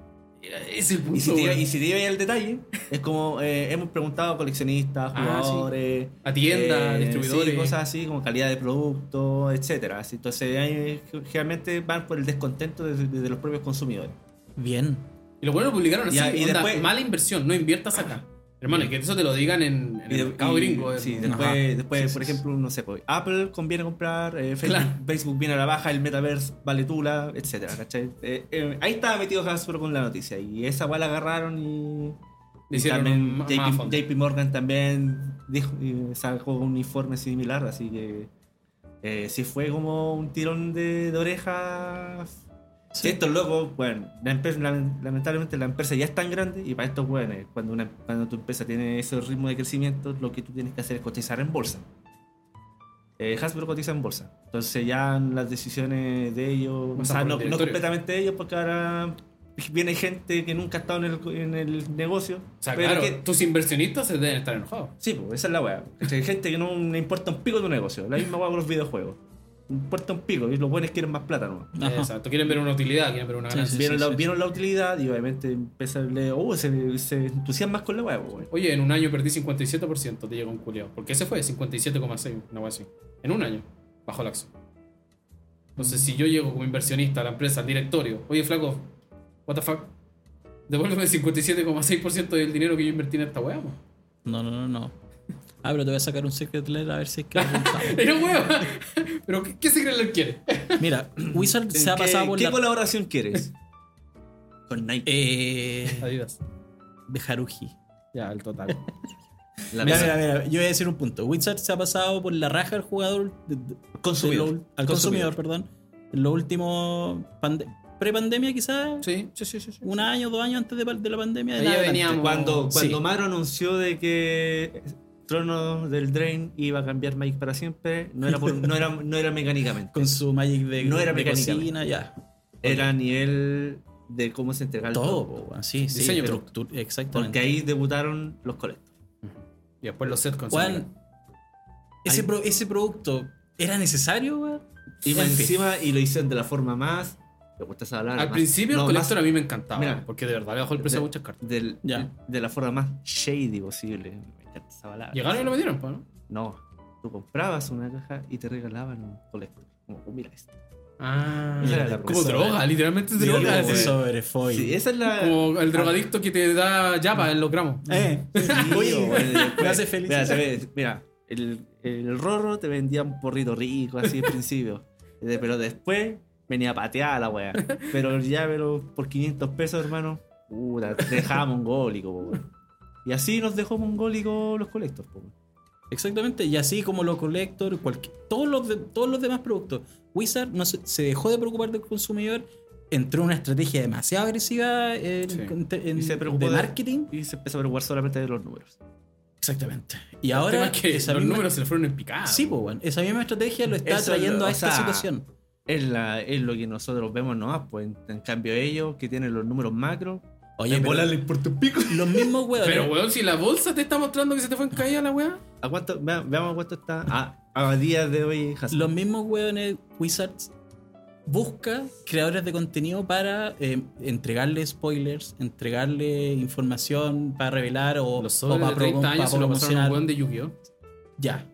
Es el punto. Y si te, weón. y si te llevas el detalle, es como eh, hemos preguntado a coleccionistas, Ah, sí. jugadores, eh, A tiendas, distribuidores. sí, cosas así como calidad de producto, etcétera. Así, Entonces, ahí, generalmente van por el descontento de, de los propios consumidores. Bien. Y lo bueno lo publicaron así. Ya, y onda, después- mala inversión, no inviertas acá. Hermano, que eso te lo digan en, en Y de- el mercado y- gringo. eh, es- sí, Ajá. después, después Sí, sí, por sí. ejemplo, no sé, pues, Apple conviene comprar, eh, Facebook, Claro. Facebook viene a la baja, el metaverse vale tula, etcétera, ¿cachai? Eh, eh, ahí estaba metido Hasbro con la noticia y esa guay la agarraron y, y Hicieron también más- más a JP, fondo. JP Morgan también dijo, y eh, sacó un informe similar, así que eh, sí fue como un tirón de, de oreja. Sí. Sí, estos locos, bueno, la empresa, la- lamentablemente la empresa ya es tan grande y para estos bueno, eh, cuando, una, cuando tu empresa tiene ese ritmo de crecimiento, lo que tú tienes que hacer es cotizar en bolsa. Eh, Hasbro cotiza en bolsa. Entonces ya las decisiones de ellos, Pasan o por sea, el no, no directorio. completamente de ellos, porque ahora viene gente que nunca ha estado en el, en el negocio. O sea, pero claro, que- tus inversionistas se deben estar enojados. Sí, pues, esa es la weá. Hay gente que no le importa un pico tu negocio. La misma weá con los videojuegos. No importa un pico, y los buenos quieren más plata nomás. Ajá. Exacto, quieren ver una utilidad, quieren ver una Sí, ganancia. sí, vieron, sí, la, sí. vieron la utilidad y obviamente empezaron a leer, oh, se, se entusiasman con la weá, pues, weón. Oye, en un año perdí 57%, te llegó un culeado. Porque ese fue 57,6, una wea así. En un año, bajo la acción. Entonces, si yo llego como inversionista a la empresa, al directorio, oye, flaco, what the fuck, devuélveme el 57,6% del dinero que yo invertí en esta wea, mo. No, no, no, no. Ah, pero te voy a sacar un secret letter a ver si es que. lo <laughs> contamos. Era wea. <laughs> Pero, ¿qué, qué secreto le quiere? Mira, Wizard se ha ¿Qué- pasado por ¿Qué la. colaboración <laughs> quieres? con Nike. Eh, Adidas. de Haruji. Ya, el total. La Mira, mesa. mira, mira, yo voy a decir un punto. Wizard se ha pasado por la raja al jugador, de- de- Consumidor. de lo- al consumidor, perdón, en los últimos pande- prepandemia quizás, Sí, sí, sí, sí. sí. un año, dos años antes de, pa- de la pandemia. en Ahí ya adelante. veníamos. Cuando, Sí. cuando Maro anunció de que Trono del Drain iba a cambiar Mike para siempre, no era, por- no era, no era mecánicamente. Con su Magic de, No era de mecánica. cocina, ya. Era a nivel de cómo se entrega el Todo, producto. po, weón. sí, sí. Diseño pero producto. tú- Porque exactamente. ahí debutaron los colectos. Y después los set con Weón, ese, Ahí- pro- ese producto era necesario, weón. Y En más fin. encima, y lo hicieron de la forma más. Me gusta esa palabra, Al más- principio no, el más- colector a mí me encantaba. Mira. porque de verdad le bajó el precio a muchas cartas. del- Ya. de la forma más shady posible. Me encanta esa palabra. Llegaron y lo metieron, pues, ¿no? No, tú comprabas una caja y te regalaban un colector. Como, oh, mira esto. Ah, Esa era la como persona. droga, literalmente es Sí, droga. así. como weón. sobre foil. Sí, esa es la. Como el drogadicto que te da yapa en los gramos. Eh, Oye, <laughs> pues, oye, me hace feliz. Mira, te ve- mira, el, el Rorro te vendía un porrito rico así al principio. <laughs> De- Pero después venía pateada la weá. Pero ya, pero por 500 pesos, hermano, puta, te dejaba mongólico, po, weón. Y así nos dejó mongólico los colectos, po, weón. Exactamente, y así como los Collector, cualquier- todos, los de- todos los demás productos. Wizard no se, se dejó de preocupar del consumidor, entró en una estrategia demasiado agresiva en- Sí. en- en- Y se preocupó de de- marketing. Y se empezó a preocupar solamente de los números. Exactamente. Y El ahora tema es que esa los misma- números se le fueron en picada. Sí, pues, weón. Esa misma estrategia lo está Eso trayendo lo- a o esta sea, situación. Es, la, es lo que nosotros vemos nomás, pues en, en cambio ellos que tienen los números macro. Oye, en pero volarles por tu pico. <laughs> los mismos Pero, weones. weón, si la bolsa te está mostrando que se te fue en caída la weá. ¿A cuánto, vea- veamos cuánto está a, a día de hoy Hazard. Los mismos weones Wizards busca creadores de contenido para eh, entregarle spoilers, entregarle información para revelar o, Los o sobres de para, promo- 30 años para se lo pasaron a promocionar. un weón de Yu-Gi-Oh! Ya.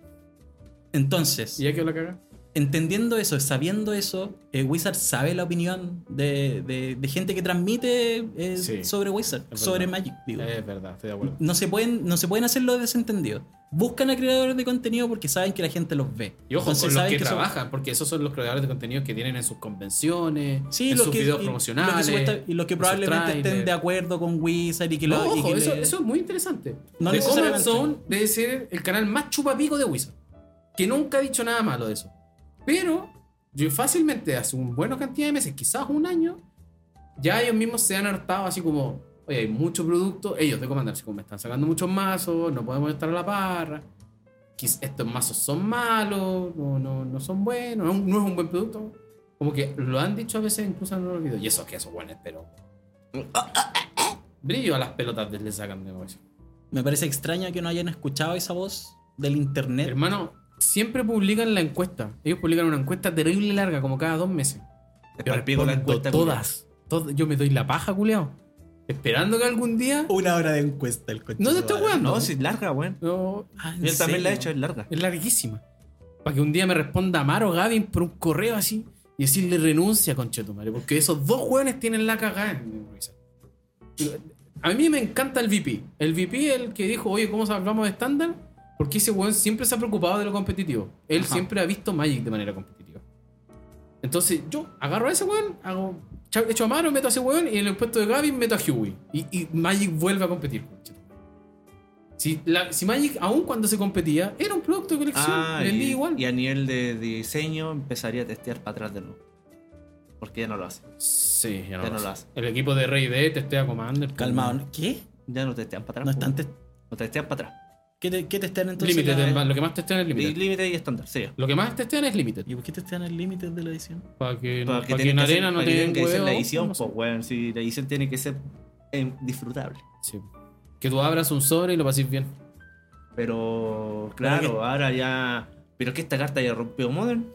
Entonces, Y ya quedó la caga. entendiendo eso, sabiendo eso, eh, Wizard sabe la opinión de, de- de gente que transmite eh, Sí. sobre Wizard, Es sobre verdad. Eh. Magic, digo. Es verdad, estoy de acuerdo. No se pueden, no se pueden hacer los desentendidos. Buscan a creadores de contenido porque saben que la gente los ve. Y ojo, con los saben que, son- trabajan, porque esos son los creadores de contenidos que tienen en sus convenciones, Sí, en los sus que, y- videos los que promocionales. supuesta- y los que en sus probablemente estén trailers. de acuerdo con Wizard y que No, lo- y ojo, que eso, le- eso es muy interesante. No The Combat necesariamente. Zone debe ser el canal más chupapico de Wizard. Que nunca ha dicho nada malo de eso. Pero yo fácilmente hace un buena cantidad de meses, quizás un año, ya ellos mismos se han hartado así como, oye, hay mucho producto, ellos de Commander, así como me están sacando muchos mazos, no podemos estar a la parra, quiz- estos mazos son malos, no, no, no son buenos, no, no es un buen producto. Como que lo han dicho a veces incluso en los videos. Y eso que esos buenos, pero... Brillo a las pelotas les le sacan de negocio. Me parece extraño que no hayan escuchado esa voz del internet. Hermano, siempre publican la encuesta. Ellos publican una encuesta terrible larga, como cada dos meses. Yo Es para el pico la respondo encuesta, todas, todas. Yo me doy la paja, culeado. Esperando que algún día. Una hora de encuesta el coche. No te estoy culiao. jugando. No, sí, larga, weón. Ah, Yo también la he hecho, es larga. Es larguísima. Para que un día me responda Amaro Gavin por un correo así y decirle renuncia, conchetumare. Porque esos dos hueones tienen la cagada. en Wizard. A mí me encanta el VP. El VP, el que dijo, oye, ¿cómo hablamos de estándar? Porque ese weón siempre se ha preocupado de lo competitivo. Él Ajá. siempre ha visto Magic de manera competitiva. Entonces yo agarro a ese weón, hago, cha- echo a mano, meto a ese weón y en el puesto de Gavin meto a Huey. Y, y Magic vuelve a competir. conchetumare. Si, la- si Magic, aún cuando se competía, era un producto de colección. Ah, vendía y, igual. y a nivel de diseño empezaría a testear para atrás de nuevo. Porque ya no lo hace. Sí, ya no, lo, Ya no hace. lo hace. El equipo de Rey D testea Commander. pues, Calmado. ¿no? ¿Qué? Ya no testean para atrás. No po, están weón. te- No testean para atrás. ¿Qué te, qué testean entonces? Límite, la- lo que más testean es Y límite. límite y estándar, serio. Lo que más testean es límite. ¿Y por qué testean el límite de la edición? Para que, Para pa' que tienen en hacer- arena no para que tengan tienen que hacer huevo, la edición, no sé. pues weón. Si la edición tiene que ser eh, disfrutable. Sí. Que tú abras un sobre y lo pases bien. Pero claro, Pero que- ahora ya. Pero que esta carta ya rompió Modern. No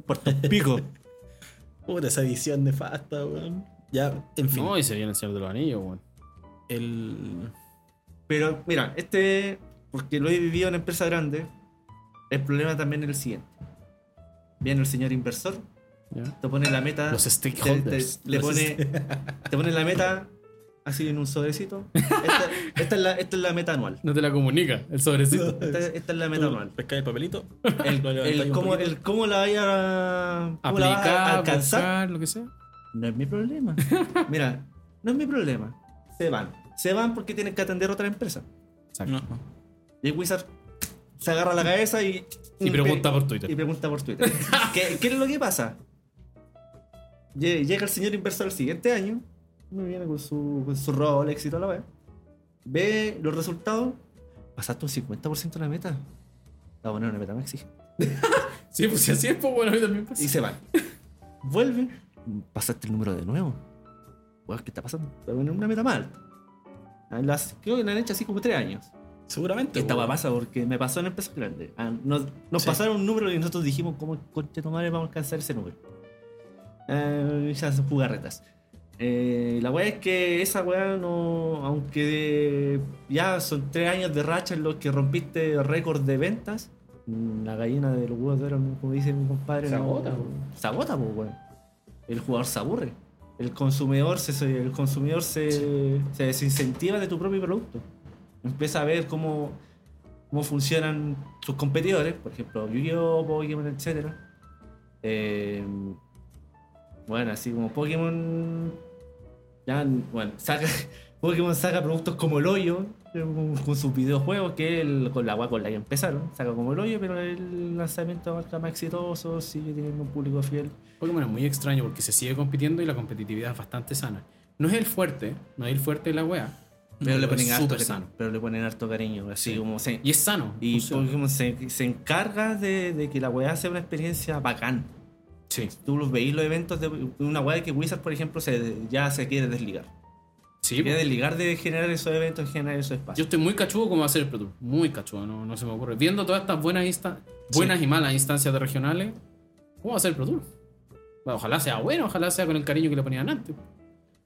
importa un pico. Puta, esa edición de Fasta, weón. Ya, en fin. No, y sería el Señor de los Anillos, weón. El... <laughs> Pero mira, este. Porque lo he vivido en empresa grande. El problema también es el siguiente. Viene el señor inversor, ¿Ya? te pone la meta. Los te- te- stakeholders. Ah, te pone, te pone la meta así en un sobrecito. Esta, esta es, la, esta es la meta anual. No te la comunica el sobrecito. Esta, esta es la <laughs> meta anual. Pescar el papelito. El, <laughs> Lo levantáis el un cómo, poquito. el cómo la vaya a, cómo la vaya Aplicar, a alcanzar. buscar, lo que sea. No es <laughs> mi problema. Mira, no es mi problema. Se van. Se van porque tienen que atender otra empresa. Exacto. Y el Wizard se agarra la cabeza y. Y pregunta por Twitter. Y pregunta por Twitter. <laughs> ¿Qué, qué es lo que pasa? Lle- Llega el señor inversor el siguiente año. Me viene con su, con su Rolex y toda la web. Ve los resultados. Pasaste un 50% de la meta. Va a poner una meta más exigente. Sí, pues si así es, pues bueno, a mí también pasa. Y se van. Vuelven. Pasaste el número de nuevo. Weón, ¿qué está pasando? Va a poner una meta más alta. Ah, las- creo que la han hecho así como tres años. Seguramente. Esta weón. weá pasa porque me pasó en empresas grandes. Ah, nos nos Sí. pasaron un número y nosotros dijimos, ¿cómo conche tu madre vamos a alcanzar ese número? Eh, esas jugarretas. Eh, la weá es que esa weá no. Aunque de- ya son tres años de racha en los que rompiste récord de ventas, mm, la gallina de los huevos de oro, como dice mi compadre, Se no- agota, po. Se agota, po, weón. El jugador se aburre. El consumidor se, se- el consumidor se, se desincentiva de tu propio producto. Empieza a ver cómo, cómo funcionan sus competidores, por ejemplo, Yu-Gi-Oh, Pokémon, etc. bueno, así como Pokémon. Ya, bueno, saca, <laughs> Pokémon saca productos como el hoyo eh, con, con sus videojuegos, que el- con la agua con la que empezaron, saca como el hoyo, pero el lanzamiento de marca más exitoso, sigue teniendo un público fiel. Pokémon es muy extraño porque se sigue compitiendo y la competitividad es bastante sana. No es el fuerte, no es el fuerte de la wea, Pero pero le es ponen harto súper cariño. sano. Pero le ponen harto cariño. Así Sí. como se. Y es sano. Y pues, funciona. Pokémon se, se encarga de, de que la weá sea una experiencia bacán. Sí, Tú los veis los eventos de una weá que Wizard, por ejemplo, se, ya se quiere desligar. sí. pues. Se quiere po. desligar de generar esos eventos, generar esos Yo espacios. estoy muy cachudo como hacer el Pro Tour. Muy cachudo, no, no se me ocurre. Viendo todas estas buenas, insta- buenas y malas instancias de regionales, ¿cómo hacer el Pro Tour? Bueno, ojalá sea bueno, ojalá sea con el cariño que le ponían antes.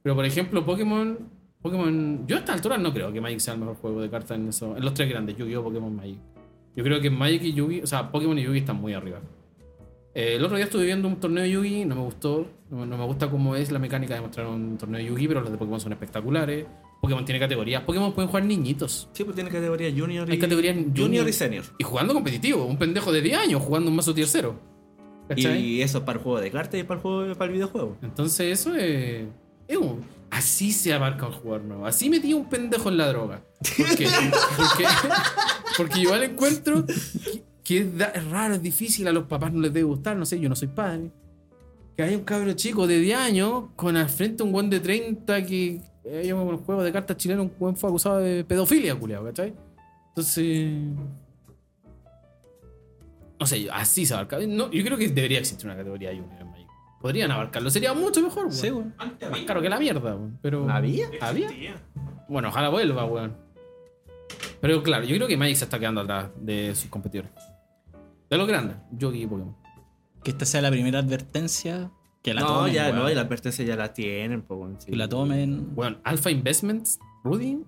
Pero por ejemplo, Pokémon. Pokémon. Yo a esta altura no creo que Magic sea el mejor juego de cartas en, eso, en los tres grandes, Yu-Gi-Oh, Pokémon, Magic. Yo creo que Magic y Yu-Gi, o sea, Pokémon y Yu-Gi están muy arriba. Eh, el otro día estuve viendo un torneo de Yu-Gi, no me gustó, no, no me gusta cómo es la mecánica de mostrar un torneo de Yu-Gi, pero los de Pokémon son espectaculares. Pokémon tiene categorías, Pokémon pueden jugar niñitos. Sí, pues tiene categoría junior y, Hay categorías junior y senior. Y jugando competitivo, un pendejo de 10 años jugando un mazo tercero. ¿Cachai? Y eso es para el juego de cartas y para el, juego, para el videojuego. Entonces eso es... es un- así se abarca el jugador nuevo. Así metí un pendejo en la droga. ¿Por qué? Porque, porque igual encuentro que, que es, da- es raro, es difícil, a los papás no les debe gustar, no sé, yo no soy padre. Que hay un cabro chico de 10 años con al frente un guan de 30 que eh, hay un juego de cartas chileno, un buen fue acusado de pedofilia, culiao, ¿cachai? Entonces... No sé, así se abarca. No, yo creo que debería existir una categoría junior en Magic. Podrían abarcarlo, sería mucho mejor, weón. Sí, weón. Antes Más había. caro que la mierda, weón. Pero... ¿Había? ¿Había? Existía. Bueno, ojalá vuelva, weón. Pero claro, yo creo que Magic se está quedando atrás de sus competidores. De los grandes, Yogi y Pokémon. Que esta sea la primera advertencia. Que la no, tomen. ya weón. no, y la advertencia ya la tienen. Pues, bueno, sí. Que la tomen. Weón, Alpha Investments, Rudy,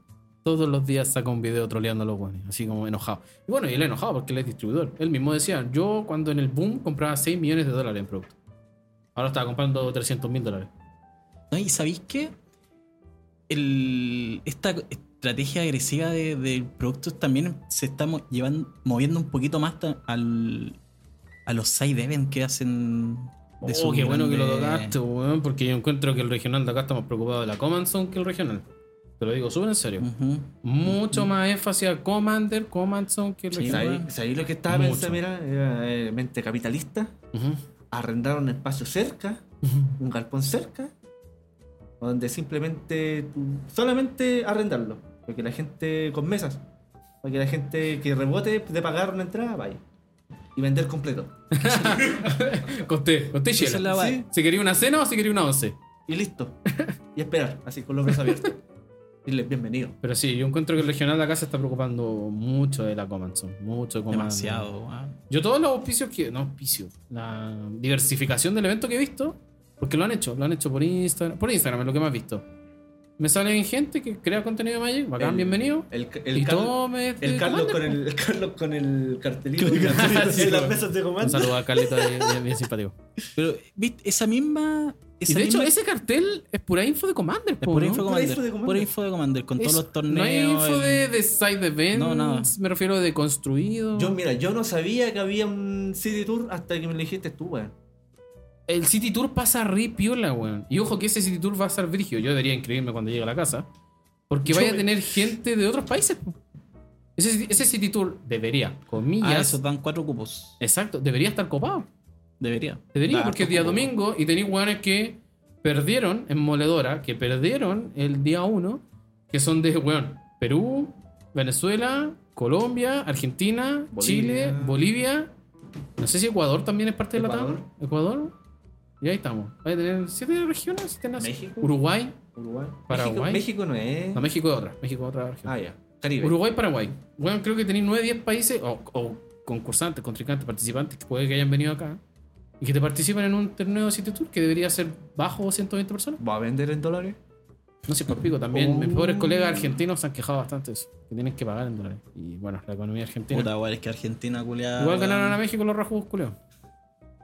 todos los días saca un video troleando a los weones, así como enojado. Y bueno, y él enojado porque él es distribuidor. Él mismo decía, yo cuando en el boom compraba 6 millones de dólares en producto. Ahora estaba comprando 300 mil dólares. No, y sabéis qué? El- esta estrategia agresiva de, de productos también se está mo- llevan- moviendo un poquito más ta- al, a los side events que hacen Oh, sus qué bueno que lo grandes- tocaste, weón, porque yo encuentro que el regional de acá está más preocupado de la Command Zone que el regional. Te lo digo súper en serio. Ujú. Mucho más énfasis a Commander, Command Zone que el Sí, regional. ¿Sabéis bueno. sabéis lo que estaba Mucho. pensando? Mira, era, eh, mente capitalista. Ujú. Arrendar un espacio cerca, un galpón cerca, donde simplemente tú- solamente arrendarlo. Para que la gente con mesas, para que la gente que rebote de pagar una entrada vaya. Y vender completo. Costé, costé Esa es la hielo. weá. Sí. Si quería una cena o si quería una once. Y <laughs> listo. y esperar, así con los brazos abiertos. Dile bienvenido. Pero sí, yo encuentro que el regional de acá se está preocupando mucho de la Command Zone. Mucho de Command. Demasiado. ah. weón. Yo todos los auspicios que. No, auspicios. La diversificación del evento que he visto. Porque lo han hecho. Lo han hecho por Instagram. Por Instagram es lo que más he visto. Me salen gente que crea contenido de Magic. Bacán, El- bienvenido. El, el y Carl- todo me. el Commander, Carlos con po. el, el Carlos con el cartelito Con el en las- cartelito. en las mesas de Un comando. saludo a Carlito, bien, bien- bien <laughs> simpático. Pero, ¿viste? Esa misma. Y Esa de hecho, misma- ese cartel es pura info de Commander. es po, pura ¿no? info de Pura Commander. info de Commander. Pura info de Commander, con Es- todos los No hay torneos. info el- de, de side events. No, nada. Me refiero de construido. Yo, mira, yo no sabía que había un City Tour hasta que me lo dijiste tú, weón. El City Tour pasa re piola, weón. Y ojo que ese City Tour va a ser virgio. Yo debería inscribirme cuando llegue a la casa. Porque Yo vaya a me- tener gente de otros países. po. Ese, City- ese City Tour debería, Ah, comillas. esos dan cuatro cupos. Exacto, debería estar copado. Debería. Debería, Da porque es harto día juego. domingo y tenéis weones que perdieron en Moledora, que perdieron el día 1, que son de, weón, Perú, Venezuela, Colombia, Argentina, Bolivia. Chile, Bolivia. No sé si Ecuador también es parte de la tabla. Ecuador. Y ahí estamos. Vaya a tener siete regiones, siete naciones. México. Uruguay. Uruguay. Paraguay. México, México no es. No, México es otra. México es otra región. ah, ya. Caribe. Uruguay, Paraguay. Bueno, creo que tenéis 9, 10 países o, o concursantes, contrincantes, participantes que puede que hayan venido acá y que te participan en un torneo de City Tour que debería ser bajo 120 personas. ¿Va a vender en dólares? No sé, por pico. También mis Oh. pobres colegas argentinos se han quejado bastante de eso, que tienen que pagar en dólares. Y bueno, la economía argentina. Puta, weón, es que Argentina, culiada. Igual weón. ganaron a México los rajos, culeo.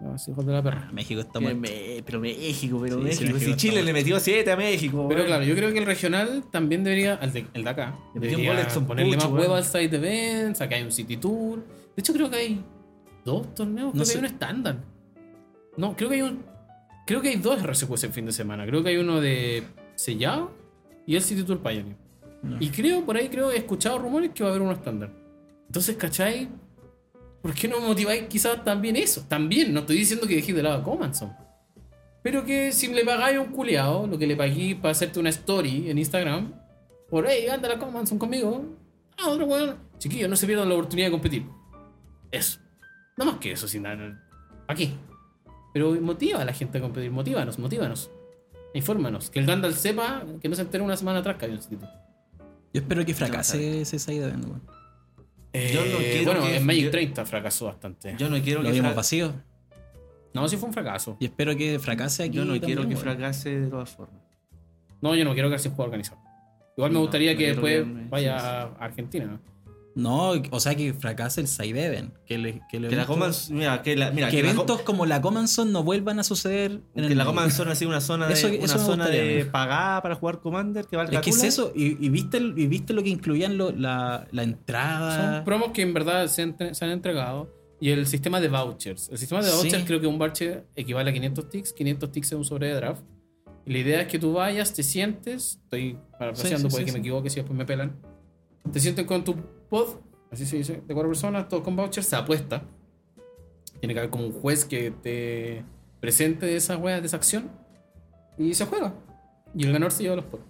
Los hijos de la perra. México está Pero, muerto. me- pero México, pero Sí, sí, México. México si está Chile mal. le metió 7 a México. Pero weón. claro, yo creo que el regional también debería, el de, el de acá, Le metió un debería gol al Son ponerle Pucho, más huevo al weón. side events, acá hay un City Tour. De hecho, creo que hay dos torneos, creo No que sé. hay uno estándar. No, creo que hay un. Creo que hay dos RSQs el fin de semana. Creo que hay uno de sellado y el City Tour Pioneer. No. Y creo, por ahí creo, he escuchado rumores que va a haber uno estándar. Entonces, ¿cachai? ¿Por qué no motiváis quizás también eso? También, no estoy diciendo que dejéis de lado a Comanson. Pero que si le pagáis a un culeado, lo que le pagué para hacerte una story en Instagram, por hey, anda la Commonson conmigo. Ah, otro weón. Chiquillos, no se pierdan la oportunidad de competir. Eso. No más que eso, sin nada. Aquí. Pero motiva a la gente a competir, motívanos, motívanos. Infórmanos. Que el Gandalf sepa que no se enteró una semana atrás que había un sitio. Yo espero que fracase ese side event, weón. Yo no Eh, quiero bueno, que- en Magic yo- 30 fracasó bastante. Yo no quiero Lo que vimos fra- vacío. no, sí fue un fracaso. Y espero que fracase aquí. Yo no quiero también, que weón. fracase de todas formas. No, yo no quiero que así juego organizado. Igual me No, gustaría no que quiero después que- vaya sí, sí. a Argentina. ¿no? No, o sea, que fracase el side event. Que, le- que, el Que la evento- coman. Mira, que la. Mira, que que la eventos co- como la Comanson no vuelvan a suceder en que el la medio. coman son así una zona de, Eso- una eso me zona gustaría, de ¿no? pagada para jugar Commander que valga Es que es cula. eso. Y, y viste, el- y viste lo que incluían lo- la, la entrada. Son promos que en verdad se, entre- se han entregado. Y el sistema de vouchers. El sistema de Sí. vouchers creo que un voucher equivale a 500 ticks. 500 ticks es un sobre de draft. Y la idea es que tú vayas, te sientes. Estoy parafraseando, Sí, sí, puede sí, que sí. me equivoque si después me pelan. Te sienten con tu pod, así se dice, de cuatro personas, todos con vouchers, se apuesta. Tiene que haber como un juez que te presente esas weas de esa acción. Y se juega. Y el ganador se lleva los pods.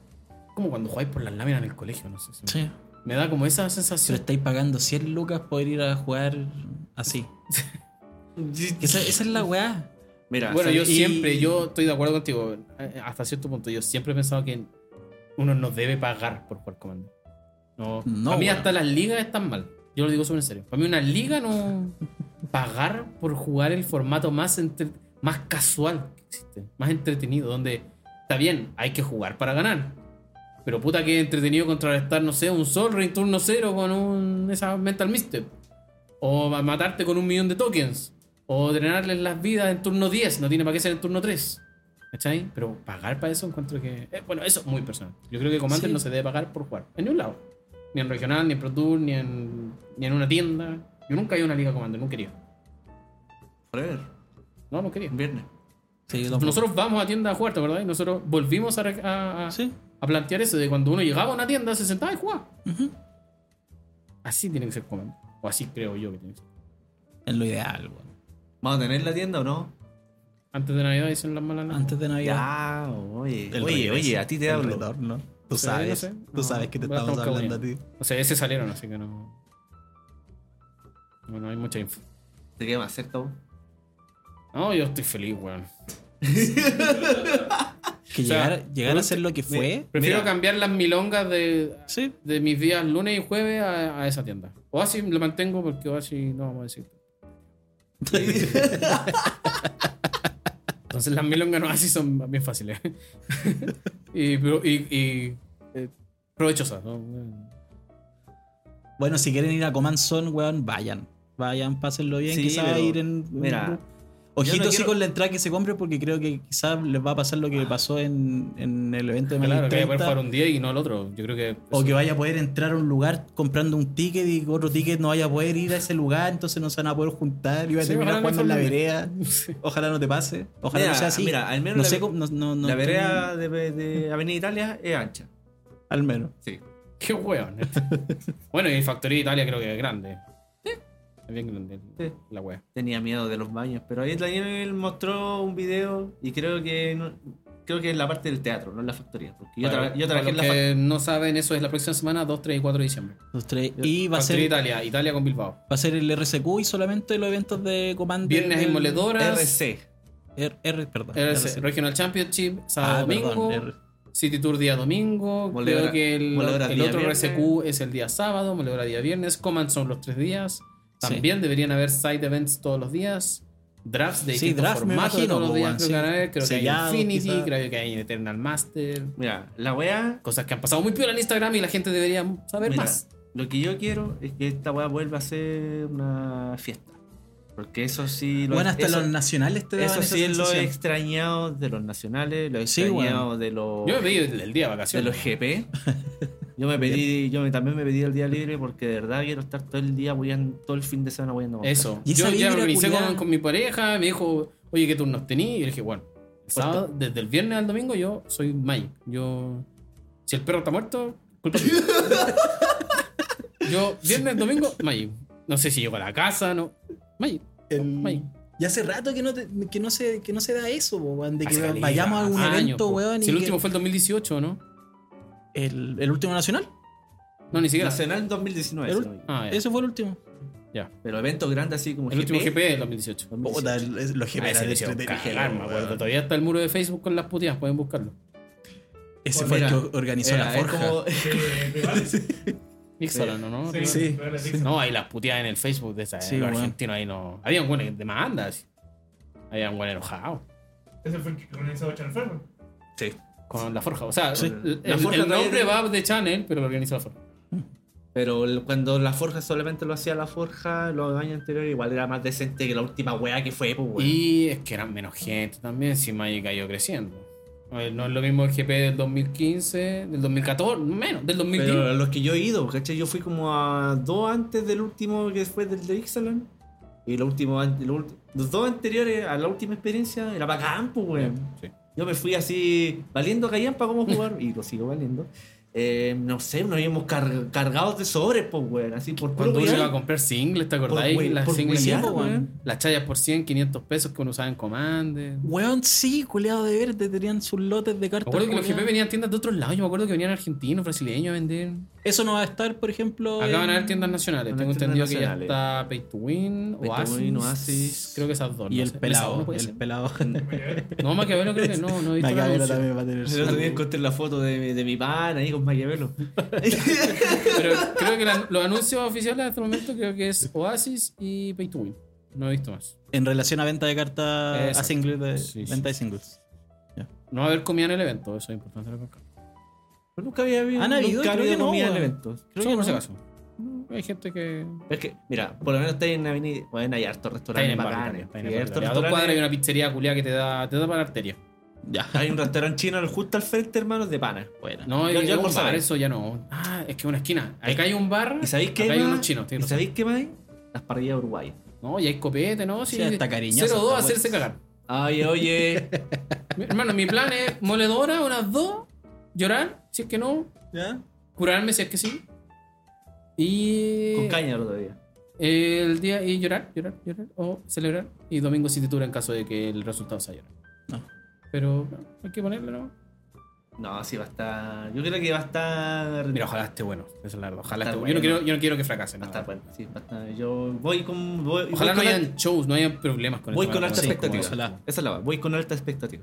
Como cuando jugáis por las láminas en el colegio, no sé. si- Sí. Me da como esa Pero sensación. estáis pagando 100 lucas por ir a jugar <laughs> así. Esa, esa es la weá. Mira, Bueno, ¿sabes? yo y- siempre, yo estoy de acuerdo contigo. eh, Hasta cierto punto, yo siempre he pensado que uno no debe pagar por jugar Commander. No, No, para mí bueno. hasta las ligas están mal. Yo lo digo súper en serio. Para mí una liga no... pagar por jugar el formato más, entre- más casual que existe. Más entretenido, donde está bien, hay que jugar para ganar. Pero puta que entretenido contrarrestar, no sé, un sol en turno cero con un, esa Mental Misstep. O ma- matarte con un millón de tokens. O drenarles las vidas en turno 10. No tiene para qué ser en turno 3. ¿Cachai? Pero pagar para eso encuentro que. eh, bueno, eso es muy personal. Yo creo que Commander Sí. no se debe pagar por jugar. En ningún lado. Ni en regional, ni en Pro Tour, ni en, ni en una tienda. Yo nunca he ido a una liga Commander, no quería. Forever, No, no quería. en viernes. Sí, yo tampoco. Nosotros vamos a tienda a jugar, ¿te acordás? Y nosotros volvimos a, re- a- a- Sí. a plantear eso de cuando uno llegaba a una tienda, se sentaba y jugaba. Ujú. Así tiene que ser Commander. O así creo yo que tiene que ser. Es lo ideal, weón. ¿Vamos a tener la tienda o no? Antes de Navidad dicen las malas lenguas. Antes de Navidad. Ya, oye. el Oye, regreso, oye, a ti te el hablo. retorno. Tú No sé, sabes. no sé. Tú No, sabes que te voy a estamos estar buscando hablando a ti. O sea, ese salieron, así que no. Bueno, hay mucha info. Te queda más cerca vos. No, yo estoy feliz, weón. Que O sea, llegar, llegar a ser lo que fue. Prefiero Mira. cambiar las milongas de, Sí. de mis días lunes y jueves a, a esa tienda. O así lo mantengo porque o así no vamos a decir. <laughs> Entonces las milongas no así son bien fáciles. <laughs> y, pero- y- y, eh, provechosas. ¿no? Bueno, si quieren ir a Command Zone, weón, vayan. Vayan, pásenlo bien. Sí, quizás pero, ir en. mira, Ojito yo no sí quiero- con la entrada que se compre porque creo que quizás les va a pasar lo que pasó en, en el evento de Magic Claro, que voy a poder 30, jugar un día y no el otro. Yo creo que. O que vaya a poder entrar a un lugar comprando un ticket y otro ticket no vaya a poder ir a ese lugar, entonces no se van a poder juntar y va a Sí, terminar ojalá jugando en la no se vereda. Ojalá no te pase. Ojalá Mira, no sea así. mira, al menos no la sé ve- cómo- no- no- no la estoy- vereda de, de Avenida Italia es ancha. Al menos. Sí. Qué weón. bueno, y Factoría Italia creo que es grande. Es bien grande eh, Sí. la wea. Tenía miedo de los baños, pero ahí Daniel mostró un video y creo que no- creo que es la parte del teatro, no en la factoría. Porque yo, Para- tra- yo para trabajé en la los factoría. que no saben, eso es la próxima semana, 2, 3 y 4 de diciembre. Los tres. Y va a Factoría ser Italia, Italia con Bilbao. va a ser el RCQ y solamente los eventos de comando. Viernes del- Inmoledoras, RC. R, R, perdón. RC, RC. Regional Championship, sábado Ah, domingo, perdón. R. City Tour día domingo, Moledora- creo que el, Moledora el día otro viernes. RSQ es el día sábado, Moledora día viernes, Command son los tres días, también deberían haber side events todos los días, drafts de Sí, distintos draft me formatos de imagino, todos los días, creo que Boban, sí. van a haber, creo que hay Sellado, Infinity, quizá. creo que hay Eternal Master, Mira, la weá. cosas que han pasado muy piola en Instagram y la gente debería saber mira, más. Lo que yo quiero es que esta weá vuelva a ser una fiesta. Porque eso sí lo Bueno, hasta eso- los nacionales te daban Eso esa sí es lo sensación. extrañado de los nacionales, lo Sí, extrañado de los. Yo me pedí el, el día de de vacaciones. <laughs> los GP. Yo me pedí, yo me- también me pedí el día libre porque de verdad quiero estar todo el día hueando, todo el fin de semana hueando. con Eso. Y Yo esa ya vibra me organicé culiada. con, con mi pareja, me dijo, oye, ¿qué turnos tení? Y yo le dije, bueno, el sábado, desde el viernes al domingo yo soy Magic. Yo, si el perro está muerto, culpa mía. <laughs> yo, viernes, domingo, Magic. No sé si llego a la casa, no. Magic. Magic. Y hace rato que no, te- que no, se, que no se da eso, po, weón, de que Hace caleta, vayamos a algún años, evento, po. weón. Si y el que- último fue el 2018, ¿no? el, el último nacional. No, ni siquiera. Nacional 2019. El si ul- no me equivoco. Ah, ya. Ese fue el último. ya. Pero eventos grandes así como El último GP del 2018. Puta, el- el- los Ah, gemelos ese de me hicieron de- cagar, me acuerdo. Todavía está el muro de Facebook con las puteadas, pueden buscarlo. Ese Pues fue el que mira, organizó la Era- es forja. como- Eh, rivales. Pixelan, ¿no? ¿no? Sí, Sí, rivales, sí. Dixon. No, ahí las puteadas en el Facebook de esa. Sí, los weón. argentinos ahí no. Habían buenos de más andas. Habían buenos enojados. Ese fue el que organizó Chanferro. Sí. Con la forja. O sea, Sí. el, La el- Forja el nombre todavía va de Channel, pero lo organiza la forja. Pero el- cuando la forja solamente lo hacía la forja, los años anteriores igual era más decente que la última weá que fue, pues, weón. Y es que eran menos gente también, si Magic ha ido creciendo. A ver, No es lo mismo el GP del 2015, del 2014, menos, del 2010. Pero eh, a los que yo he ido, ¿cachai? Yo fui como a dos antes del último que fue del de Ixalan. Y lo último, an- lo ulti- los dos anteriores a la última experiencia era bacán, pues, weón. Sí. Yo me fui así, valiendo callan para cómo jugar, y lo sigo valiendo. Eh, no sé, nos íbamos car- cargados de sobres, pues, weón. Así por Cuando puro uno iba a weón. comprar singles, ¿te acordáis? Por- las por singles, huear, po, weón. weón. Las chayas por 100, 500 pesos que uno usaba en Commander. Me Weón, sí, culeado de verde, tenían sus lotes de cartas. acuerdo que los culeado. GP venían tiendas de otros lados. Yo me acuerdo que venían argentinos, brasileños a vender. Eso no va a estar, por ejemplo. Acá van a en- haber tiendas nacionales. Van Tengo a haber tiendas entendido que ya nacionales. está Pay to Win, Pay to Oasis. Win, Oasis. Creo que esas dos. Y no el sé. Esa pelado, no puede el ser. pelado. No, Maquiavelo creo que no. <laughs> No he visto el Maquiavelo anuncio. también va a tener El otro día su- encontré la foto de, de mi pan ahí con <laughs> Maquiavelo. <laughs> Pero creo que la- los anuncios oficiales hasta el momento creo que es Oasis y Pay to Win. No he visto más. En relación a venta de cartas, a Exacto. singles, de- Sí, sí. venta de singles. No va a haber comida en el evento, eso es importante. recalcar. Yo nunca había habido, ¿Han habido? nunca Creo había que no, comida en weón. eventos. Creo Solo que por si no. acaso. Hay gente que. Es que, mira, por lo menos está en Avenida. Bueno, hay hartos Está en restaurantes el barrio. bacanes. Está en y hay el hartos barrio. A dos restaurantes- cuadras hay una pizzería culia que te da, te da para la arteria. Ya, Hay un restaurante chino justo al frente, hermanos, de pana. bueno. No, Ya- hay ya un almorzaba. bar, eso ya no. Ah, es que una esquina. Acá hay un bar. ¿Y sabéis qué Acá hay más? unos chinos, ¿Y tienes razón. sabéis qué más hay? Las parrillas uruguayas. No, y hay copete, ¿no? Sí, Sí, hasta cariñoso, 0-2 está hacerse cagar. Ay, oye. Mi- hermano, mi plan es moledora, unas dos, llorar, si es que no, <laughs> ¿Ya? curarme si es que sí. Y. con caña el otro día. El día y llorar, llorar, llorar o celebrar. Y domingo sin titular en caso de que el resultado sea llorar. Ah. No. Pero no, hay que ponerle, ¿no? No, sí va a estar. Yo creo que va a estar. Mira, ojalá esté bueno. Esa es la verdad. Ojalá Está esté bueno. bueno. Yo no quiero, yo no quiero que fracase. Va a nada. estar bueno. Sí, va a estar. Yo voy con. Voy, Ojalá no voy con hayan shows, no hayan problemas con Voy el con tema alta de la expectativa. música. Ojalá. Esa es la va. Voy con alta expectativa.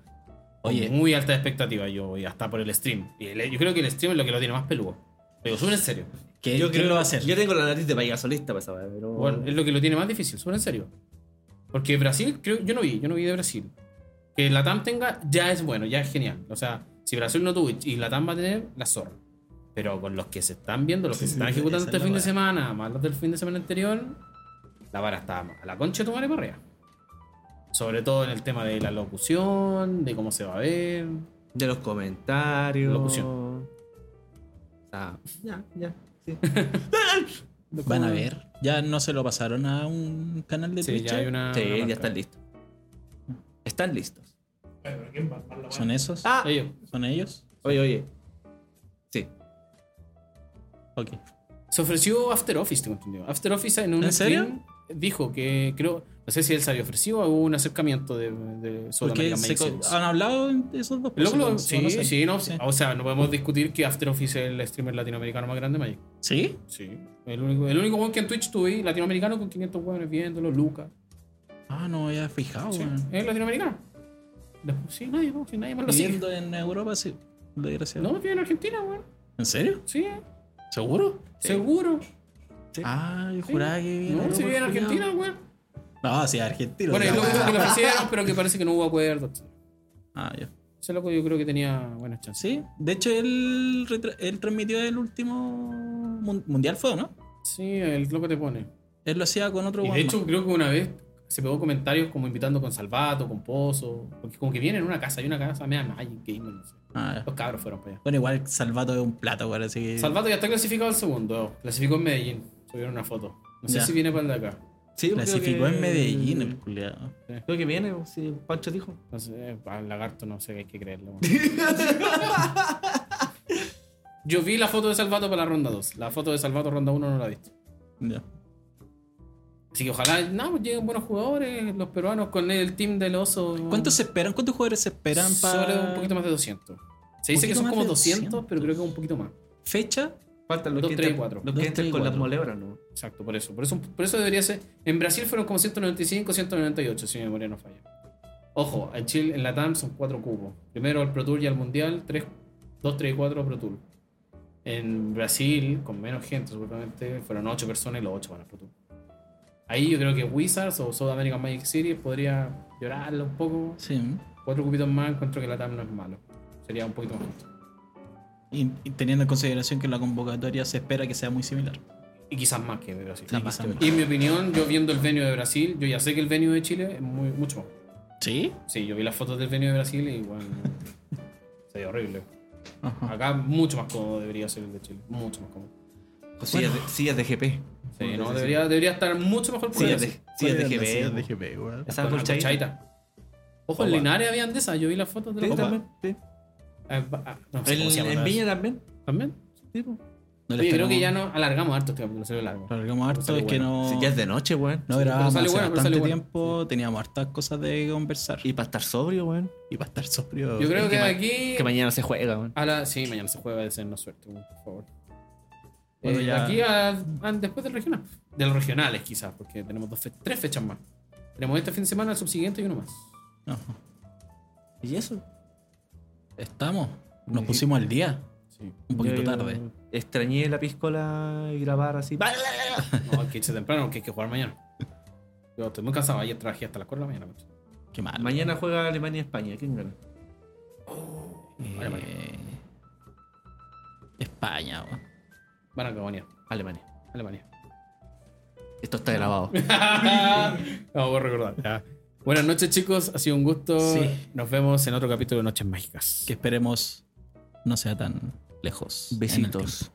Oye, Oye. muy alta expectativa yo voy hasta por el stream. Y el- yo creo que el stream es lo que lo tiene más peludo. Lo digo, súper en serio. ¿Qué, yo Eh, lo va a hacer? Yo tengo la nariz de paiga solista para esa weá, Oh. pero. Bueno, es lo que lo tiene más difícil, súper en serio. Porque Brasil, creo, yo no vi, yo no vi de Brasil. Que la TAM tenga, ya es bueno, ya es genial. O sea, si Brasil no tuvo y la TAM va a tener, la zorra. Pero con los que se están viendo, los que se están sí, ejecutando esa este es la fin de weá. semana, más los del fin de semana anterior, la vara está a la concha de tu madre para arriba. Sobre todo en el tema de la locución, de cómo se va a ver. De los comentarios. Locución. O sea, ya, ya. Sí. Van a ver. Ya no se lo pasaron a un canal de Sí, Twitch. ya hay ¿eh? una. Sí, una ya marca. están listos. Están listos. Pero ¿quién va a armar la ¿Son weá? esos? Ah, Ellos. ¿Son ellos? oye, oye. Sí. Ok. Se ofreció After Office, tengo entendido. After Office en un ¿En serio? stream dijo que creo. No sé si él se había ofrecido o hubo un acercamiento de, de sobre Porque American se Magic co- ah, Series. han hablado de esos dos. El loco lo- pues, se sí, conocen. sí, no, Sí. O sea, no podemos discutir que After Office es el streamer latinoamericano más grande de Magic. ¿Sí? Sí. El único, el único weón que en Twitch tuve latinoamericano con 500 hueones viéndolo, Lucas. Ah, no había fijado, Sí, weón. es latinoamericano. Después, sí, nadie, no, sí, nadie más lo sigue. Viviendo en Europa, sí. Desgraciado. No, vive en Argentina, weón. ¿En serio? Sí, ¿Seguro? seguro. Sí. Ah, yo juraba que vivía No, sí, vive en Argentina, weón. No, sí, argentino. Bueno, y ya, lo weón. que le ofrecieron, pero que parece que no hubo acuerdo. Ah, ya. Ese loco yo creo que tenía buenas chances. Sí, de hecho él, retra- él transmitió el último mun- mundial, fue, ¿no? Sí, el loco te pone. Él lo hacía con otro Y de weón más. hecho, creo que una vez se pegó comentarios como invitando con Salvato, con Pozo. Porque como que vienen en una casa, hay una casa media Magic Gamer, no sé. Ah, ya. Los cabros fueron para allá. Bueno, igual Salvato es un plato, weón, así que. Salvato ya está clasificado al segundo. Clasificó en Medellín. Subieron una foto. No sé Ya. si viene para el de acá. Sí, pues, creo clasificó que- en Medellín el culiado. Creo que viene, pues, sí, Pancho dijo. No sé, para el lagarto no sé, hay que creerlo. <laughs> Yo vi la foto de Salvato para la ronda 2. La foto de Salvato ronda 1 no la he visto. Ya. Así que ojalá no, lleguen buenos jugadores, los peruanos con el team del oso. ¿Cuántos se esperan? ¿Cuántos jugadores se esperan para.? Sobre un poquito más de 200. Se dice que poquito son más como de 200, 200. pero creo que un poquito más. Fecha, Faltan los Dos, que tres, entran- cuatro. los Dos, que entran tres, con las cuatro. moleras, ¿no? Exacto, por eso. Por eso, por eso debería ser. En Brasil fueron como 195, 198, si mi memoria no falla. Ojo, en Chile, en la TAM son 4 cupos. Primero al Pro Tour y al Mundial, 3, 2, 3 y 4 Pro Tour. En Brasil, con menos gente, seguramente, fueron 8 personas y los 8 van al Pro Tour. Ahí yo creo que Wizards o South American Magic Series podría llorarlo un poco. sí. 4 cupitos más, encuentro que la TAM no es malo. Sería un poquito más justo. Y, y teniendo en consideración que la convocatoria se espera que sea muy similar. Y quizás más que de Brasil. Sí, quizás más. y en mi opinión, yo viendo el venue de Brasil, yo ya sé que el venue de Chile es muy, mucho más. ¿Sí? Sí, yo vi las fotos del venue de Brasil y bueno, se ve horrible. Ajá. Acá mucho más cómodo debería ser el de Chile, mucho más cómodo. Sillas, de, sillas de GP. Sí, Bueno, no, sí, debería, debería estar mucho mejor Sillas por de, sillas de GB. Sillas de güey. GP, weón. Esas colchaditas. Ojo, en Linares habían de esas, yo vi las fotos de Sí, las también, sí. Ah, ah, no sé El- cómo se llaman En ahora. Viña también. ¿También? Sí, po. No le Oye, creo esperamos- que ya no alargamos harto este capítulo, se ve largo. lo alargamos harto, sale es que bueno. no. Sí, ya es de noche, weón. No Sí, pero grabábamos sale hace bueno, pero bastante sale bueno. tiempo, teníamos hartas cosas de conversar. Y para estar sobrio, weón. Y va a estar sobrio. Yo creo Es que ma- aquí... Que mañana se juega, weón. A Ah, la, sí, mañana se juega, deseennos suerte, por favor. Bueno, Eh, ya- Aquí a- a- después del regional. De los regionales, quizás, porque tenemos dos fe- tres fechas más. Tenemos este fin de semana, el subsiguiente y uno más. Ajá. ¿Y eso? Estamos, Mm. nos pusimos al día, Sí. un poquito tarde. Extrañé la piscola y grabar así. No, hay que irse temprano porque hay que jugar mañana. Yo estoy muy cansado, ayer trabajé hasta las 4 de la mañana. macho. <laughs> Qué mal. Mañana juega Alemania-España. ¿Quién gana? Eh, Vale, vale. España, weón. Van a Cagonia, Alemania. <laughs> Alemania. Esto está grabado. No, voy a recordar. ya. Buenas noches, chicos. Ha sido un gusto. Sí. Nos vemos en otro capítulo de Noches Mágicas. Que esperemos no sea tan lejos. en el tiempo. Besitos.